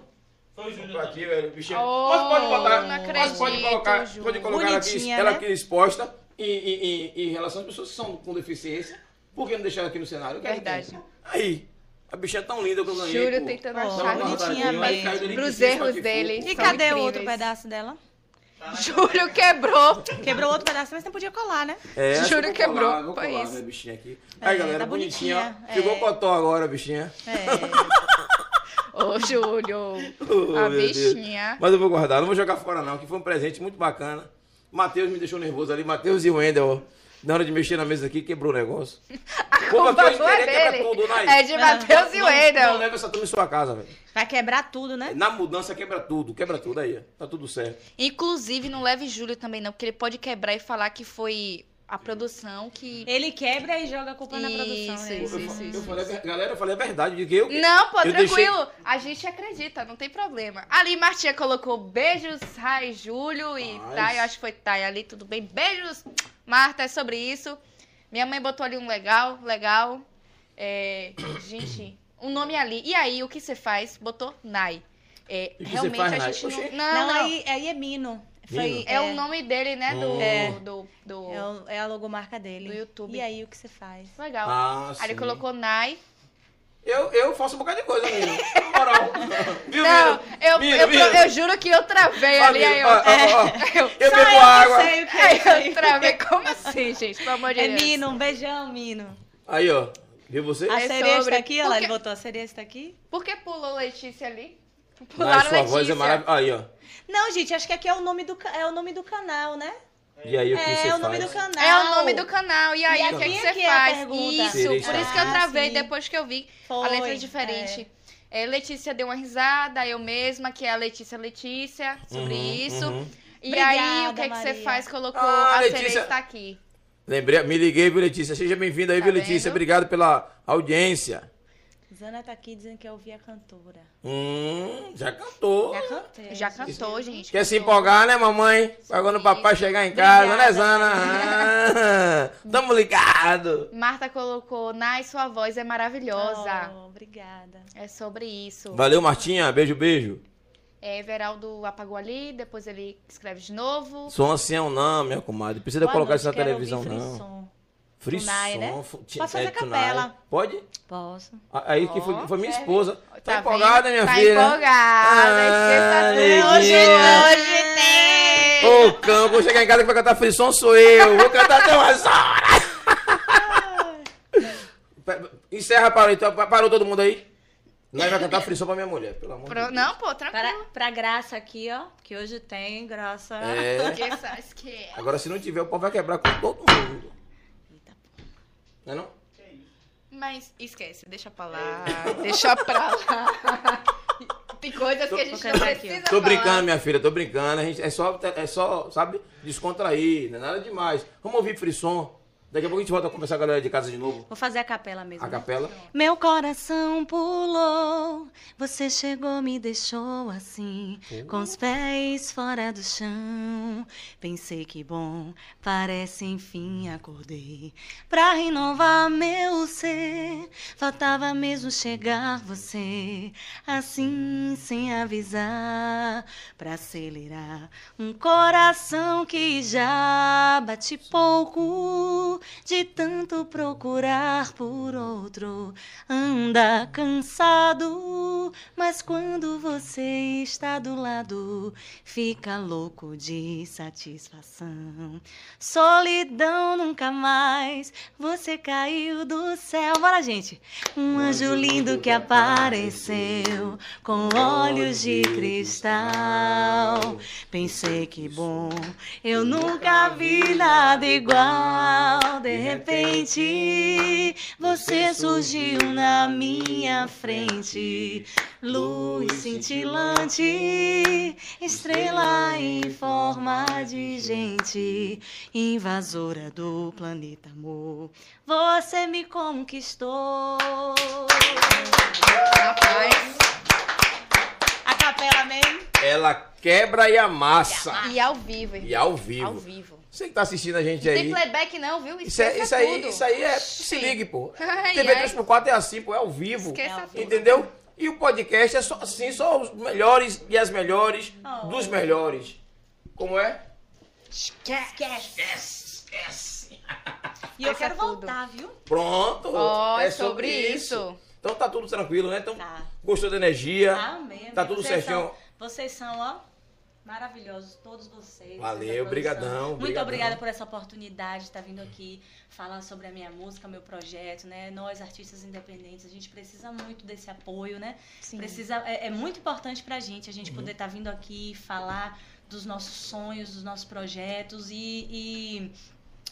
Speaker 5: Foi o Júnior.
Speaker 3: Tô Aqui, velho, bichinha.
Speaker 1: Oh,
Speaker 3: mas pode botar,
Speaker 1: não
Speaker 3: mas pode
Speaker 1: acredito,
Speaker 3: colocar,
Speaker 1: Júnior.
Speaker 3: pode colocar ela aqui,
Speaker 2: Bonitinha,
Speaker 3: ela
Speaker 2: né?
Speaker 3: aqui exposta em, em, em, em relação às pessoas que são com deficiência. Por que não deixar ela aqui no cenário? Eu quero
Speaker 1: Verdade.
Speaker 3: que tenha. Aí, a bichinha é tão linda que eu ganhei.
Speaker 1: Júlio
Speaker 3: pô.
Speaker 1: tentando
Speaker 2: Pô,
Speaker 1: achar
Speaker 2: bonitinha
Speaker 3: Bonitinha
Speaker 2: mesmo.
Speaker 1: Pros erros dele.
Speaker 2: E
Speaker 1: São
Speaker 2: cadê o
Speaker 1: incríveis.
Speaker 2: outro pedaço dela?
Speaker 1: Júlio quebrou.
Speaker 2: Quebrou outro pedaço, mas não podia colar, né?
Speaker 3: É, acho que
Speaker 1: Juro
Speaker 3: eu vou
Speaker 1: quebrou.
Speaker 3: colar, vou
Speaker 1: Foi
Speaker 3: colar,
Speaker 1: isso.
Speaker 3: né, bichinha aqui.
Speaker 2: É,
Speaker 3: Aí, galera,
Speaker 2: tá
Speaker 3: bonitinha.
Speaker 2: bonitinha,
Speaker 3: Ficou
Speaker 2: é.
Speaker 3: cotó agora, bichinha.
Speaker 2: É.
Speaker 1: Ô, Júlio.
Speaker 3: Oh,
Speaker 1: a
Speaker 3: meu Deus.
Speaker 1: bichinha.
Speaker 3: Mas eu vou guardar, não vou jogar fora não, que foi um presente muito bacana. Matheus me deixou nervoso ali, Matheus e Wendel, ó. Na hora de mexer na mesa aqui, quebrou o negócio.
Speaker 1: A
Speaker 3: Pô,
Speaker 1: culpa
Speaker 3: Matheus,
Speaker 1: não é
Speaker 3: querer quebrar
Speaker 1: dele.
Speaker 3: tudo, né?
Speaker 1: É de
Speaker 2: Não,
Speaker 1: Matheus e
Speaker 3: não,
Speaker 1: Wendel.
Speaker 3: Não leva essa turma em sua casa, velho.
Speaker 2: Vai quebrar tudo, né?
Speaker 3: Na mudança quebra tudo, quebra tudo aí. ó. Tá tudo certo.
Speaker 1: Inclusive, não leve Júlio também, não, porque ele pode quebrar e falar que foi a produção que.
Speaker 2: Ele quebra e joga a culpa na produção,
Speaker 1: Isso,
Speaker 2: né?
Speaker 1: isso,
Speaker 3: eu,
Speaker 1: isso.
Speaker 3: fa- eu falei, a ver- galera, eu falei a verdade, eu digo que eu
Speaker 1: Não, pô,
Speaker 3: Eu deixei-
Speaker 1: tranquilo. A gente acredita, não tem problema. Ali, Martinha colocou beijos, Rai, Júlio e
Speaker 3: Paz.
Speaker 1: Thay, eu acho que foi Thay ali, tudo bem. Beijos, Marta, é sobre isso. Minha mãe botou ali um legal, legal. É, gente, um nome ali. E aí, o que você faz? Botou Nai. É,
Speaker 3: E o que você
Speaker 1: realmente
Speaker 3: faz,
Speaker 1: a
Speaker 3: Nay?
Speaker 1: gente
Speaker 3: Oxê.
Speaker 1: não.
Speaker 2: Não,
Speaker 1: Não, não.
Speaker 2: Aí, aí é Mino. Foi,
Speaker 3: Mino?
Speaker 1: É, o nome dele, né? Do.
Speaker 3: É.
Speaker 1: do, do...
Speaker 2: É, o- é a logomarca dele.
Speaker 1: Do YouTube.
Speaker 2: E aí, o que você faz?
Speaker 1: Legal.
Speaker 3: Ah,
Speaker 1: aí ele
Speaker 3: sim.
Speaker 1: colocou Nai.
Speaker 3: Eu, eu faço um bocado de coisa, menino. Na moral. Viu,
Speaker 1: Não,
Speaker 3: menino?
Speaker 1: eu,
Speaker 3: Mino,
Speaker 1: eu,
Speaker 3: Mino.
Speaker 1: eu juro que eu travei
Speaker 3: Ó,
Speaker 1: ali.
Speaker 3: menino,
Speaker 1: Aí É. eu,
Speaker 3: ó, ó, ó.
Speaker 1: eu,
Speaker 3: Eu
Speaker 2: Só
Speaker 3: bebo
Speaker 2: eu
Speaker 3: água.
Speaker 2: Que sei o que é,
Speaker 1: Aí
Speaker 2: isso aí.
Speaker 1: eu travei. Como assim, gente? Pelo amor de
Speaker 2: É
Speaker 1: Deus.
Speaker 2: Mino, um beijão, Mino.
Speaker 3: Aí, ó. Viu você?
Speaker 2: A
Speaker 1: É
Speaker 2: sereia
Speaker 1: sobre-
Speaker 2: está aqui, olha lá,
Speaker 1: Porque-
Speaker 2: ele botou a sereia está aqui.
Speaker 1: Por que pulou Letícia ali?
Speaker 3: Mas
Speaker 1: Pularam
Speaker 3: sua
Speaker 1: Letícia.
Speaker 3: voz é maravilhosa. Aí, ó.
Speaker 2: Não, gente, acho que aqui é o nome do, ca- é o nome do canal, né?
Speaker 3: E aí, o que você
Speaker 2: é o nome
Speaker 3: faz?
Speaker 2: do canal.
Speaker 1: É o nome do canal. E aí,
Speaker 2: E
Speaker 1: o que, é
Speaker 2: aqui
Speaker 1: que
Speaker 2: é
Speaker 1: você
Speaker 2: que é a
Speaker 1: faz?
Speaker 2: pergunta.
Speaker 1: Isso,
Speaker 3: Seria
Speaker 1: por isso que eu
Speaker 2: estranho.
Speaker 1: travei
Speaker 2: Ah, sim.
Speaker 1: depois que eu vi.
Speaker 2: Foi,
Speaker 1: a letra é diferente. É, Letícia deu uma risada, eu mesma, que é a Letícia Letícia, sobre
Speaker 3: Uhum,
Speaker 1: isso.
Speaker 3: uhum.
Speaker 1: E aí,
Speaker 2: Obrigada,
Speaker 1: o que, é que você
Speaker 2: Maria.
Speaker 1: faz? Colocou
Speaker 3: Ah,
Speaker 1: a sereia
Speaker 3: Letícia.
Speaker 1: está aqui.
Speaker 3: Lembrei, me liguei, viu, Letícia? Seja bem-vinda aí,
Speaker 1: Tá
Speaker 3: viu, Letícia?
Speaker 1: vendo?
Speaker 3: Obrigado pela audiência.
Speaker 2: Zana tá aqui dizendo que eu ouvi a cantora.
Speaker 3: Hum, já cantou.
Speaker 2: Já cantei.
Speaker 1: Já cantou, gente.
Speaker 3: Quer se
Speaker 1: cantou.
Speaker 3: empolgar, né, mamãe? Pagando o papai chegar em casa, né,
Speaker 2: Obrigada.
Speaker 3: Zana? Ah, tamo ligado.
Speaker 1: Marta colocou, Nai, sua voz é maravilhosa.
Speaker 2: Oh, obrigada.
Speaker 1: É sobre isso.
Speaker 3: Valeu, Martinha. Beijo, beijo.
Speaker 1: É, Everaldo apagou ali, depois ele escreve de novo.
Speaker 3: Sou ancião, assim é um não, minha comadre. Precisa
Speaker 2: Boa
Speaker 3: colocar
Speaker 2: noite,
Speaker 3: isso na
Speaker 2: quero
Speaker 3: televisão,
Speaker 2: ouvir
Speaker 3: não.
Speaker 2: frisson.
Speaker 3: Frisson.
Speaker 2: Tunai, né?
Speaker 3: fu- ti-
Speaker 2: Posso fazer a
Speaker 3: Tunai.
Speaker 2: capela.
Speaker 3: é Pode?
Speaker 2: Posso.
Speaker 3: A- Aí que foi,
Speaker 1: Ó,
Speaker 3: foi minha
Speaker 1: é.
Speaker 3: esposa. Tá,
Speaker 1: vendo?
Speaker 3: empolgada, minha
Speaker 1: tá é
Speaker 3: filha?
Speaker 1: empolgada.
Speaker 3: Ah,
Speaker 1: esqueça tudo.
Speaker 3: neguinha.
Speaker 1: tá hoje tem.
Speaker 3: Ô, cão, vou chegar em casa que vai cantar frisson sou eu. Vou cantar até umas horas. Pa- Encerra, parou, então. Pa- Parou todo mundo aí? Nós vai cantar frisson pra minha mulher, pelo amor de
Speaker 1: Pro-
Speaker 3: Deus.
Speaker 1: Não, pô, tranquilo.
Speaker 2: Para, pra graça aqui, ó. Que hoje tem graça.
Speaker 1: Ah,
Speaker 3: É.
Speaker 1: Esqueça, esqueça.
Speaker 3: Agora, se não tiver, o pau vai quebrar com todo mundo.
Speaker 2: Eita, pô.
Speaker 3: Não é não?
Speaker 1: Mas esquece, deixa pra lá. Deixa pra lá. Tem coisas que a gente
Speaker 2: Tô-
Speaker 1: não precisa
Speaker 3: Tô
Speaker 1: falar.
Speaker 3: brincando, minha filha, tô brincando. A gente é só, é só, sabe, descontrair, não é nada demais. Vamos ouvir frisson. Daqui a pouco a gente volta a conversar com a galera de casa de novo.
Speaker 2: Vou fazer a capela mesmo.
Speaker 3: A
Speaker 2: né?
Speaker 3: capela.
Speaker 2: Meu coração pulou, você chegou, me deixou assim, com os pés fora do chão. Pensei que bom, parece enfim acordei. Pra renovar meu ser, faltava mesmo chegar você, assim sem avisar, pra acelerar um coração que já bate pouco de tanto procurar por outro. Anda cansado, mas quando você está do lado, fica louco de satisfação. Solidão nunca mais, você caiu do céu. Bora, gente! Um anjo lindo que apareceu com olhos de cristal. Pensei que bom, eu nunca vi nada igual. De repente, você surgiu na minha frente. Luz cintilante, estrela em forma de gente, invasora do planeta amor. Você me conquistou.
Speaker 1: Rapaz.
Speaker 2: A capela, mesmo.
Speaker 3: Ela quebra e amassa.
Speaker 1: E ao vivo, irmão.
Speaker 3: E ao vivo.
Speaker 1: Ao vivo.
Speaker 3: Você que tá assistindo a gente
Speaker 1: Não tem
Speaker 3: aí.
Speaker 1: playback não, viu?
Speaker 3: Isso, é,
Speaker 1: Esqueça
Speaker 3: isso, aí,
Speaker 1: tudo.
Speaker 3: isso aí é. Se
Speaker 1: Sim.
Speaker 3: ligue, pô.
Speaker 1: Ai,
Speaker 3: TV
Speaker 1: ai.
Speaker 3: 3x4 é assim, pô, é ao vivo.
Speaker 1: Esqueça tudo.
Speaker 3: Entendeu? E o podcast é só assim, só os melhores e as melhores dos melhores. Como é?
Speaker 2: Esquece. E eu
Speaker 1: Esquece
Speaker 2: quero
Speaker 1: tudo.
Speaker 2: voltar, viu?
Speaker 3: Pronto.
Speaker 1: Ó,
Speaker 3: é
Speaker 1: é sobre isso.
Speaker 3: Então tá tudo tranquilo, né? Então,
Speaker 2: Tá.
Speaker 1: Ah,
Speaker 3: gostou da energia?
Speaker 2: Amém.
Speaker 1: então,
Speaker 3: Tá tudo
Speaker 2: Vocês
Speaker 3: certinho.
Speaker 2: são- vocês são, ó, Maravilhosos todos vocês.
Speaker 3: Valeu,
Speaker 2: essa produção.
Speaker 3: brigadão,
Speaker 2: Muito
Speaker 3: brigadão.
Speaker 2: obrigada por essa oportunidade de estar vindo aqui falar sobre a minha música, meu projeto, né? Nós, artistas independentes, a gente precisa muito desse apoio, né?
Speaker 6: Sim.
Speaker 2: Precisa, é, é muito importante pra gente a gente
Speaker 3: Uhum.
Speaker 2: poder estar vindo aqui falar dos nossos sonhos, dos nossos projetos e, e,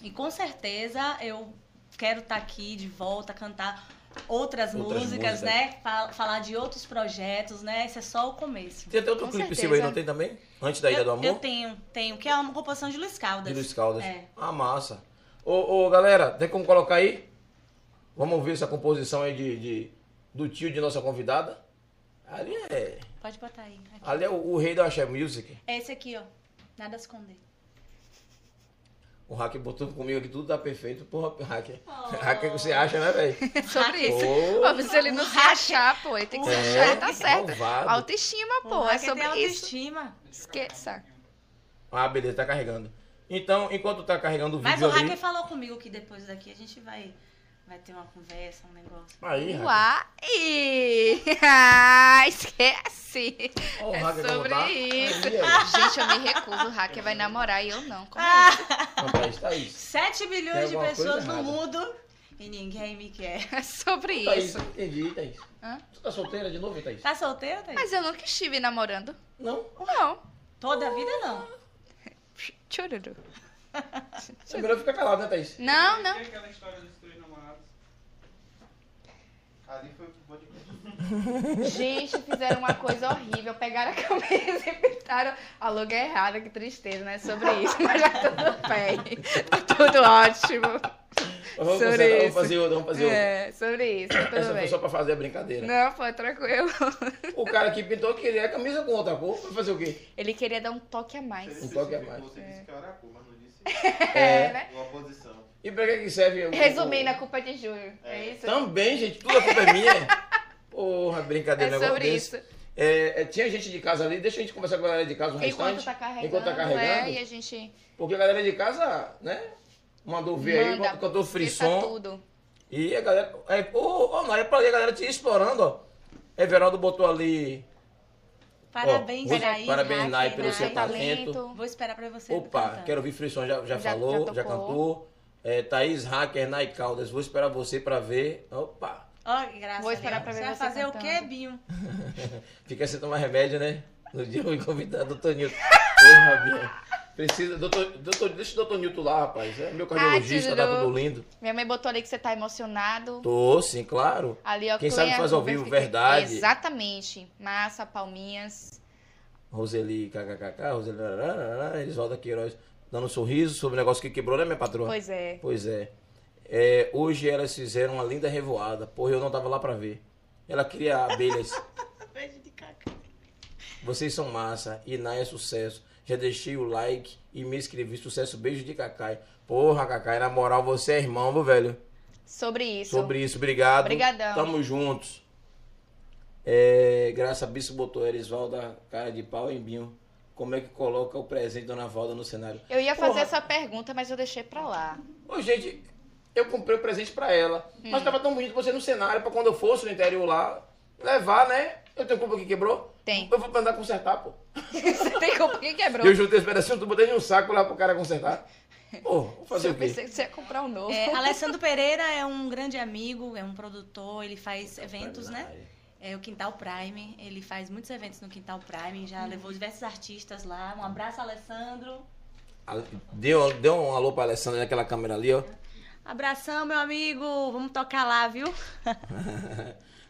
Speaker 2: e com certeza eu quero estar aqui de volta, cantar outras,
Speaker 3: Outras músicas.
Speaker 2: músicas, né? Fa- falar de outros projetos, né? Esse é só o começo.
Speaker 3: Tem até outro
Speaker 1: Com
Speaker 3: clipe
Speaker 1: certeza.
Speaker 3: seu aí, não tem também? Antes da Ilha do
Speaker 2: Eu,
Speaker 3: Amor?
Speaker 2: eu tenho, tenho, que é uma composição de Luiz Caldas.
Speaker 3: De Luiz Caldas.
Speaker 2: É.
Speaker 3: Ah, massa. Ô, ô, galera, tem como colocar aí? Vamos ouvir essa composição aí de, de- do tio de nossa convidada. Ali é,
Speaker 2: Pode botar aí. Aqui.
Speaker 3: ali é o, o rei da Axé Music.
Speaker 2: É esse aqui, ó. Nada a esconder.
Speaker 3: O hacker botou comigo aqui, tudo tá perfeito. Porra, hacker.
Speaker 1: Oh.
Speaker 3: Hacker que você acha, né, velho?
Speaker 1: É Sobre isso.
Speaker 3: Ô,
Speaker 1: Pô, se ele não se achar, pô, ele tem que se
Speaker 3: É,
Speaker 1: achar, tá certo.
Speaker 3: malvado.
Speaker 1: Autoestima, pô, é sobre
Speaker 2: tem
Speaker 1: isso.
Speaker 2: autoestima.
Speaker 1: Esqueça.
Speaker 3: Ah, beleza, tá carregando. Então, enquanto tá carregando o vídeo
Speaker 2: Mas o
Speaker 3: ali...
Speaker 1: é
Speaker 2: hacker falou comigo que depois daqui a gente vai, vai ter uma conversa, um negócio.
Speaker 3: Aí, hacker.
Speaker 1: Uai! Ah, esquece!
Speaker 3: Ó, o
Speaker 1: é
Speaker 3: hacker como
Speaker 1: sobre
Speaker 3: tá.
Speaker 1: isso.
Speaker 3: Aí, aí.
Speaker 1: Gente, eu me recuso, o hacker vai namorar e eu não. Como é
Speaker 2: Ah!
Speaker 3: Rapaz, Thaís.
Speaker 2: 7
Speaker 3: Tem
Speaker 2: bilhões de
Speaker 3: alguma
Speaker 2: pessoas
Speaker 3: coisa
Speaker 2: no
Speaker 3: errada.
Speaker 2: mundo e ninguém me quer.
Speaker 1: isso? É sobre
Speaker 3: Thaís,
Speaker 1: isso.
Speaker 3: entendi, Thaís.
Speaker 1: Hã?
Speaker 3: Tu tá solteira de novo, Thaís?
Speaker 2: Tá solteira, Thaís?
Speaker 1: Mas eu nunca estive namorando.
Speaker 3: Não?
Speaker 1: Não.
Speaker 2: Toda a vida não.
Speaker 1: Tchururu.
Speaker 3: É melhor ficar calado, né, Thaís?
Speaker 1: Não,
Speaker 5: E
Speaker 1: não.
Speaker 5: aquela história dos três namorados? Ali foi o que pode
Speaker 1: Gente, fizeram uma coisa horrível. Pegaram a camisa e pintaram a logo é errada. Que tristeza, né? Sobre isso. Mas já tá tudo bem. Tá tudo ótimo.
Speaker 3: Vamos,
Speaker 1: Sobre
Speaker 3: fazer, vamos
Speaker 1: isso.
Speaker 3: fazer outra, vamos fazer outra.
Speaker 1: É, sobre isso. Tudo
Speaker 3: Essa foi
Speaker 1: bem.
Speaker 3: só pra fazer a brincadeira.
Speaker 1: Não, foi tranquilo.
Speaker 3: O cara que pintou queria a camisa com outra cor. Vai fazer o quê?
Speaker 1: Ele queria dar um toque a mais.
Speaker 3: Um toque a mais.
Speaker 5: Você disse que era a cor, mas não disse
Speaker 1: É, né?
Speaker 5: uma posição.
Speaker 3: E pra que que serve? o-
Speaker 1: Resumindo,
Speaker 3: o-
Speaker 1: a culpa é de Júlio. É isso?
Speaker 3: Também, gente, tudo a culpa é minha. Porra, brincadeira,
Speaker 1: É
Speaker 3: negócio
Speaker 1: sobre
Speaker 3: desse.
Speaker 1: isso.
Speaker 3: É, é, tinha gente de casa ali, deixa a gente conversar com a galera de casa um
Speaker 1: Enquanto
Speaker 3: instante.
Speaker 1: tá carregando,
Speaker 3: enquanto tá
Speaker 1: é,
Speaker 3: carregando.
Speaker 1: e a gente
Speaker 3: Porque a galera de casa, né? Mandou ver aí,
Speaker 1: manda,
Speaker 3: botou- cantou
Speaker 1: esqueça
Speaker 3: frisson.
Speaker 1: tudo.
Speaker 3: E a galera. Aí, ô, ô, não, é pra ali a galera te explorando, ó. Everaldo botou ali.
Speaker 2: Parabéns,
Speaker 3: Ó,
Speaker 2: oh, Nair.
Speaker 3: parabéns, Nai, é pelo
Speaker 1: Ai, tá
Speaker 3: seu talento.
Speaker 2: Vou esperar pra você.
Speaker 3: Opa,
Speaker 2: cantar.
Speaker 3: quero ouvir Frisson, já, já,
Speaker 1: Já-
Speaker 3: falou,
Speaker 1: já
Speaker 3: já
Speaker 1: tocou.
Speaker 3: cantou. É, Thaís Hacker, Nai Caldas, vou esperar você pra ver. Opa,
Speaker 2: Ó, que graça.
Speaker 1: Vou esperar
Speaker 2: Leandro.
Speaker 1: pra ver
Speaker 2: vai
Speaker 1: você
Speaker 2: fazer o
Speaker 1: cantando.
Speaker 2: quê, Binho?
Speaker 3: fica sem tomar remédio, né? No dia eu convidar doutor Nilton. Porra, Bia. Precisa, doutor, doutor, deixa o doutor Nilton lá, rapaz. É meu cardiologista, tá
Speaker 1: tirou.
Speaker 3: tudo lindo.
Speaker 1: Minha mãe botou ali que você tá emocionado.
Speaker 3: Tô, sim, claro.
Speaker 1: Ali, ó,
Speaker 3: Quem
Speaker 1: Cleia,
Speaker 3: sabe faz ao
Speaker 1: conversa
Speaker 3: vivo,
Speaker 1: que-
Speaker 3: verdade.
Speaker 1: Exatamente. Massa, palminhas.
Speaker 3: Roseli, kkkk, Roseli, rararara, Elisvalda Queiroz, dando um sorriso sobre o negócio que quebrou, né, minha patroa?
Speaker 1: Pois é.
Speaker 3: Pois é. É, Hoje elas fizeram uma linda revoada. Porra, eu não tava lá pra ver. Ela cria abelhas.
Speaker 2: Beijo de caca.
Speaker 3: Vocês são massa. Iná é sucesso. Já deixei o like e me inscrevi. Sucesso, beijo de Cacai. Porra, Cacai, na moral, você é irmão, meu velho.
Speaker 1: Sobre isso.
Speaker 3: Sobre isso, obrigado.
Speaker 1: Obrigadão.
Speaker 3: Tamo juntos. É, Graça Bispo botou Erisvalda, cara de pau em binho. Como é que coloca o presente da Dona Valda no cenário?
Speaker 1: Eu ia fazer
Speaker 3: Porra.
Speaker 1: essa pergunta, mas eu deixei pra lá.
Speaker 3: Ô, gente, eu comprei o presente pra ela.
Speaker 2: Hum.
Speaker 3: Mas tava tão bonito você no cenário pra quando eu fosse no interior lá, levar, né? Eu tenho culpa que quebrou?
Speaker 1: Tem.
Speaker 3: Eu vou mandar consertar, pô.
Speaker 1: Você tem culpa que quebrou.
Speaker 3: Eu juntei os pedacinhos, tu botei em um saco lá pro cara consertar. Pô, vou fazer
Speaker 1: eu
Speaker 3: o quê?
Speaker 1: pensei que você ia comprar um novo.
Speaker 2: É, Alessandro Pereira é um grande amigo, é um produtor, ele faz eventos, né? É o Quintal Prime, ele faz muitos eventos no Quintal Prime, já levou diversos artistas lá. Um abraço, Alessandro.
Speaker 3: Ah, Deu, deu um alô pra Alessandra naquela câmera ali, ó.
Speaker 2: Abração, meu amigo. Vamos tocar lá, viu?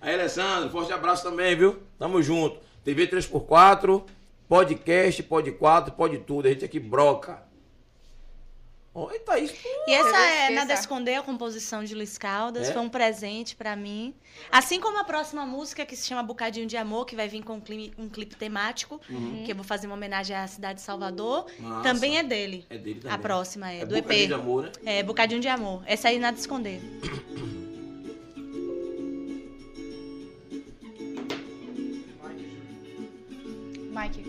Speaker 3: Aí, Alessandro, forte abraço também, viu? Tamo junto. TV 3x4, podcast, pod 4, pode tudo. A gente aqui broca. Ó, Eita, isso.
Speaker 2: E essa
Speaker 1: Eu
Speaker 2: é
Speaker 1: esqueço.
Speaker 2: Nada a Esconder, a composição de Luiz Caldas.
Speaker 3: É?
Speaker 2: Foi um presente pra mim. Assim como a próxima música, que se chama Bocadinho de Amor, que vai vir com um clipe, um clipe temático, que eu vou fazer uma homenagem à cidade de Salvador.
Speaker 3: Uhum. Massa.
Speaker 2: Também é dele.
Speaker 3: É dele também.
Speaker 2: A próxima é,
Speaker 3: É
Speaker 2: do EP.
Speaker 3: Bocadinho de Amor, né?
Speaker 2: É, Bocadinho de Amor. Essa aí Nada a Esconder.
Speaker 1: Mike.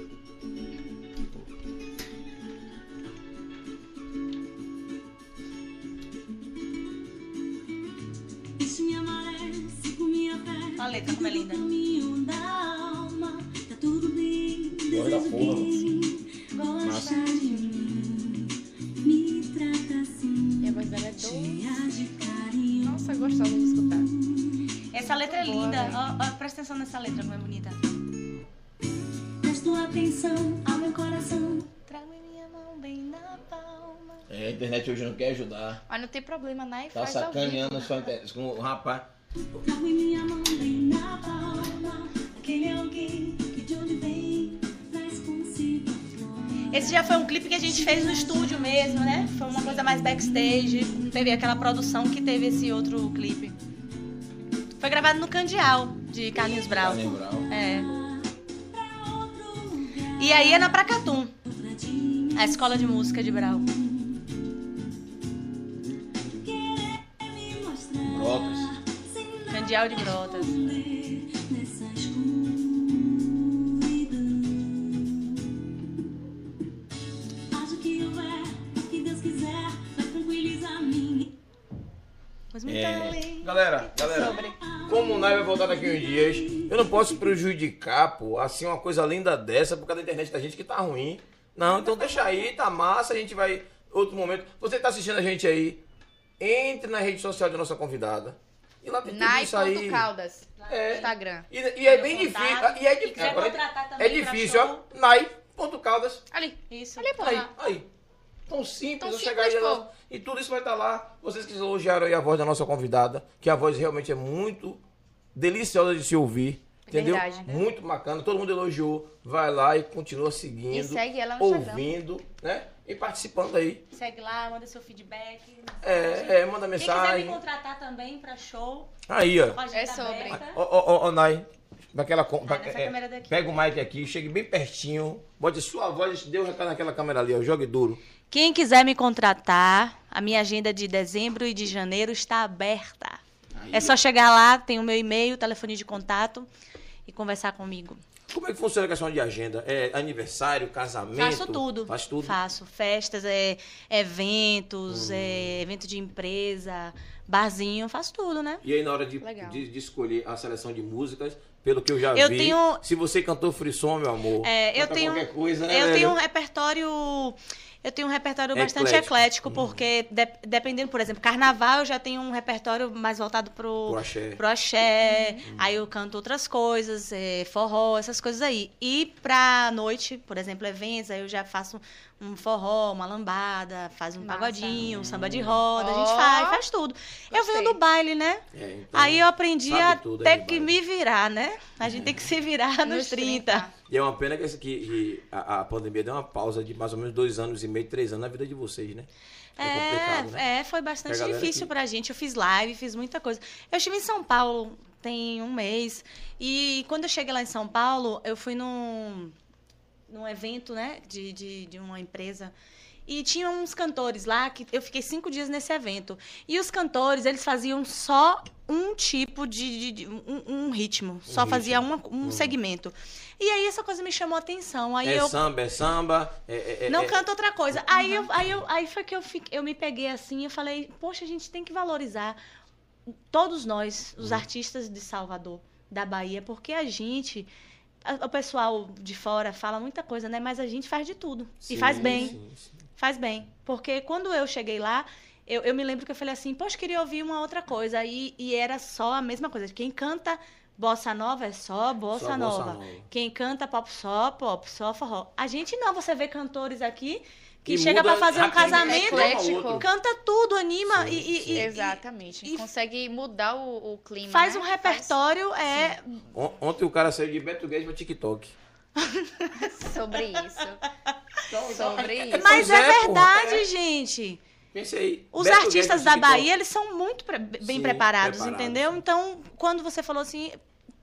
Speaker 7: Isso me amarece com minha fé.
Speaker 2: Olha a letra, como é linda.
Speaker 7: Caminho da alma, tá tudo bem.
Speaker 3: Olha a
Speaker 7: Desejo bem. assim.
Speaker 1: é
Speaker 2: Essa letra é
Speaker 1: boa,
Speaker 2: linda.
Speaker 1: né?
Speaker 2: Ó, ó, presta atenção nessa letra, como é bonita.
Speaker 7: Presto atenção ao meu coração.
Speaker 2: Trago em minha mão bem na palma.
Speaker 6: É, a internet hoje não quer ajudar.
Speaker 1: Mas não tem problema, né?
Speaker 6: Tá
Speaker 1: Faz ao vivo.
Speaker 6: sacaneando sua internet com o rapaz.
Speaker 7: Trago em minha mão bem na palma. Aquele alguém que de onde vem traz consigo a flor.
Speaker 2: Esse já foi um clipe que a gente fez no estúdio mesmo, né? Foi uma coisa mais backstage. Não teve aquela produção que teve esse outro clipe. Foi gravado no Candial, de Carlinhos Brau.
Speaker 6: Carlinhos Brau.
Speaker 2: É. E aí é na Pracatum,
Speaker 7: Pra ti,
Speaker 2: a escola de música de Brau.
Speaker 7: me mostrar.
Speaker 6: Brotas.
Speaker 7: Sem
Speaker 2: Candial de Brotas.
Speaker 7: ver nessa escuridão. Acho que eu é o que Deus quiser. Vai tranquilizar minha
Speaker 2: Mas muito
Speaker 6: É.
Speaker 2: além.
Speaker 3: Galera, galera.
Speaker 2: Sobre.
Speaker 3: Como o Nai vai voltar daqui uns dias, eu não posso prejudicar, pô, assim, uma coisa linda dessa por causa da internet da gente que tá ruim. Não, então deixa aí, tá massa, a gente vai. Outro momento. Você que tá assistindo a gente aí, entre na rede social da nossa convidada. E lá tem tudo isso aí.
Speaker 1: Nai.caldas.
Speaker 3: É.
Speaker 1: Instagram.
Speaker 3: E, e é bem
Speaker 2: Meu
Speaker 3: difícil.
Speaker 2: contato.
Speaker 3: E é,
Speaker 2: Se
Speaker 3: difícil.
Speaker 2: Tá quiser
Speaker 3: Agora,
Speaker 2: contratar
Speaker 3: é
Speaker 2: também pra
Speaker 3: difícil, ó.
Speaker 2: show.
Speaker 3: Nai.caldas.
Speaker 1: Ali.
Speaker 2: Isso.
Speaker 1: Ali, pô.
Speaker 3: Aí, aí. Tão simples,
Speaker 1: Tão
Speaker 3: eu chegar aí,
Speaker 1: simples,
Speaker 3: ela-
Speaker 1: pô.
Speaker 3: e tudo isso vai estar lá. Vocês que elogiaram aí a voz da nossa convidada, que a voz realmente é muito deliciosa de se ouvir. Entendeu?
Speaker 1: Verdade.
Speaker 3: Muito bacana, todo mundo elogiou. Vai lá e continua seguindo,
Speaker 1: E segue ela no Instagram.
Speaker 3: ouvindo, né? E participando aí.
Speaker 2: Segue lá, manda seu feedback.
Speaker 3: É, é, manda
Speaker 2: Quem quiser me
Speaker 3: mensagem.
Speaker 2: contratar também pra show,
Speaker 3: Aí, ó.
Speaker 2: com a agenda
Speaker 1: É sobre.
Speaker 2: aberta.
Speaker 3: Ó, ó, ó, ó, Nai. Naquela. com-
Speaker 2: Ah, nessa
Speaker 3: Ah, é,
Speaker 2: tá câmera daqui.
Speaker 3: pega o mic aqui, chegue bem pertinho. Bote sua voz, dê um recado naquela câmera ali, ó. Jogue duro.
Speaker 2: Quem quiser me contratar, a minha agenda de dezembro e de janeiro está aberta. É só chegar lá, tem o meu e-mail, telefone de contato e conversar comigo.
Speaker 3: Como é que funciona a questão de agenda? É aniversário, casamento?
Speaker 2: Faço tudo.
Speaker 3: Faz tudo. Hum.
Speaker 2: Faço festas, é, eventos, é, evento de empresa, barzinho, faço tudo, né?
Speaker 3: E aí, na hora de,
Speaker 1: Legal.
Speaker 3: de, de escolher a seleção de músicas, pelo que eu já
Speaker 2: Eu
Speaker 3: vi.
Speaker 2: tenho-
Speaker 3: Se você cantou frisson, meu amor.
Speaker 2: É, eu
Speaker 3: canta
Speaker 2: tenho-
Speaker 3: Qualquer coisa, né,
Speaker 2: Eu
Speaker 3: velho?
Speaker 2: tenho um repertório. Eu tenho um repertório bastante
Speaker 3: Eclético. Uhum.
Speaker 2: eclético, porque de- dependendo, por exemplo, carnaval eu já tenho um repertório mais voltado pro,
Speaker 3: Pro axé. Uhum.
Speaker 2: pro axé, aí eu canto outras coisas, eh, forró, essas coisas aí. E pra noite, por exemplo, eventos, aí eu já faço um forró, uma lambada, faz um
Speaker 1: Massa.
Speaker 2: pagodinho, um samba
Speaker 3: Uhum.
Speaker 2: de roda, a gente
Speaker 1: Ó.
Speaker 2: faz, faz tudo. Eu venho
Speaker 1: Gostei.
Speaker 2: do baile, né?
Speaker 3: É, então,
Speaker 2: Aí eu aprendi
Speaker 3: sabe
Speaker 2: a
Speaker 3: tudo aí
Speaker 2: ter
Speaker 3: de
Speaker 2: que
Speaker 3: baile.
Speaker 2: me virar, né? A gente tem que se
Speaker 1: Tá
Speaker 2: virar nos 30.
Speaker 3: E é uma pena que, esse- que- que a, a pandemia deu uma pausa de mais ou menos dois anos e meio, três anos na vida de vocês, né?
Speaker 2: É,
Speaker 3: complicado, né?
Speaker 2: é, foi bastante
Speaker 3: Pra galera
Speaker 2: difícil
Speaker 3: que-
Speaker 2: pra gente. Eu fiz live, fiz muita coisa. Eu estive em São Paulo tem um mês. E quando eu cheguei lá em São Paulo, eu fui num, num evento, né? De, de, de uma empresa. E tinha uns cantores lá que eu fiquei cinco dias nesse evento. E os cantores, eles faziam só um tipo de. de- de- um, um ritmo. só fazia uma- um segmento. E aí essa coisa me chamou a atenção. Aí
Speaker 3: Uhum. é
Speaker 2: eu
Speaker 3: samba, é samba. é- é-
Speaker 2: não
Speaker 3: é-
Speaker 2: canta outra coisa. Aí, eu, aí, eu, aí foi que eu, fiquei, eu me peguei assim, eu falei, poxa, a gente tem que valorizar todos nós,
Speaker 3: Uhum.
Speaker 2: os artistas de Salvador, da Bahia, porque a gente, a- o pessoal de fora fala muita coisa, né? Mas a gente faz de tudo.
Speaker 3: Sim,
Speaker 2: e faz bem,
Speaker 3: sim, sim.
Speaker 2: faz bem. Porque quando eu cheguei lá, eu, eu me lembro que eu falei assim, poxa, queria ouvir uma outra coisa. E, e era só a mesma coisa. Quem canta bossa nova é só bossa,
Speaker 3: Só
Speaker 2: nova. Quem canta pop só, pop só, forró. A gente não, você vê cantores aqui que
Speaker 3: E
Speaker 2: chega
Speaker 3: muda
Speaker 2: pra fazer um
Speaker 3: rapidinho,
Speaker 2: casamento,
Speaker 3: é eclético.
Speaker 1: Eclético.
Speaker 2: canta tudo, anima
Speaker 3: Sim,
Speaker 2: e, e-
Speaker 3: sim.
Speaker 2: e-
Speaker 1: Exatamente.
Speaker 2: e-
Speaker 1: Consegue mudar o, o
Speaker 2: e
Speaker 1: clima.
Speaker 2: faz
Speaker 1: né?
Speaker 2: um repertório é
Speaker 3: On- Ontem o cara saiu de Beto Guedes pra TikTok.
Speaker 1: Faz sobre isso.
Speaker 3: um
Speaker 1: sobre isso.
Speaker 2: mas
Speaker 3: Pois
Speaker 2: é,
Speaker 3: é, porra,
Speaker 2: verdade,
Speaker 3: é.
Speaker 2: gente.
Speaker 3: Pensa aí.
Speaker 2: Os
Speaker 3: Beto
Speaker 2: artistas
Speaker 3: Guedes pra
Speaker 2: da
Speaker 3: TikTok.
Speaker 2: Bahia, eles são muito pre- bem
Speaker 3: Sim,
Speaker 2: preparados,
Speaker 3: preparados.
Speaker 2: entendeu? Então, quando você falou assim,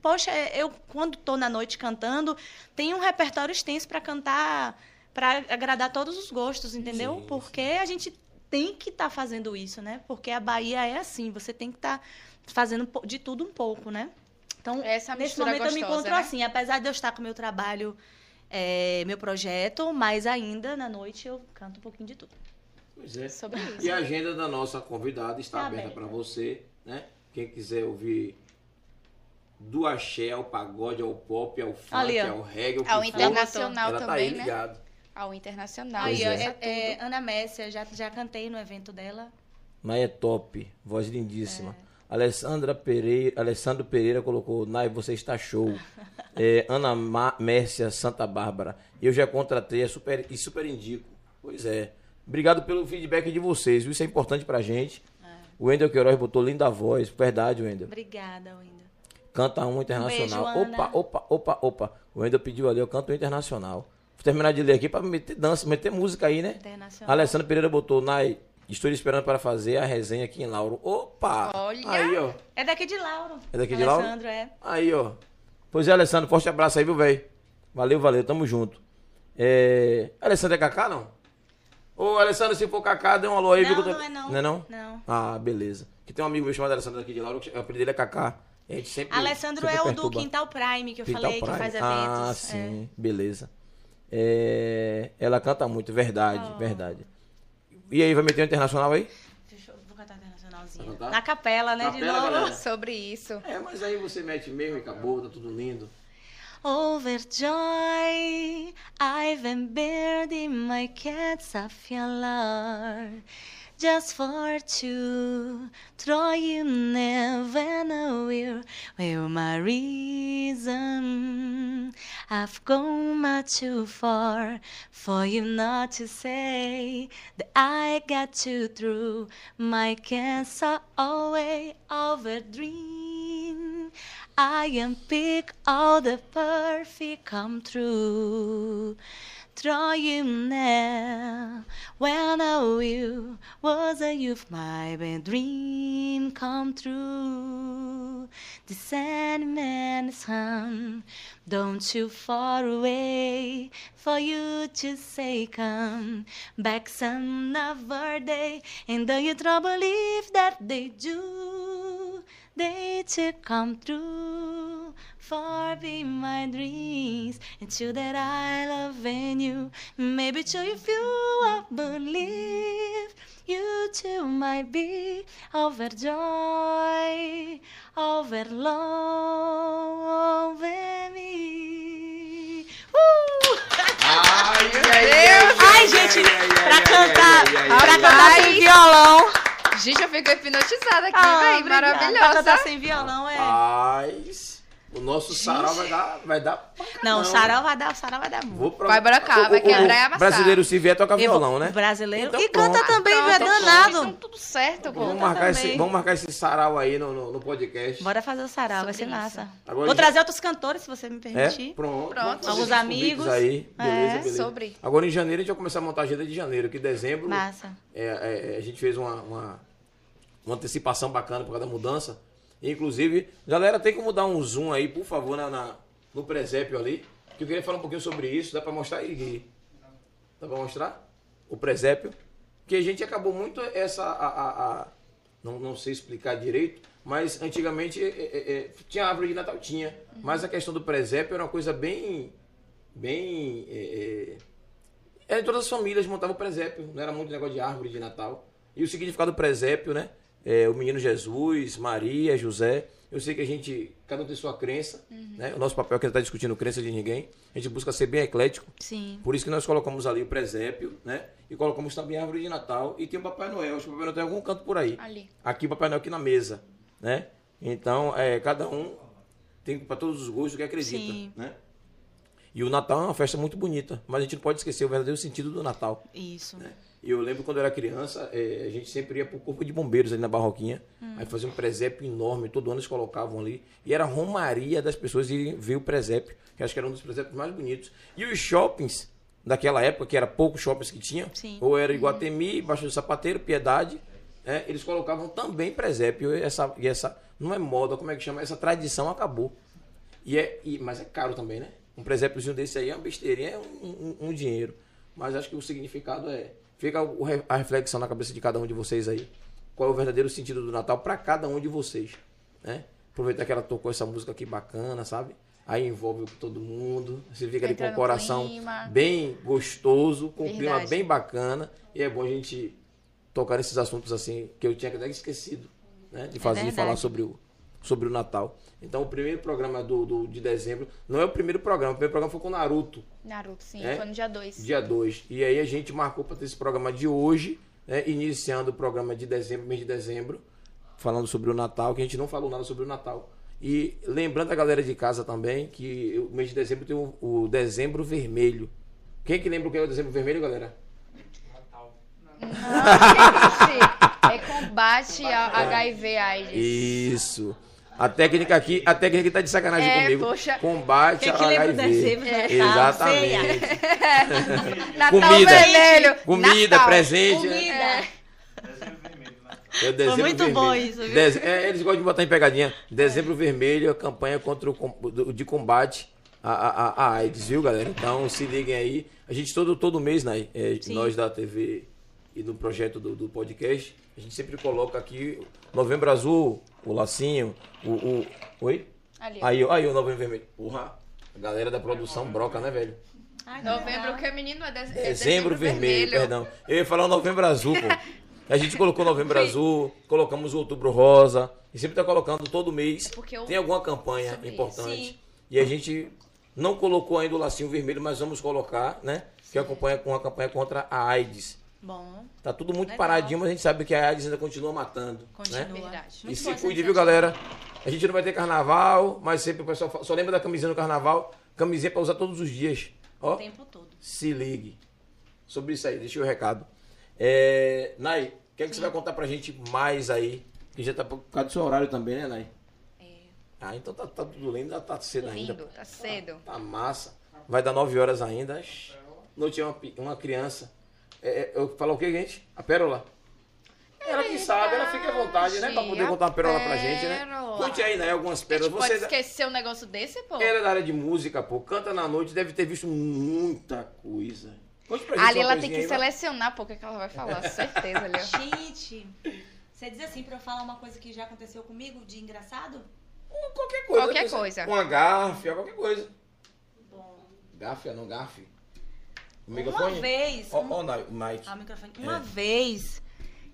Speaker 2: poxa, é, eu quando tô na noite cantando, tem um repertório extenso pra cantar, pra agradar todos os gostos, entendeu?
Speaker 3: Sim,
Speaker 2: Porque a gente tem que estar fazendo isso, né? Porque a Bahia é assim, você tem que estar fazendo po- de tudo um pouco, né? Então,
Speaker 1: Essa
Speaker 2: Nesse
Speaker 1: Tá mistura
Speaker 2: momento
Speaker 1: gostosa,
Speaker 2: eu me encontro
Speaker 1: né?
Speaker 2: assim, apesar de eu estar com o meu trabalho, é, meu projeto, mas ainda na noite eu canto um pouquinho de tudo.
Speaker 3: Pois é.
Speaker 2: assim.
Speaker 1: Sobre isso.
Speaker 3: E a agenda da nossa convidada está
Speaker 2: Tá
Speaker 3: aberta
Speaker 2: aberta.
Speaker 3: para você, né? Quem quiser ouvir do axé ao pagode, ao pop, ao funk,
Speaker 2: Ali, ó.
Speaker 3: ao reggae, ao que
Speaker 1: Ao
Speaker 3: for,
Speaker 1: internacional
Speaker 3: ela tá aí
Speaker 1: também, né?
Speaker 3: ligado.
Speaker 1: Ao internacional.
Speaker 2: Aí,
Speaker 3: Pois
Speaker 2: ó,
Speaker 3: é.
Speaker 2: é- é, Ana Messia, já, já cantei no evento dela.
Speaker 3: Mas é top, voz lindíssima. Alessandra Pereira, Alessandro Pereira colocou, Nai, você está show. É, Ana Ma- Mércia Santa Bárbara, eu já contratei é super, e super indico. Pois é. Obrigado pelo feedback de vocês, viu? isso é importante pra gente.
Speaker 2: É.
Speaker 3: O Wendel Queiroz botou linda voz, verdade, Wendel.
Speaker 2: Obrigada, Wendel.
Speaker 3: Canta um internacional.
Speaker 2: beijo, Ana.
Speaker 3: opa, opa, opa, opa. O Wendel pediu ali, eu canto um internacional. Vou terminar de ler aqui pra meter dança, meter música aí, né?
Speaker 2: Internacional.
Speaker 3: Alessandro Pereira botou, Nai, estou lhe esperando para fazer a resenha aqui em Lauro. Opa!
Speaker 1: Olha!
Speaker 3: Aí, ó.
Speaker 2: É daqui de Lauro.
Speaker 3: É daqui de Lauro?
Speaker 2: Alessandro, é.
Speaker 3: Aí, ó. Pois é, Alessandro, forte abraço aí, viu, velho? Valeu, valeu, tamo junto. É... Alessandro é Cacá, não? Ô, Alessandro, se for Cacá, dê um alô aí.
Speaker 2: Não,
Speaker 3: viu que eu
Speaker 2: não é não.
Speaker 3: Não é não?
Speaker 2: Não.
Speaker 3: Ah, beleza. Que tem um amigo meu chamado Alessandro aqui de Lauro, que o apelido dele é Cacá. E A gente sempre,
Speaker 2: Alessandro
Speaker 3: sempre
Speaker 2: é o do
Speaker 3: perturba.
Speaker 2: Quintal Prime, que eu
Speaker 3: Quintal
Speaker 2: falei,
Speaker 3: Prime.
Speaker 2: que faz eventos. é.
Speaker 3: Ah, sim, beleza. É, Ela canta muito, verdade, verdade. E aí, vai meter o internacional aí?
Speaker 2: Deixa eu... Vou cantar internacionalzinho.
Speaker 3: Vai cantar?
Speaker 2: Na capela, né? de
Speaker 3: Capela,
Speaker 2: novo.
Speaker 3: galera.
Speaker 1: Sobre isso.
Speaker 3: É, mas aí você mete mesmo e acabou, tá tudo lindo.
Speaker 2: Overjoy, I've embedded in my cat's affialar. Just for two, Troy, you never know where, where my reason. I've gone much too far for you not to say that I got you through my cancer away over dream. I can pick all the perfect come true. Draw you now when I will was a youth my bad dream come true. The sandman's hum, don't you far away for you to say come back some other day. And though you don't believe that they do, they to come true for be my dreams until that I love in you maybe till you feel I believe you too might be overjoyed overlong over me uh!
Speaker 3: Ai,
Speaker 2: ai gente pra cantar pra cantar
Speaker 1: ai.
Speaker 2: sem violão
Speaker 1: Gente, eu fico hipnotizada aqui,
Speaker 2: Ah,
Speaker 1: véi.
Speaker 2: obrigada. pra
Speaker 1: Maravilhosa.
Speaker 2: cantar sem violão é
Speaker 3: Rapaz, o nosso sarau vai dar. Vai dar
Speaker 2: Não, o sarau vai dar, o sarau vai dar muito.
Speaker 3: Vou pro-
Speaker 1: Vai brancar, vai
Speaker 3: O- o-
Speaker 1: quebrar e amassar.
Speaker 3: Brasileiro, se vier, toca
Speaker 2: Eu vou-
Speaker 3: violão, né?
Speaker 2: Brasileiro.
Speaker 3: Então
Speaker 2: e canta
Speaker 3: pronto.
Speaker 2: também,
Speaker 1: Pronto,
Speaker 2: é
Speaker 1: pô,
Speaker 2: danado.
Speaker 1: Então tudo certo, pô.
Speaker 3: Vamos marcar, esse,
Speaker 2: também.
Speaker 3: vamos marcar esse sarau aí no, no, no podcast.
Speaker 2: Bora fazer o sarau,
Speaker 1: Sobre
Speaker 2: vai ser
Speaker 1: isso.
Speaker 2: massa.
Speaker 3: Agora
Speaker 2: Vou
Speaker 3: a gente-
Speaker 2: trazer outros cantores, se você me
Speaker 3: É?
Speaker 2: permitir.
Speaker 3: Pronto.
Speaker 1: Pronto.
Speaker 3: vamos fazer
Speaker 2: Alguns
Speaker 3: esses convites
Speaker 2: amigos.
Speaker 3: Aí. Beleza,
Speaker 2: É,
Speaker 3: beleza.
Speaker 1: sobre.
Speaker 3: Agora em janeiro a gente vai começar a montar a agenda de janeiro, que dezembro
Speaker 2: Massa.
Speaker 3: é, é, a gente fez uma, uma, uma antecipação bacana por causa da mudança. Inclusive, galera, tem como dar um zoom aí, por favor, na, na- no presépio ali. Que eu queria falar um pouquinho sobre isso. Dá pra mostrar aí, Gui? Dá pra mostrar? O presépio. Que a gente acabou muito essa. A, a- a- não, não sei explicar direito, mas antigamente é, é, é, tinha árvore de Natal, tinha. Mas a questão do presépio era uma coisa bem. bem. é, é, era em todas as famílias montava o presépio, não era muito negócio de árvore de Natal. E o significado do presépio, né? É, o menino Jesus, Maria, José. Eu sei que a gente, cada um tem sua crença, né? O nosso papel é que não está discutindo crença de ninguém. A gente busca ser bem eclético.
Speaker 2: Sim.
Speaker 3: Por isso que nós colocamos ali o presépio, né? E colocamos também a árvore de Natal. E tem o Papai Noel. Acho que o Papai Noel tem algum canto por aí.
Speaker 1: Ali.
Speaker 3: Aqui o Papai Noel aqui na mesa, né? Então, é, cada um tem para todos os gostos o que acredita,
Speaker 2: Sim.
Speaker 3: né? E o Natal é uma festa muito bonita, mas a gente não pode esquecer o verdadeiro sentido do Natal.
Speaker 2: Isso.
Speaker 3: E eu lembro quando eu era criança, eh, a gente sempre ia pro corpo de bombeiros ali na Barroquinha. Aí fazia um presépio enorme, todo ano eles colocavam ali. E era a romaria das pessoas irem ver o presépio, que acho que era um dos presépios mais bonitos. E os shoppings daquela época, que era poucos shoppings que tinham,
Speaker 2: Sim.
Speaker 3: ou era Iguatemi, Baixo do Sapateiro, Piedade, né? eles colocavam também presépio. E essa, e essa, não é moda, como é que chama? Essa tradição acabou. E é, e- mas é caro também, né? Um presépiozinho desse aí é uma besteirinha, é um, um- um dinheiro. Mas acho que o significado é. Fica o re- a reflexão na cabeça de cada um de vocês aí. Qual é o verdadeiro sentido do Natal para cada um de vocês, né? Aproveitar que ela tocou essa música aqui bacana, sabe? Aí envolve todo mundo, você fica ali com
Speaker 1: Entra
Speaker 3: o
Speaker 1: no
Speaker 3: coração
Speaker 1: clima.
Speaker 3: bem gostoso, com um clima
Speaker 1: Verdade.
Speaker 3: bem bacana. E é bom a gente tocar nesses assuntos assim que eu tinha até esquecido, né? De fazer, de
Speaker 2: verdade.
Speaker 3: falar sobre o, sobre o Natal. Então, o primeiro programa do, do- de dezembro não é o primeiro programa, o primeiro programa foi com o Naruto,
Speaker 1: Naruto, sim.
Speaker 3: É?
Speaker 1: Foi no dia 2.
Speaker 3: dia 2. E aí a gente marcou para ter esse programa de hoje, né? iniciando o programa de dezembro, mês de dezembro, falando sobre o Natal, que a gente não falou nada sobre o Natal. E lembrando a galera de casa também que o mês de dezembro tem o, o dezembro vermelho. Quem que lembra o que é o dezembro vermelho, galera?
Speaker 1: Não, Ah, gente, é combate ao HIV AIDS.
Speaker 3: Isso. A técnica aqui, a técnica tá de sacanagem
Speaker 1: É,
Speaker 3: comigo.
Speaker 1: poxa.
Speaker 3: Combate
Speaker 2: Quem é
Speaker 3: ao
Speaker 2: que lembra o
Speaker 3: HIV.
Speaker 2: dezembro, né?
Speaker 3: É. Exatamente.
Speaker 1: Natal
Speaker 3: Comida.
Speaker 1: vermelho.
Speaker 3: Comida,
Speaker 1: Natal.
Speaker 3: presente.
Speaker 2: Comida.
Speaker 5: Desenho vermelho, né?
Speaker 3: É o dezembro
Speaker 2: muito
Speaker 3: vermelho.
Speaker 2: bom isso, viu?
Speaker 3: Deze- é, eles gostam de botar em pegadinha. Dezembro vermelho, a campanha contra o com- do- de combate à, à- à- à AIDS, viu, galera? Então se liguem aí. A gente todo, todo mês, né? é,
Speaker 2: Sim.
Speaker 3: nós da TV e do projeto do, do podcast, a gente sempre coloca aqui Novembro Azul, o Lacinho, o. o- Oi?
Speaker 1: Ali, ó.
Speaker 3: Aí, ó, aí o Novembro Vermelho. Porra! A galera da produção broca, né, velho?
Speaker 2: Ai, que
Speaker 1: Novembro
Speaker 2: legal.
Speaker 1: que é menino é, dez- é
Speaker 3: Dezembro vermelho, perdão. Eu ia falar novembro azul, pô. A gente colocou novembro azul, colocamos outubro rosa. E sempre tá colocando todo mês.
Speaker 1: porque o-
Speaker 3: Tem alguma campanha
Speaker 1: sobre isso.
Speaker 3: importante.
Speaker 2: Sim.
Speaker 3: E a gente não colocou ainda o lacinho vermelho, mas vamos colocar, né? Que acompanha com a campanha contra a AIDS.
Speaker 1: Né?
Speaker 2: Bom,
Speaker 3: Tá tudo muito
Speaker 2: Legal.
Speaker 3: paradinho, mas a gente sabe que a AIDS ainda continua matando. Né?
Speaker 2: continua.
Speaker 1: É Verdade.
Speaker 3: E
Speaker 2: Muito bom
Speaker 3: se
Speaker 2: essa
Speaker 3: cuide, viu,
Speaker 2: iniciativa.
Speaker 3: galera? A gente não vai ter carnaval, mas sempre o pessoal fa- só lembra da camisinha no carnaval. Camisinha pra usar todos os dias. Ó.
Speaker 2: O tempo todo.
Speaker 3: Se ligue. Sobre isso aí, deixa o recado. É, Nai, o que, é que
Speaker 2: Hum.
Speaker 3: você vai contar pra gente mais aí? Que já tá por causa do seu horário também, né, Nai?
Speaker 2: É.
Speaker 3: Ah, então tá, tá tudo lindo, ainda tá cedo ainda.
Speaker 1: Lindo, tá cedo.
Speaker 3: Tá massa. Vai dar 9 horas ainda. Não tinha uma, pi- uma criança. É, é, eu falar o que, gente? A pérola?
Speaker 1: É
Speaker 3: Ela que sabe, ela fica à vontade, né? Pra
Speaker 1: Sim,
Speaker 3: poder
Speaker 1: a
Speaker 3: contar uma pérola pra gente, né?
Speaker 1: pérola.
Speaker 3: Conte aí, Nai, algumas
Speaker 1: A gente
Speaker 3: pérolas.
Speaker 1: pode
Speaker 3: Você, é da-
Speaker 1: esquecer um negócio desse, pô?
Speaker 3: ela é da área de música, pô. Canta na noite, deve ter visto muita coisa. Conte pra gente
Speaker 1: Ali
Speaker 3: uma
Speaker 1: ela tem
Speaker 3: coisinha
Speaker 1: que
Speaker 3: aí, vai.
Speaker 1: selecionar, pô, o que que ela vai falar, certeza, ali, ó.
Speaker 2: Gente, você diz assim pra eu falar uma coisa que já aconteceu comigo de engraçado?
Speaker 3: Com qualquer coisa.
Speaker 1: Qualquer
Speaker 3: né?
Speaker 1: coisa.
Speaker 3: Uma garfia, qualquer coisa.
Speaker 2: Bom,
Speaker 3: Garfia, não garfe. O
Speaker 2: uma
Speaker 3: microfone?
Speaker 2: vez...
Speaker 3: Ó,
Speaker 2: um-
Speaker 3: ó, Nai, o Mike.
Speaker 2: Ah, o microfone.
Speaker 3: É.
Speaker 2: Uma vez,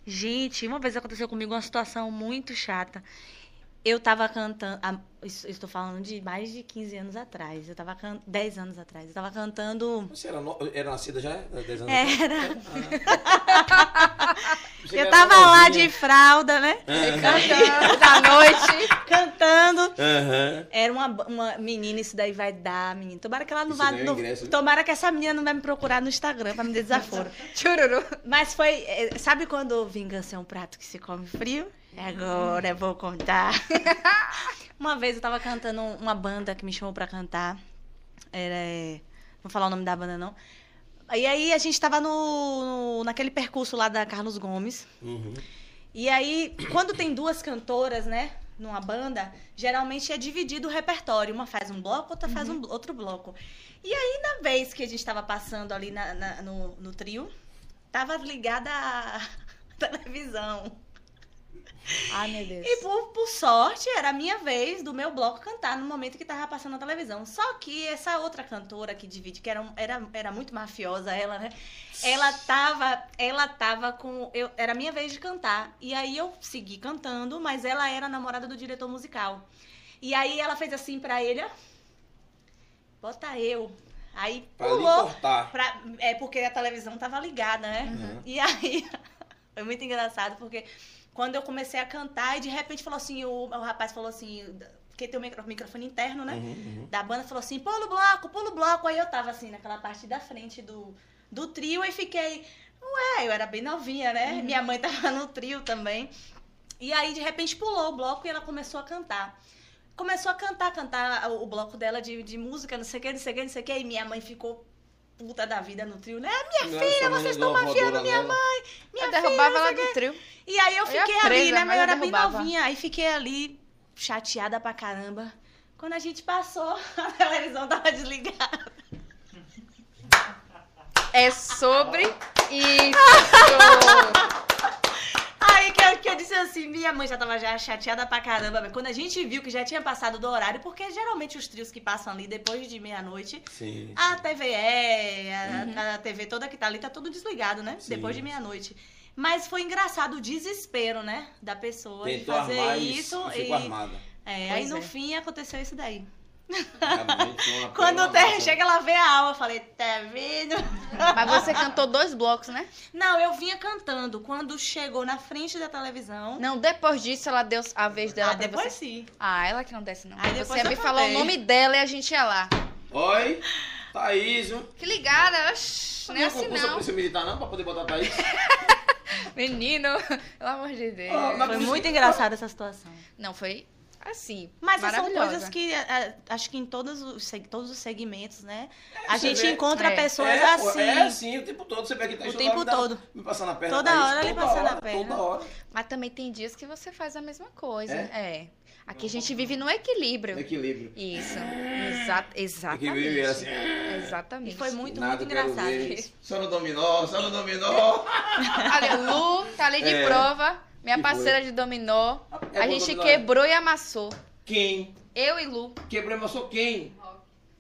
Speaker 2: gente, uma vez aconteceu comigo uma situação muito chata. Eu tava cantando, ah, isso- estou falando de mais de 15 anos atrás, eu tava can... 10 anos atrás, eu tava cantando...
Speaker 3: Você era, no... era nascida já? Era 10
Speaker 1: É.
Speaker 3: anos atrás?
Speaker 2: Era,
Speaker 3: Você
Speaker 2: eu
Speaker 3: era
Speaker 2: tava lá
Speaker 3: novinha.
Speaker 2: de fralda, né?
Speaker 1: Cantando da noite.
Speaker 2: Cantando.
Speaker 3: Aham.
Speaker 2: Era uma, uma menina, isso daí vai dar, menina. Tomara que ela não
Speaker 3: Isso
Speaker 2: vá.
Speaker 3: daí é
Speaker 2: não-
Speaker 3: ingresso, né?
Speaker 2: tomara que essa menina não vai me procurar no Instagram pra me dar desaforo.
Speaker 1: Chururu.
Speaker 2: Mas foi. é, Sabe quando vingança é um prato que se come frio? É Agora eu vou contar. uma vez eu tava cantando um, uma banda que me chamou pra cantar. Era. é, Não vou falar o nome da banda, não. E aí a gente tava no, no- naquele percurso lá da Carlos Gomes.
Speaker 3: Uhum.
Speaker 2: E aí, quando tem duas cantoras, né? Numa banda, geralmente é dividido o repertório. Uma faz um bloco, outra faz um blo- outro bloco. E aí, na vez que a gente tava passando ali na- na- no, no trio, tava ligada a televisão.
Speaker 1: Ai, meu Deus.
Speaker 2: E por, por sorte, era a minha vez do meu bloco cantar no momento que tava passando na televisão. Só que essa outra cantora que divide, que era, um- era, era muito mafiosa, ela, né? Ela tava, ela tava com. Eu, era a minha vez de cantar. E aí eu segui cantando, mas ela era a namorada do diretor musical. E aí ela fez assim pra ele, ó. Bota eu. Aí
Speaker 3: Pra lhe
Speaker 2: pulou.
Speaker 3: cortar.
Speaker 2: Pra- é porque a televisão tava ligada, né? E aí, foi muito engraçado, porque quando eu comecei a cantar, e de repente falou assim, o, o rapaz falou assim, porque tem o micro- microfone interno, né?
Speaker 3: Uhum, uhum.
Speaker 2: Da banda falou assim, pula o bloco, pula o bloco. Aí eu tava assim, naquela parte da frente do, do trio, e fiquei, ué, eu era bem novinha, né?
Speaker 1: Uhum.
Speaker 2: Minha mãe tava no trio também. E aí, de repente, pulou o bloco e ela começou a cantar. Começou a cantar, cantar o o bloco dela de, de música, não sei o que, não sei o que, não sei o que. E minha mãe ficou puta da vida no trio, né?
Speaker 3: uhum.
Speaker 2: Minha filha, vocês
Speaker 3: é
Speaker 2: estão mafiando minha mãe. Minha
Speaker 1: Eu
Speaker 2: filha,
Speaker 1: derrubava
Speaker 2: não
Speaker 1: ela
Speaker 2: sei o quê.
Speaker 1: do trio.
Speaker 2: E aí eu
Speaker 1: Eu ia
Speaker 2: fiquei ali,
Speaker 1: presa,
Speaker 2: né?
Speaker 1: mas
Speaker 2: Mas eu
Speaker 1: eu
Speaker 2: era bem
Speaker 1: derrubava.
Speaker 2: novinha. Aí fiquei ali, chateada pra caramba. Quando a gente passou, a televisão tava desligada.
Speaker 1: É sobre isso.
Speaker 2: Aí que eu, que eu disse assim, minha mãe já tava já chateada pra caramba. mas Quando a gente viu que já tinha passado do horário, porque geralmente os trios que passam ali depois de meia-noite,
Speaker 3: Sim. Uhum.
Speaker 2: a TVE, a, a TV toda que tá ali, tá tudo desligado, né?
Speaker 3: Sim.
Speaker 2: Depois de meia-noite. Mas foi engraçado o desespero, né? Da pessoa de
Speaker 3: Tentou
Speaker 2: fazer
Speaker 3: armar
Speaker 2: isso.
Speaker 3: e ficou armada.
Speaker 2: É, aí
Speaker 1: Pois
Speaker 2: no
Speaker 1: é.
Speaker 2: fim aconteceu isso daí. Quando der, chega, ela vê a aula. Eu falei, tá vendo?
Speaker 1: Mas você cantou dois blocos, né?
Speaker 2: Não, eu vinha cantando. Quando chegou na frente da televisão.
Speaker 1: Não, depois disso ela deu a vez dela
Speaker 2: ah,
Speaker 1: pra
Speaker 2: depois
Speaker 1: você.
Speaker 2: sim.
Speaker 1: Ah, ela que não desce, não.
Speaker 2: Aí depois
Speaker 1: você
Speaker 2: eu
Speaker 1: me falou o
Speaker 2: cantei.
Speaker 1: nome dela e a gente ia lá.
Speaker 3: Oi, Thaís, viu?
Speaker 1: Que ligada, oxi, não é assim
Speaker 3: concurso
Speaker 1: não.
Speaker 3: pra polícia militar, não, pra poder botar Thaís?
Speaker 1: Menino, pelo amor de Deus.
Speaker 3: Ah, mas
Speaker 2: Foi
Speaker 3: por isso
Speaker 2: muito
Speaker 3: que-
Speaker 2: engraçada essa situação.
Speaker 1: Não, foi assim.
Speaker 2: Mas são
Speaker 1: maravilhosa.
Speaker 2: coisas que é, acho que em todos os, seg- todos os segmentos, né? a
Speaker 3: você
Speaker 2: gente
Speaker 3: vê.
Speaker 2: encontra
Speaker 1: É.
Speaker 2: pessoas
Speaker 3: é, pô,
Speaker 2: assim.
Speaker 3: É assim, o tempo todo. Você vê que tá
Speaker 2: O
Speaker 3: estudando,
Speaker 2: tempo
Speaker 3: dá-
Speaker 2: todo.
Speaker 3: Me passando a perna.
Speaker 2: Toda
Speaker 3: Thaís,
Speaker 2: hora ele
Speaker 3: toda
Speaker 2: passando a
Speaker 3: hora,
Speaker 2: perna.
Speaker 3: Toda hora.
Speaker 1: Mas também tem dias que você faz a mesma coisa. É. Aqui a
Speaker 5: Não,
Speaker 1: gente
Speaker 5: não.
Speaker 1: vive no equilíbrio.
Speaker 2: É
Speaker 3: Equilíbrio.
Speaker 1: Isso. Exa exatamente.
Speaker 3: Equilíbrio é assim.
Speaker 1: Exatamente.
Speaker 2: E foi muito,
Speaker 3: Nada
Speaker 2: muito
Speaker 3: quero
Speaker 2: engraçado
Speaker 3: ver.
Speaker 2: isso.
Speaker 6: Só no dominó, só no dominó.
Speaker 1: Olha, Lu tá ali de
Speaker 3: É.
Speaker 1: prova, minha
Speaker 3: Que
Speaker 1: parceira de dominó.
Speaker 3: É
Speaker 1: a
Speaker 3: bom
Speaker 1: gente
Speaker 3: dominar.
Speaker 1: quebrou e amassou.
Speaker 3: Quem?
Speaker 1: Eu e Lu.
Speaker 3: Quebrou, mas sou quem?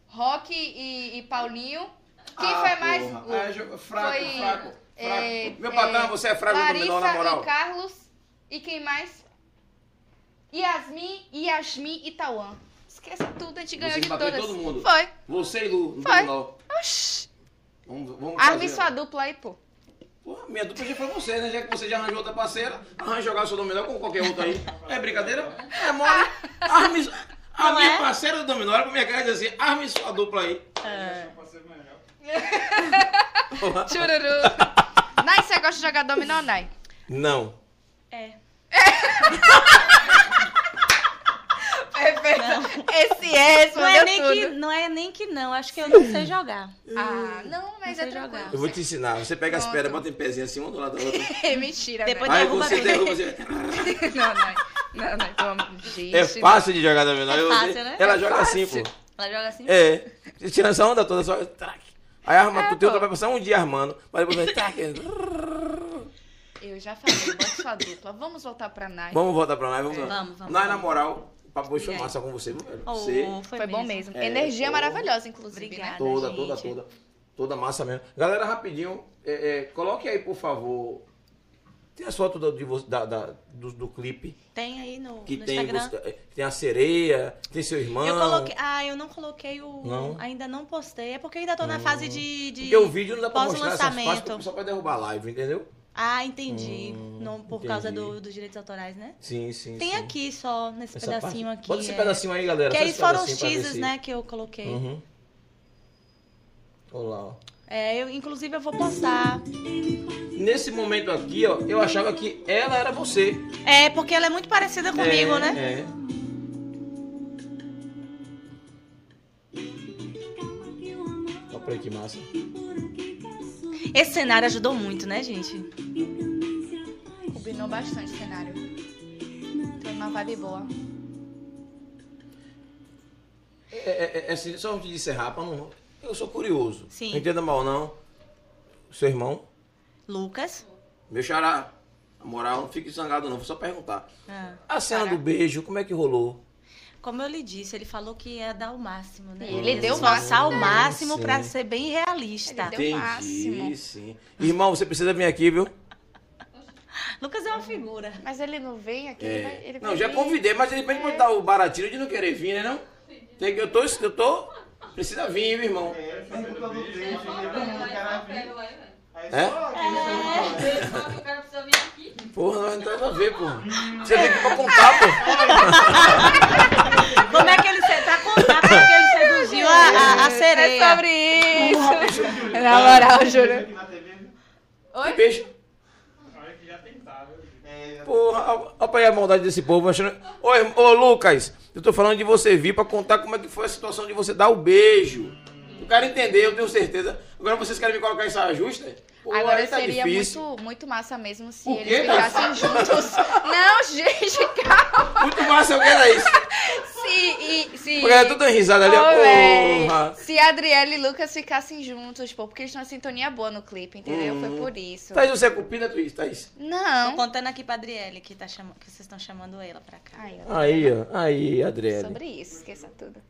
Speaker 1: Rock e, e Paulinho. Quem
Speaker 3: Ah,
Speaker 1: foi mais?
Speaker 3: porra.
Speaker 1: Lu?
Speaker 3: Ah, jo- fraco,
Speaker 1: Foi,
Speaker 3: fraco, fraco.
Speaker 1: é,
Speaker 3: Meu
Speaker 1: é,
Speaker 3: patrão, você é fraco no dominó, na
Speaker 1: Larissa
Speaker 3: moral.
Speaker 1: e Carlos. E quem mais? Yasmin, Yasmin e Tauan. Esquece tudo, a gente ganhou
Speaker 3: Você
Speaker 1: de
Speaker 3: bateu em
Speaker 1: todas.
Speaker 3: todo mundo.
Speaker 1: Foi.
Speaker 3: Você e Lu, no
Speaker 1: Foi.
Speaker 3: dominó.
Speaker 1: Oxi.
Speaker 3: Vamos, vamos
Speaker 1: Arme
Speaker 3: fazer.
Speaker 1: sua dupla aí, pô.
Speaker 3: Porra, minha dupla já foi você, né? Já que você já arranjou outra parceira, arranja jogar seu dominó com qualquer outro aí. É brincadeira? É mole.
Speaker 1: Ah.
Speaker 3: Arme... A
Speaker 2: Não
Speaker 3: minha
Speaker 2: é?
Speaker 3: parceira do dominó era pra minha cara e dizer assim, arme sua dupla aí.
Speaker 5: Eu passei melhor.
Speaker 3: Porra.
Speaker 1: Chururu. Nai, você gosta de jogar dominó, Nai?
Speaker 3: Não.
Speaker 2: É.
Speaker 1: Perfeito. Esse é,
Speaker 2: É Não é,
Speaker 1: respondeu
Speaker 2: nem que,
Speaker 1: tudo.
Speaker 2: não é nem que não, acho que eu não sei jogar.
Speaker 1: Ah, não, mas
Speaker 2: Não
Speaker 1: é
Speaker 2: sei jogar.
Speaker 1: tranquilo.
Speaker 3: Eu vou te ensinar. Você pega as
Speaker 1: Pronto.
Speaker 3: pedras, bota em pezinho assim, uma do lado da outra.
Speaker 1: É mentira,
Speaker 2: Depois
Speaker 1: velho.
Speaker 3: Aí
Speaker 2: derruba
Speaker 3: você
Speaker 2: tudo.
Speaker 3: derruba, você...
Speaker 1: Não, Nai. Não, Nai, pelo amor de Gente.
Speaker 3: É fácil de jogar dominó.
Speaker 2: É
Speaker 3: Eu-
Speaker 2: fácil, né?
Speaker 3: Ela
Speaker 2: É
Speaker 3: joga
Speaker 1: fácil.
Speaker 3: assim, pô.
Speaker 2: Ela joga assim?
Speaker 3: É. Você Tira essa onda toda, só. Trac. Aí arma
Speaker 1: É,
Speaker 3: tu teu
Speaker 1: pô.
Speaker 3: vai passar um dia armando. Mas depois vai. trac.
Speaker 1: Eu já falei, bota sua dupla. Vamos voltar pra Nai.
Speaker 3: Vamos voltar pra nós, vamos lá.
Speaker 2: Vamos, vamos,
Speaker 3: Nós, na
Speaker 2: vamos.
Speaker 3: moral, o papo hoje foi
Speaker 2: E aí?
Speaker 3: massa com você, viu, velho?
Speaker 2: Oh,
Speaker 3: Você.
Speaker 1: Foi, bom mesmo.
Speaker 3: É,
Speaker 1: Energia
Speaker 3: pô.
Speaker 1: maravilhosa, inclusive, né?
Speaker 2: Obrigada.
Speaker 3: Toda,
Speaker 2: gente.
Speaker 3: toda, toda. Toda massa mesmo. Galera, rapidinho, é, é, coloque aí, por favor. Tem as fotos do, de vo- da- da- do, do clipe
Speaker 2: Tem aí no,
Speaker 3: que
Speaker 2: no
Speaker 3: tem,
Speaker 2: Instagram.
Speaker 3: você- é, tem a sereia, tem seu irmão.
Speaker 2: Eu coloquei. Ah, eu não coloquei o.
Speaker 3: Não?
Speaker 2: Ainda não postei. É porque eu ainda tô na fase de. de...
Speaker 3: Porque o vídeo não dá pra mostrar essas
Speaker 2: pós-lançamento.
Speaker 3: partes, porque o pessoal vai derrubar a live, entendeu?
Speaker 2: Ah, entendi.
Speaker 3: Hum,
Speaker 2: não, por
Speaker 3: entendi.
Speaker 2: causa do- dos direitos autorais, né?
Speaker 3: Sim, sim.
Speaker 2: Tem
Speaker 3: sim.
Speaker 2: aqui só, nesse
Speaker 3: Essa
Speaker 2: pedacinho
Speaker 3: parte.
Speaker 2: aqui.
Speaker 3: Bota esse
Speaker 2: é.
Speaker 3: pedacinho aí, galera.
Speaker 2: Que
Speaker 3: só
Speaker 2: aí
Speaker 3: esse
Speaker 2: foram os
Speaker 3: pedacinho pra ver
Speaker 2: teasers,
Speaker 3: se-
Speaker 2: né, que eu coloquei.
Speaker 3: assim Uhum. Olha lá, ó.
Speaker 2: É, eu, inclusive eu vou postar.
Speaker 3: Nesse momento aqui, ó, eu achava que ela era você.
Speaker 2: É, porque ela é muito parecida comigo,
Speaker 3: É,
Speaker 2: né?
Speaker 3: É. Olha pra aí que massa.
Speaker 2: Esse cenário ajudou muito, né, gente?
Speaker 1: Combinou bastante o cenário. Foi uma vibe boa.
Speaker 3: É, é, é, é assim, só antes de encerrar, pra não... eu sou curioso.
Speaker 2: Sim.
Speaker 3: Não entenda mal, não. Seu irmão,
Speaker 2: Lucas.
Speaker 3: meu xará. Na moral, não fique zangado, não. Vou só perguntar.
Speaker 2: Ah,
Speaker 3: A cena
Speaker 1: Caraca.
Speaker 3: do beijo, como é que rolou?
Speaker 2: como eu lhe disse, ele falou que ia dar o máximo, né?
Speaker 1: E ele deu o
Speaker 2: Esforçar
Speaker 1: máximo
Speaker 2: o máximo
Speaker 3: Sim.
Speaker 2: pra ser bem realista.
Speaker 1: Ele deu- o máximo.
Speaker 3: sim. Irmão, você precisa vir aqui, viu?
Speaker 2: Lucas é uma figura.
Speaker 1: Mas ele não vem aqui, ele vai, ele
Speaker 3: É. Não,
Speaker 1: vai
Speaker 3: já
Speaker 1: vir. É.
Speaker 3: convidei, mas de repente pode dar o baratinho de não querer vir, né não? Tem que eu tô, eu tô, precisa vir, meu irmão.
Speaker 5: É, tá mudando o tempo, né? O cara vem. Aí
Speaker 3: É?
Speaker 5: só aqui, né?
Speaker 3: Porra, nós não tem nada a ver, porra. Você tem que ir pra contar, pô.
Speaker 2: Como é que ele se... tá contando como é que ele seduziu a, a, a
Speaker 1: É
Speaker 2: sereia?
Speaker 1: sobre isso. Na moral, juro.
Speaker 5: Aqui na TV, né?
Speaker 1: Oi?
Speaker 3: Beijo.
Speaker 5: Olha que já tentaram. É,
Speaker 3: Porra, olha pra aí a maldade desse povo achando. Ô, irmão- ô, Lucas, eu tô falando de você vir pra contar como é que foi a situação de você dar o beijo. O cara entendeu, eu tenho certeza. Agora vocês querem me colocar em saia justa? Porra,
Speaker 1: Agora
Speaker 3: aí tá
Speaker 1: seria
Speaker 3: difícil.
Speaker 1: muito, muito massa mesmo se
Speaker 3: Por
Speaker 1: eles
Speaker 3: quê, cara?
Speaker 1: ficassem juntos. Não, gente, calma.
Speaker 3: Muito massa, eu quero isso.
Speaker 1: Se, e, se...
Speaker 3: Porque era tudo risada ali,
Speaker 1: Ô, véi,
Speaker 3: porra.
Speaker 1: Se Adriele e Lucas ficassem juntos, pô, porque eles tinham uma sintonia boa no clipe, entendeu?
Speaker 3: Hum. Tá
Speaker 1: Foi por isso.
Speaker 3: Thaís, você é cupida, Thaís? Thaís?
Speaker 2: Tô
Speaker 1: Não.
Speaker 2: contando aqui pra Adriele que, tá chama... que vocês estão chamando ela pra cá.
Speaker 1: Ai, ó.
Speaker 3: Aí, ó. Aí, Adriele.
Speaker 1: Sobre isso, esqueça tudo.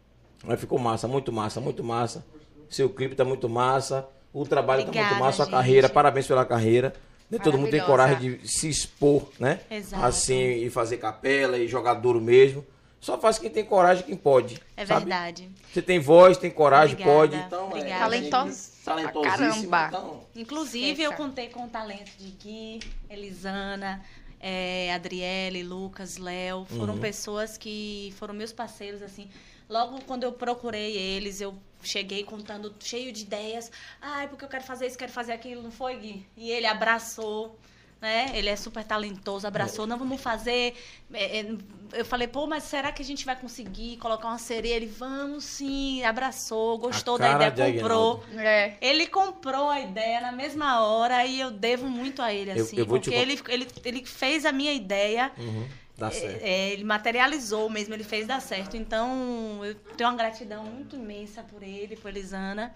Speaker 3: Mas ficou massa, muito massa, muito massa. Seu clipe tá muito massa. O trabalho tá
Speaker 2: Obrigada,
Speaker 3: muito massa, a
Speaker 2: gente.
Speaker 3: carreira. Parabéns pela carreira. Né? Todo mundo tem
Speaker 1: Maravilhosa.
Speaker 3: coragem de se expor, né?
Speaker 2: Exato.
Speaker 3: Assim, e fazer capela e jogar duro mesmo. Só faz quem tem coragem, quem pode.
Speaker 2: É
Speaker 3: sabe?
Speaker 2: verdade.
Speaker 3: Você tem voz, tem coragem,
Speaker 2: Obrigada.
Speaker 3: pode. é
Speaker 6: Então,
Speaker 2: Obrigada.
Speaker 1: Talentos-
Speaker 6: É, talentosíssimo,
Speaker 1: Caramba.
Speaker 6: Então,
Speaker 2: Inclusive,
Speaker 1: Esqueça.
Speaker 2: eu contei com o talento de Gui, Elisana, eh, Adriele, Lucas, Léo. Foram
Speaker 3: Uhum.
Speaker 2: pessoas que foram meus parceiros, assim. Logo quando eu procurei eles, eu cheguei contando cheio de ideias. Ai, porque eu quero fazer isso, quero fazer aquilo, não foi, Gui? E ele abraçou. Né? Ele é super talentoso, abraçou, não vamos fazer. eh, eh, Eu falei, pô, mas será que a gente vai conseguir colocar uma sereia? Ele, vamos sim, abraçou, gostou da
Speaker 3: cara
Speaker 2: ideia,
Speaker 3: de
Speaker 2: comprou.
Speaker 3: Aguinaldo.
Speaker 1: É.
Speaker 2: Ele comprou a ideia na mesma hora e eu devo muito a ele,
Speaker 3: Eu-
Speaker 2: assim.
Speaker 3: eu vou te
Speaker 2: porque ele, ele, ele fez a minha ideia,
Speaker 3: Uhum, Dá certo.
Speaker 2: é, ele materializou mesmo, ele fez dar certo. Então, eu tenho uma gratidão muito imensa por ele, por Elisana.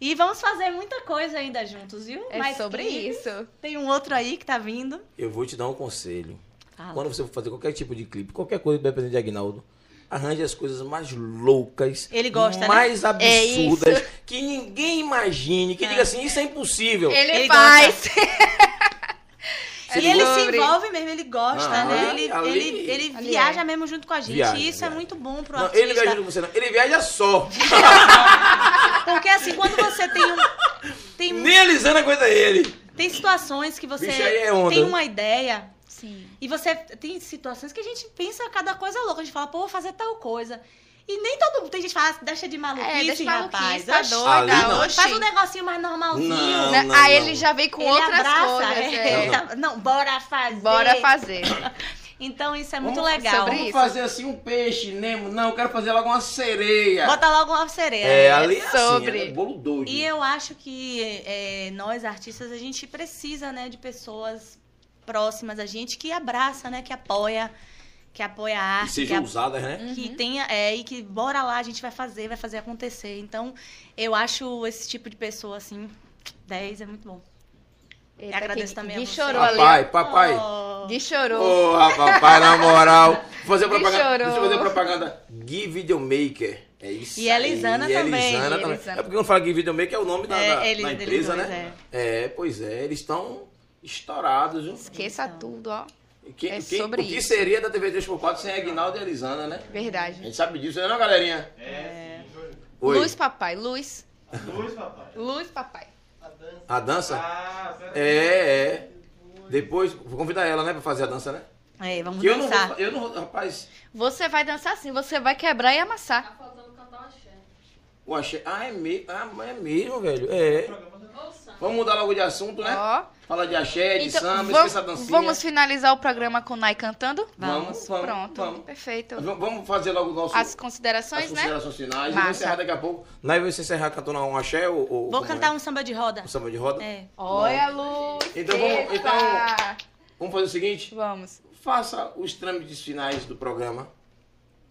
Speaker 2: E vamos fazer muita coisa ainda juntos, viu?
Speaker 1: É
Speaker 2: Mais
Speaker 1: sobre
Speaker 2: clipes.
Speaker 1: isso.
Speaker 2: Tem um outro aí que tá vindo.
Speaker 3: Eu vou te dar um conselho.
Speaker 2: Fala.
Speaker 3: Quando você for fazer qualquer tipo de clipe, qualquer coisa dependendo de Agnaldo, arranje as coisas mais loucas,
Speaker 2: Ele gosta, né?
Speaker 3: mais
Speaker 1: É isso.
Speaker 3: absurdas, que ninguém imagine, que diga assim, isso é impossível.
Speaker 1: Ele,
Speaker 2: Ele
Speaker 1: faz. É
Speaker 2: e ele se
Speaker 1: sobre.
Speaker 2: envolve mesmo, ele gosta,
Speaker 3: Não,
Speaker 2: né?
Speaker 3: Ah, ali-
Speaker 2: ele,
Speaker 3: ali-
Speaker 2: ele, ele
Speaker 1: ali
Speaker 2: viaja
Speaker 1: é.
Speaker 2: mesmo junto com a gente.
Speaker 3: Viaja,
Speaker 2: e isso é
Speaker 3: viaja.
Speaker 2: muito bom pro
Speaker 3: Não,
Speaker 2: artista.
Speaker 3: ele viaja com você, não. Ele viaja só.
Speaker 2: Porque assim, quando você tem um. Tem um
Speaker 3: Nem a Lisana aguenta ele.
Speaker 2: Tem situações que você
Speaker 3: Bicho, aí é onda,
Speaker 2: tem
Speaker 3: né?
Speaker 2: uma ideia
Speaker 1: Sim.
Speaker 2: e você tem situações que a gente pensa cada coisa louca, a gente fala, pô, vou fazer tal coisa. E nem todo mundo tem gente que fala, "Ah, deixa de maluquice,
Speaker 1: É, deixa
Speaker 2: rapaz.
Speaker 1: maluquice, tá
Speaker 2: Oxi,
Speaker 1: doida.
Speaker 3: Ali não.
Speaker 1: oxi.
Speaker 2: Faz um negocinho mais normalzinho.
Speaker 3: Não,
Speaker 1: Né?
Speaker 3: não,
Speaker 1: Aí
Speaker 3: não.
Speaker 1: ele já vem com
Speaker 2: Ele
Speaker 1: outras
Speaker 2: abraça,
Speaker 1: coisas.
Speaker 2: é.
Speaker 1: é.
Speaker 3: Não,
Speaker 2: Tá- Não, bora fazer.
Speaker 1: Bora fazer.
Speaker 2: Então isso é muito
Speaker 6: Vamos
Speaker 2: legal.
Speaker 1: sobre
Speaker 6: Vamos
Speaker 1: isso.
Speaker 6: fazer assim um peixe, Nemo. Não, eu quero fazer logo uma sereia.
Speaker 2: Bota logo uma sereia.
Speaker 3: É, ali é
Speaker 1: sobre.
Speaker 3: assim, é um bolo doido.
Speaker 2: E eu acho que é, nós artistas a gente precisa, né, de pessoas próximas a gente que abraça, né, que apoia, que apoia a
Speaker 3: Que
Speaker 2: arte, que
Speaker 3: sejam
Speaker 2: apoia
Speaker 3: usadas, né?
Speaker 2: que
Speaker 1: Uhum.
Speaker 2: tenha é, e que bora lá, a gente vai fazer, vai fazer acontecer. Então, eu acho esse tipo de pessoa assim, 10 é muito bom.
Speaker 1: Eita,
Speaker 2: agradeço
Speaker 1: que-
Speaker 2: também a
Speaker 1: Gui
Speaker 2: você.
Speaker 1: chorou ali.
Speaker 3: Papai, papai.
Speaker 1: ó.
Speaker 2: Oh.
Speaker 1: Gui chorou.
Speaker 3: Ô, papai, na moral. Vou fazer
Speaker 1: Me
Speaker 3: propaganda.
Speaker 1: chorou.
Speaker 3: Deixa eu fazer propaganda. Gui Videomaker. É isso.
Speaker 2: E a Elisana
Speaker 3: aí, e a
Speaker 2: também.
Speaker 3: Elisana
Speaker 1: E a
Speaker 3: também.
Speaker 1: Elisana.
Speaker 3: É porque quando fala Gui Videomaker é o nome da,
Speaker 2: É,
Speaker 3: da-
Speaker 2: eles-
Speaker 3: da
Speaker 2: eles
Speaker 3: empresa,
Speaker 2: dois,
Speaker 3: né? É. pois é. Eles estão estourados, viu?
Speaker 1: Esqueça
Speaker 2: Então.
Speaker 1: tudo, ó.
Speaker 3: E quem-
Speaker 1: É
Speaker 3: quem-
Speaker 1: sobre
Speaker 3: o que
Speaker 1: isso.
Speaker 3: seria da TV 3x4 sem Aguinaldo e Elisana, né? A
Speaker 1: Verdade.
Speaker 3: gente sabe disso, né, não, galerinha?
Speaker 4: É,
Speaker 3: Oi.
Speaker 1: Luz, papai. Luz.
Speaker 4: Luz, papai.
Speaker 1: Luz, papai.
Speaker 4: A dança.
Speaker 3: A dança?
Speaker 4: Ah, pera
Speaker 3: É, é. Depois, vou convidar ela, né, pra fazer a dança, né?
Speaker 2: É, vamos
Speaker 3: Que eu não
Speaker 2: dançar.
Speaker 3: vou, eu não vou, rapaz,
Speaker 1: Você vai dançar assim, você vai quebrar e amassar.
Speaker 5: Tá faltando cantar um axé.
Speaker 3: eu achei, ah, é mesmo, ah, mas é mesmo, velho, é.
Speaker 5: Ou samba.
Speaker 3: Vamos mudar logo de assunto, né?
Speaker 1: Ó.
Speaker 3: Fala de axé, de samba,
Speaker 1: vam-
Speaker 3: esqueça a dancinha.
Speaker 1: vamos finalizar o programa com o Nai cantando?
Speaker 3: Vamos, vamos,
Speaker 1: Pronto,
Speaker 3: vamos.
Speaker 1: perfeito.
Speaker 3: V- vamos fazer logo o nosso,
Speaker 1: As
Speaker 3: as
Speaker 1: considerações, né?
Speaker 3: considerações finais.
Speaker 1: Massa.
Speaker 3: Vou encerrar daqui a pouco. Naí, você encerrar cantando um axé ou... ou
Speaker 2: Vou
Speaker 3: como
Speaker 2: cantar
Speaker 3: é?
Speaker 2: um samba de roda.
Speaker 3: um samba de roda?
Speaker 2: É.
Speaker 1: Olha, Luz!
Speaker 3: Então vamos- então-
Speaker 1: eita!
Speaker 3: Vamos fazer o seguinte,
Speaker 1: Vamos.
Speaker 3: faça os trâmites finais do programa.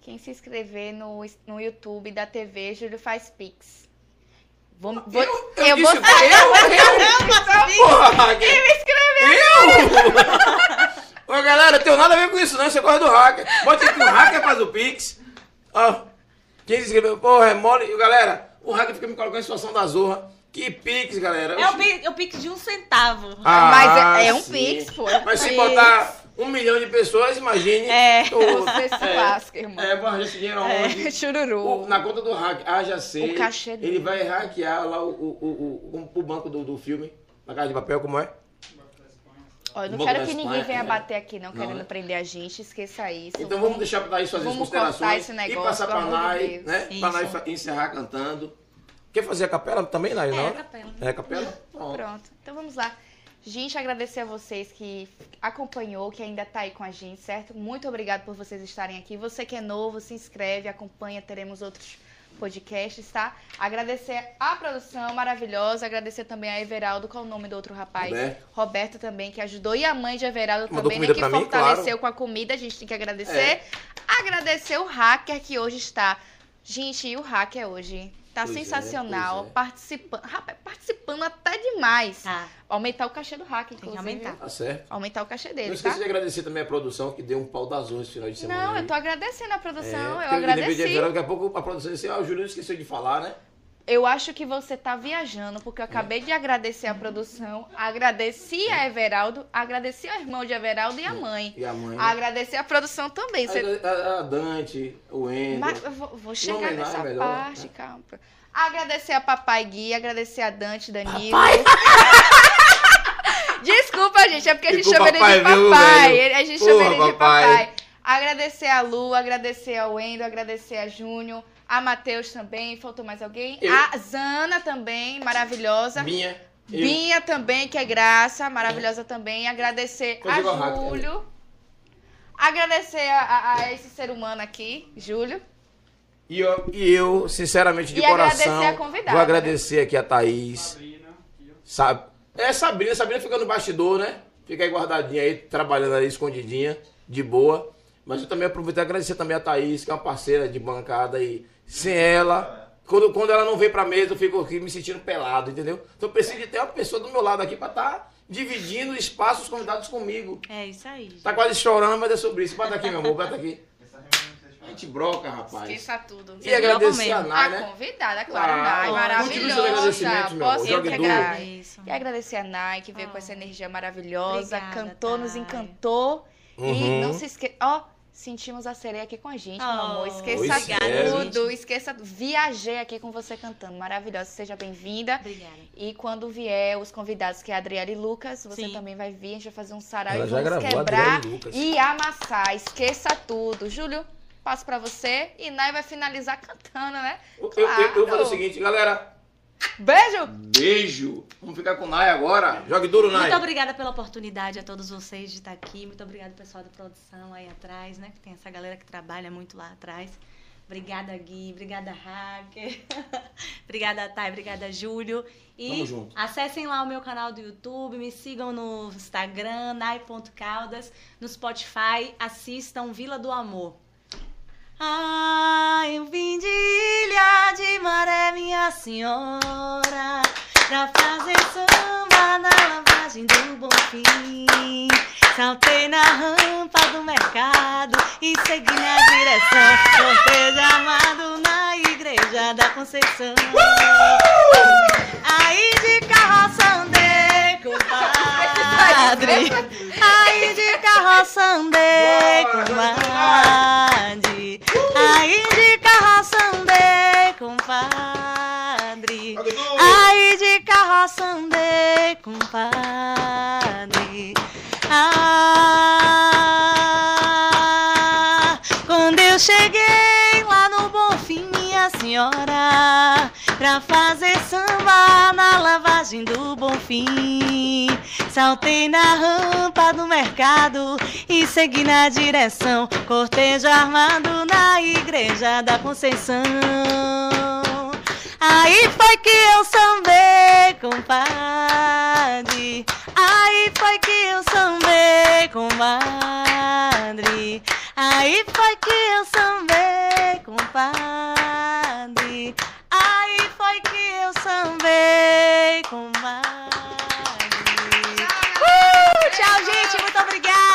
Speaker 1: Quem se inscrever no, no YouTube da TV, Júlio faz Pix. Vou, vou, eu, vou.
Speaker 3: disse, eu, eu, Porra, hacker! Eu? Ô, galera, eu tenho nada a ver com isso, não. Isso é coisa do hacker. Bota aqui, o hacker faz o Pix. Ó, quem se inscreveu, porra, é mole. E, galera, o hacker fica me colocando em situação da zorra. Que Pix, galera.
Speaker 2: É o pi- o pique de um centavo.
Speaker 3: Ah,
Speaker 1: Mas é- é um
Speaker 3: sim.
Speaker 1: Pix, pô.
Speaker 3: Mas se
Speaker 1: Pix.
Speaker 3: botar um milhão de pessoas, imagine.
Speaker 2: É.
Speaker 3: o-
Speaker 1: Você se lasca, irmão.
Speaker 3: É, vou arranjar esse dinheiro aonde? O-
Speaker 1: Chururu.
Speaker 3: na conta do hack, ah, já sei.
Speaker 1: O cachê dele.
Speaker 3: Ele vai hackear lá o, o, o, o, o banco do, do filme, na casa de papel, como é?
Speaker 1: Ó, eu
Speaker 3: o
Speaker 1: não
Speaker 3: Banco
Speaker 1: quero
Speaker 3: da
Speaker 1: que ninguém
Speaker 3: Espanha,
Speaker 1: venha
Speaker 3: é.
Speaker 1: bater aqui, não,
Speaker 3: Não,
Speaker 1: querendo
Speaker 3: né?
Speaker 1: prender a gente. Esqueça isso.
Speaker 3: Então vamos deixar para Thaís fazer as
Speaker 1: Vamos cortar
Speaker 3: considerações
Speaker 1: esse negócio,
Speaker 3: e passar
Speaker 1: pelo
Speaker 3: para
Speaker 1: amor de
Speaker 3: Nai,
Speaker 1: Deus.
Speaker 3: né? Para Nai
Speaker 2: Isso.
Speaker 3: fa- encerrar cantando. Quer fazer a capela também, Nai?
Speaker 2: É,
Speaker 3: não?
Speaker 2: a capela.
Speaker 3: É a capela? Pronto.
Speaker 1: Pronto, então vamos lá. Gente, agradecer a vocês que acompanhou, que ainda tá aí com a gente, certo? Muito obrigado por vocês estarem aqui. Você que é novo, se inscreve, acompanha, teremos outros podcasts, tá? Agradecer a produção maravilhosa, agradecer também a Everaldo, qual é o nome do outro rapaz?
Speaker 3: Roberto.
Speaker 1: Roberto também, que ajudou, e a mãe de Everaldo
Speaker 3: Mandou
Speaker 1: também, né,
Speaker 3: comida
Speaker 1: que
Speaker 3: pra mim, É.
Speaker 1: fortaleceu com a comida, a gente tem que agradecer. Agradecer o hacker que hoje está. Gente, o hacker hoje tá
Speaker 3: Pois é,
Speaker 1: sensacional,
Speaker 3: pois é.
Speaker 1: participando, rapaz, participando até demais.
Speaker 2: Tá.
Speaker 1: Aumentar o cachê do hacker,
Speaker 2: que
Speaker 1: inclusive.
Speaker 2: aumentar.
Speaker 3: Tá certo.
Speaker 1: Aumentar o cachê
Speaker 3: Não
Speaker 1: dele,
Speaker 3: esqueci
Speaker 1: tá?
Speaker 3: de agradecer também a produção que deu um pau das ruas esse final de semana.
Speaker 1: Não,
Speaker 3: aí.
Speaker 1: eu tô agradecendo a
Speaker 3: É,
Speaker 1: produção, eu
Speaker 3: porque o DVD de
Speaker 1: agradeci.
Speaker 3: assim, Everaldo, Daqui a pouco a produção disse, ah, o Júlio esqueceu de falar, né?
Speaker 1: Eu acho que você tá viajando, porque eu acabei de agradecer a produção, agradeci a Everaldo, agradeci ao irmão de Everaldo e a mãe.
Speaker 3: E a mãe. né?"
Speaker 1: Agradeci a produção também. Ah, Você
Speaker 3: A, a- a Dante, o Endo.
Speaker 1: Mas eu vou, vou chegar
Speaker 3: Nomear
Speaker 1: nessa
Speaker 3: melhor,
Speaker 1: parte,
Speaker 3: né?
Speaker 1: calma. Agradecer a Papai Gui, agradecer a Dante, Danilo. Desculpa, gente, é porque a gente
Speaker 3: Ficou
Speaker 1: chama ele de
Speaker 3: papai, viu,
Speaker 1: papai.
Speaker 3: velho?
Speaker 1: Ele- A gente
Speaker 3: Porra,
Speaker 1: chama ele de
Speaker 3: papai.
Speaker 1: papai. Agradecer a Lu, agradecer ao Wendel, agradecer a Júnior, a Matheus também, faltou mais alguém.
Speaker 3: Eu.
Speaker 1: A Zana também, maravilhosa.
Speaker 3: Minha. eu-
Speaker 1: Binha também, que é graça, maravilhosa também. Agradecer
Speaker 3: Eu digo
Speaker 1: a
Speaker 3: rápido.
Speaker 1: Júlio. Agradecer a- a- a esse ser humano aqui, Júlio.
Speaker 3: E eu, e eu, sinceramente, de
Speaker 1: E agradecer
Speaker 3: coração,
Speaker 1: a convidada, né?
Speaker 3: vou agradecer aqui a Thaís. Sa- É, Sabrina. Sabrina fica no bastidor, né? Fica aí guardadinha aí, trabalhando aí, escondidinha, de boa. Mas eu também aproveitar e agradecer também a Thaís, que é uma parceira de bancada e sem ela... Quando, quando ela não vem pra mesa, eu fico aqui me sentindo pelado, entendeu? Então eu preciso de ter uma pessoa do meu lado aqui pra estar dividindo espaços convidados comigo.
Speaker 2: É isso aí. gente.
Speaker 3: Tá quase chorando, mas é sobre isso. Bota aqui, meu amor, bota aqui. A gente broca, rapaz.
Speaker 1: Esqueça tudo.
Speaker 3: E agradecer a
Speaker 2: mesmo.
Speaker 3: Nai,
Speaker 1: A
Speaker 3: né?
Speaker 1: convidada,
Speaker 3: Ah,
Speaker 1: claro, Nai,
Speaker 3: continue seus agradecimentos,
Speaker 1: maravilhosa.
Speaker 3: meu amor.
Speaker 1: Posso
Speaker 3: Jogue duro.
Speaker 1: entregar.
Speaker 2: Isso.
Speaker 1: E agradecer a Nai, que veio com essa energia maravilhosa,
Speaker 2: Ah. Obrigada,
Speaker 1: cantou, nos
Speaker 2: Thay.
Speaker 1: encantou.
Speaker 3: Uhum.
Speaker 1: E não se esqueça. Ó, sentimos a sereia aqui com a gente, meu
Speaker 2: Oh,
Speaker 1: amor. Esqueça
Speaker 3: pois é.
Speaker 1: tudo, esqueça. Viajei aqui com você cantando. Maravilhosa, seja bem-vinda.
Speaker 2: Obrigada.
Speaker 1: E quando vier os convidados, que é a Adriele e Lucas, você
Speaker 2: Sim.
Speaker 1: também vai vir, a gente vai fazer um sarau
Speaker 3: Ela
Speaker 1: e
Speaker 3: já
Speaker 1: vamos
Speaker 3: gravou,
Speaker 1: quebrar
Speaker 3: Adriele e Lucas.
Speaker 1: e amassar. Esqueça tudo. Júlio, passo pra você e Nai vai finalizar cantando, né?
Speaker 3: Eu, eu- eu- eu vou fazer
Speaker 1: Claro.
Speaker 3: o seguinte, galera.
Speaker 1: Beijo!
Speaker 3: Beijo. Vamos ficar com o Nai agora. Jogue duro, Nai.
Speaker 2: Muito obrigada pela oportunidade a todos vocês de estar aqui. Muito obrigada, pessoal da produção aí atrás, né? Que tem essa galera que trabalha muito lá atrás. Obrigada, Gui. Obrigada, Hacker. obrigada, Thay. Obrigada, Júlio. E
Speaker 3: Tamo junto.
Speaker 2: acessem lá o meu canal do YouTube. Me sigam no Instagram, nai.caldas. No Spotify, assistam Vila do Amor. Ah, eu vim de Ilha de Maré, minha senhora, pra fazer samba na lavagem do Bonfim. Saltei na rampa do mercado e segui na direção. Cortejo amado na igreja da Conceição. Aí de carroça andei, compadre. Aí de carroça andei, compadre. Aí de carroça andei, compadre. Aí de carroça andei, compadre. Ah, quando eu cheguei lá no Bonfim, minha senhora, pra fazer samba na lavagem do Bonfim, saltei na rampa do mercado e segui na direção, cortejo armado na igreja da Conceição. Aí foi que eu sambei, compadre. Aí foi que eu sambei, compadre. Aí foi que eu sambei, compadre. Aí foi que eu sambei, compadre. Uh, tchau, gente. Muito obrigada.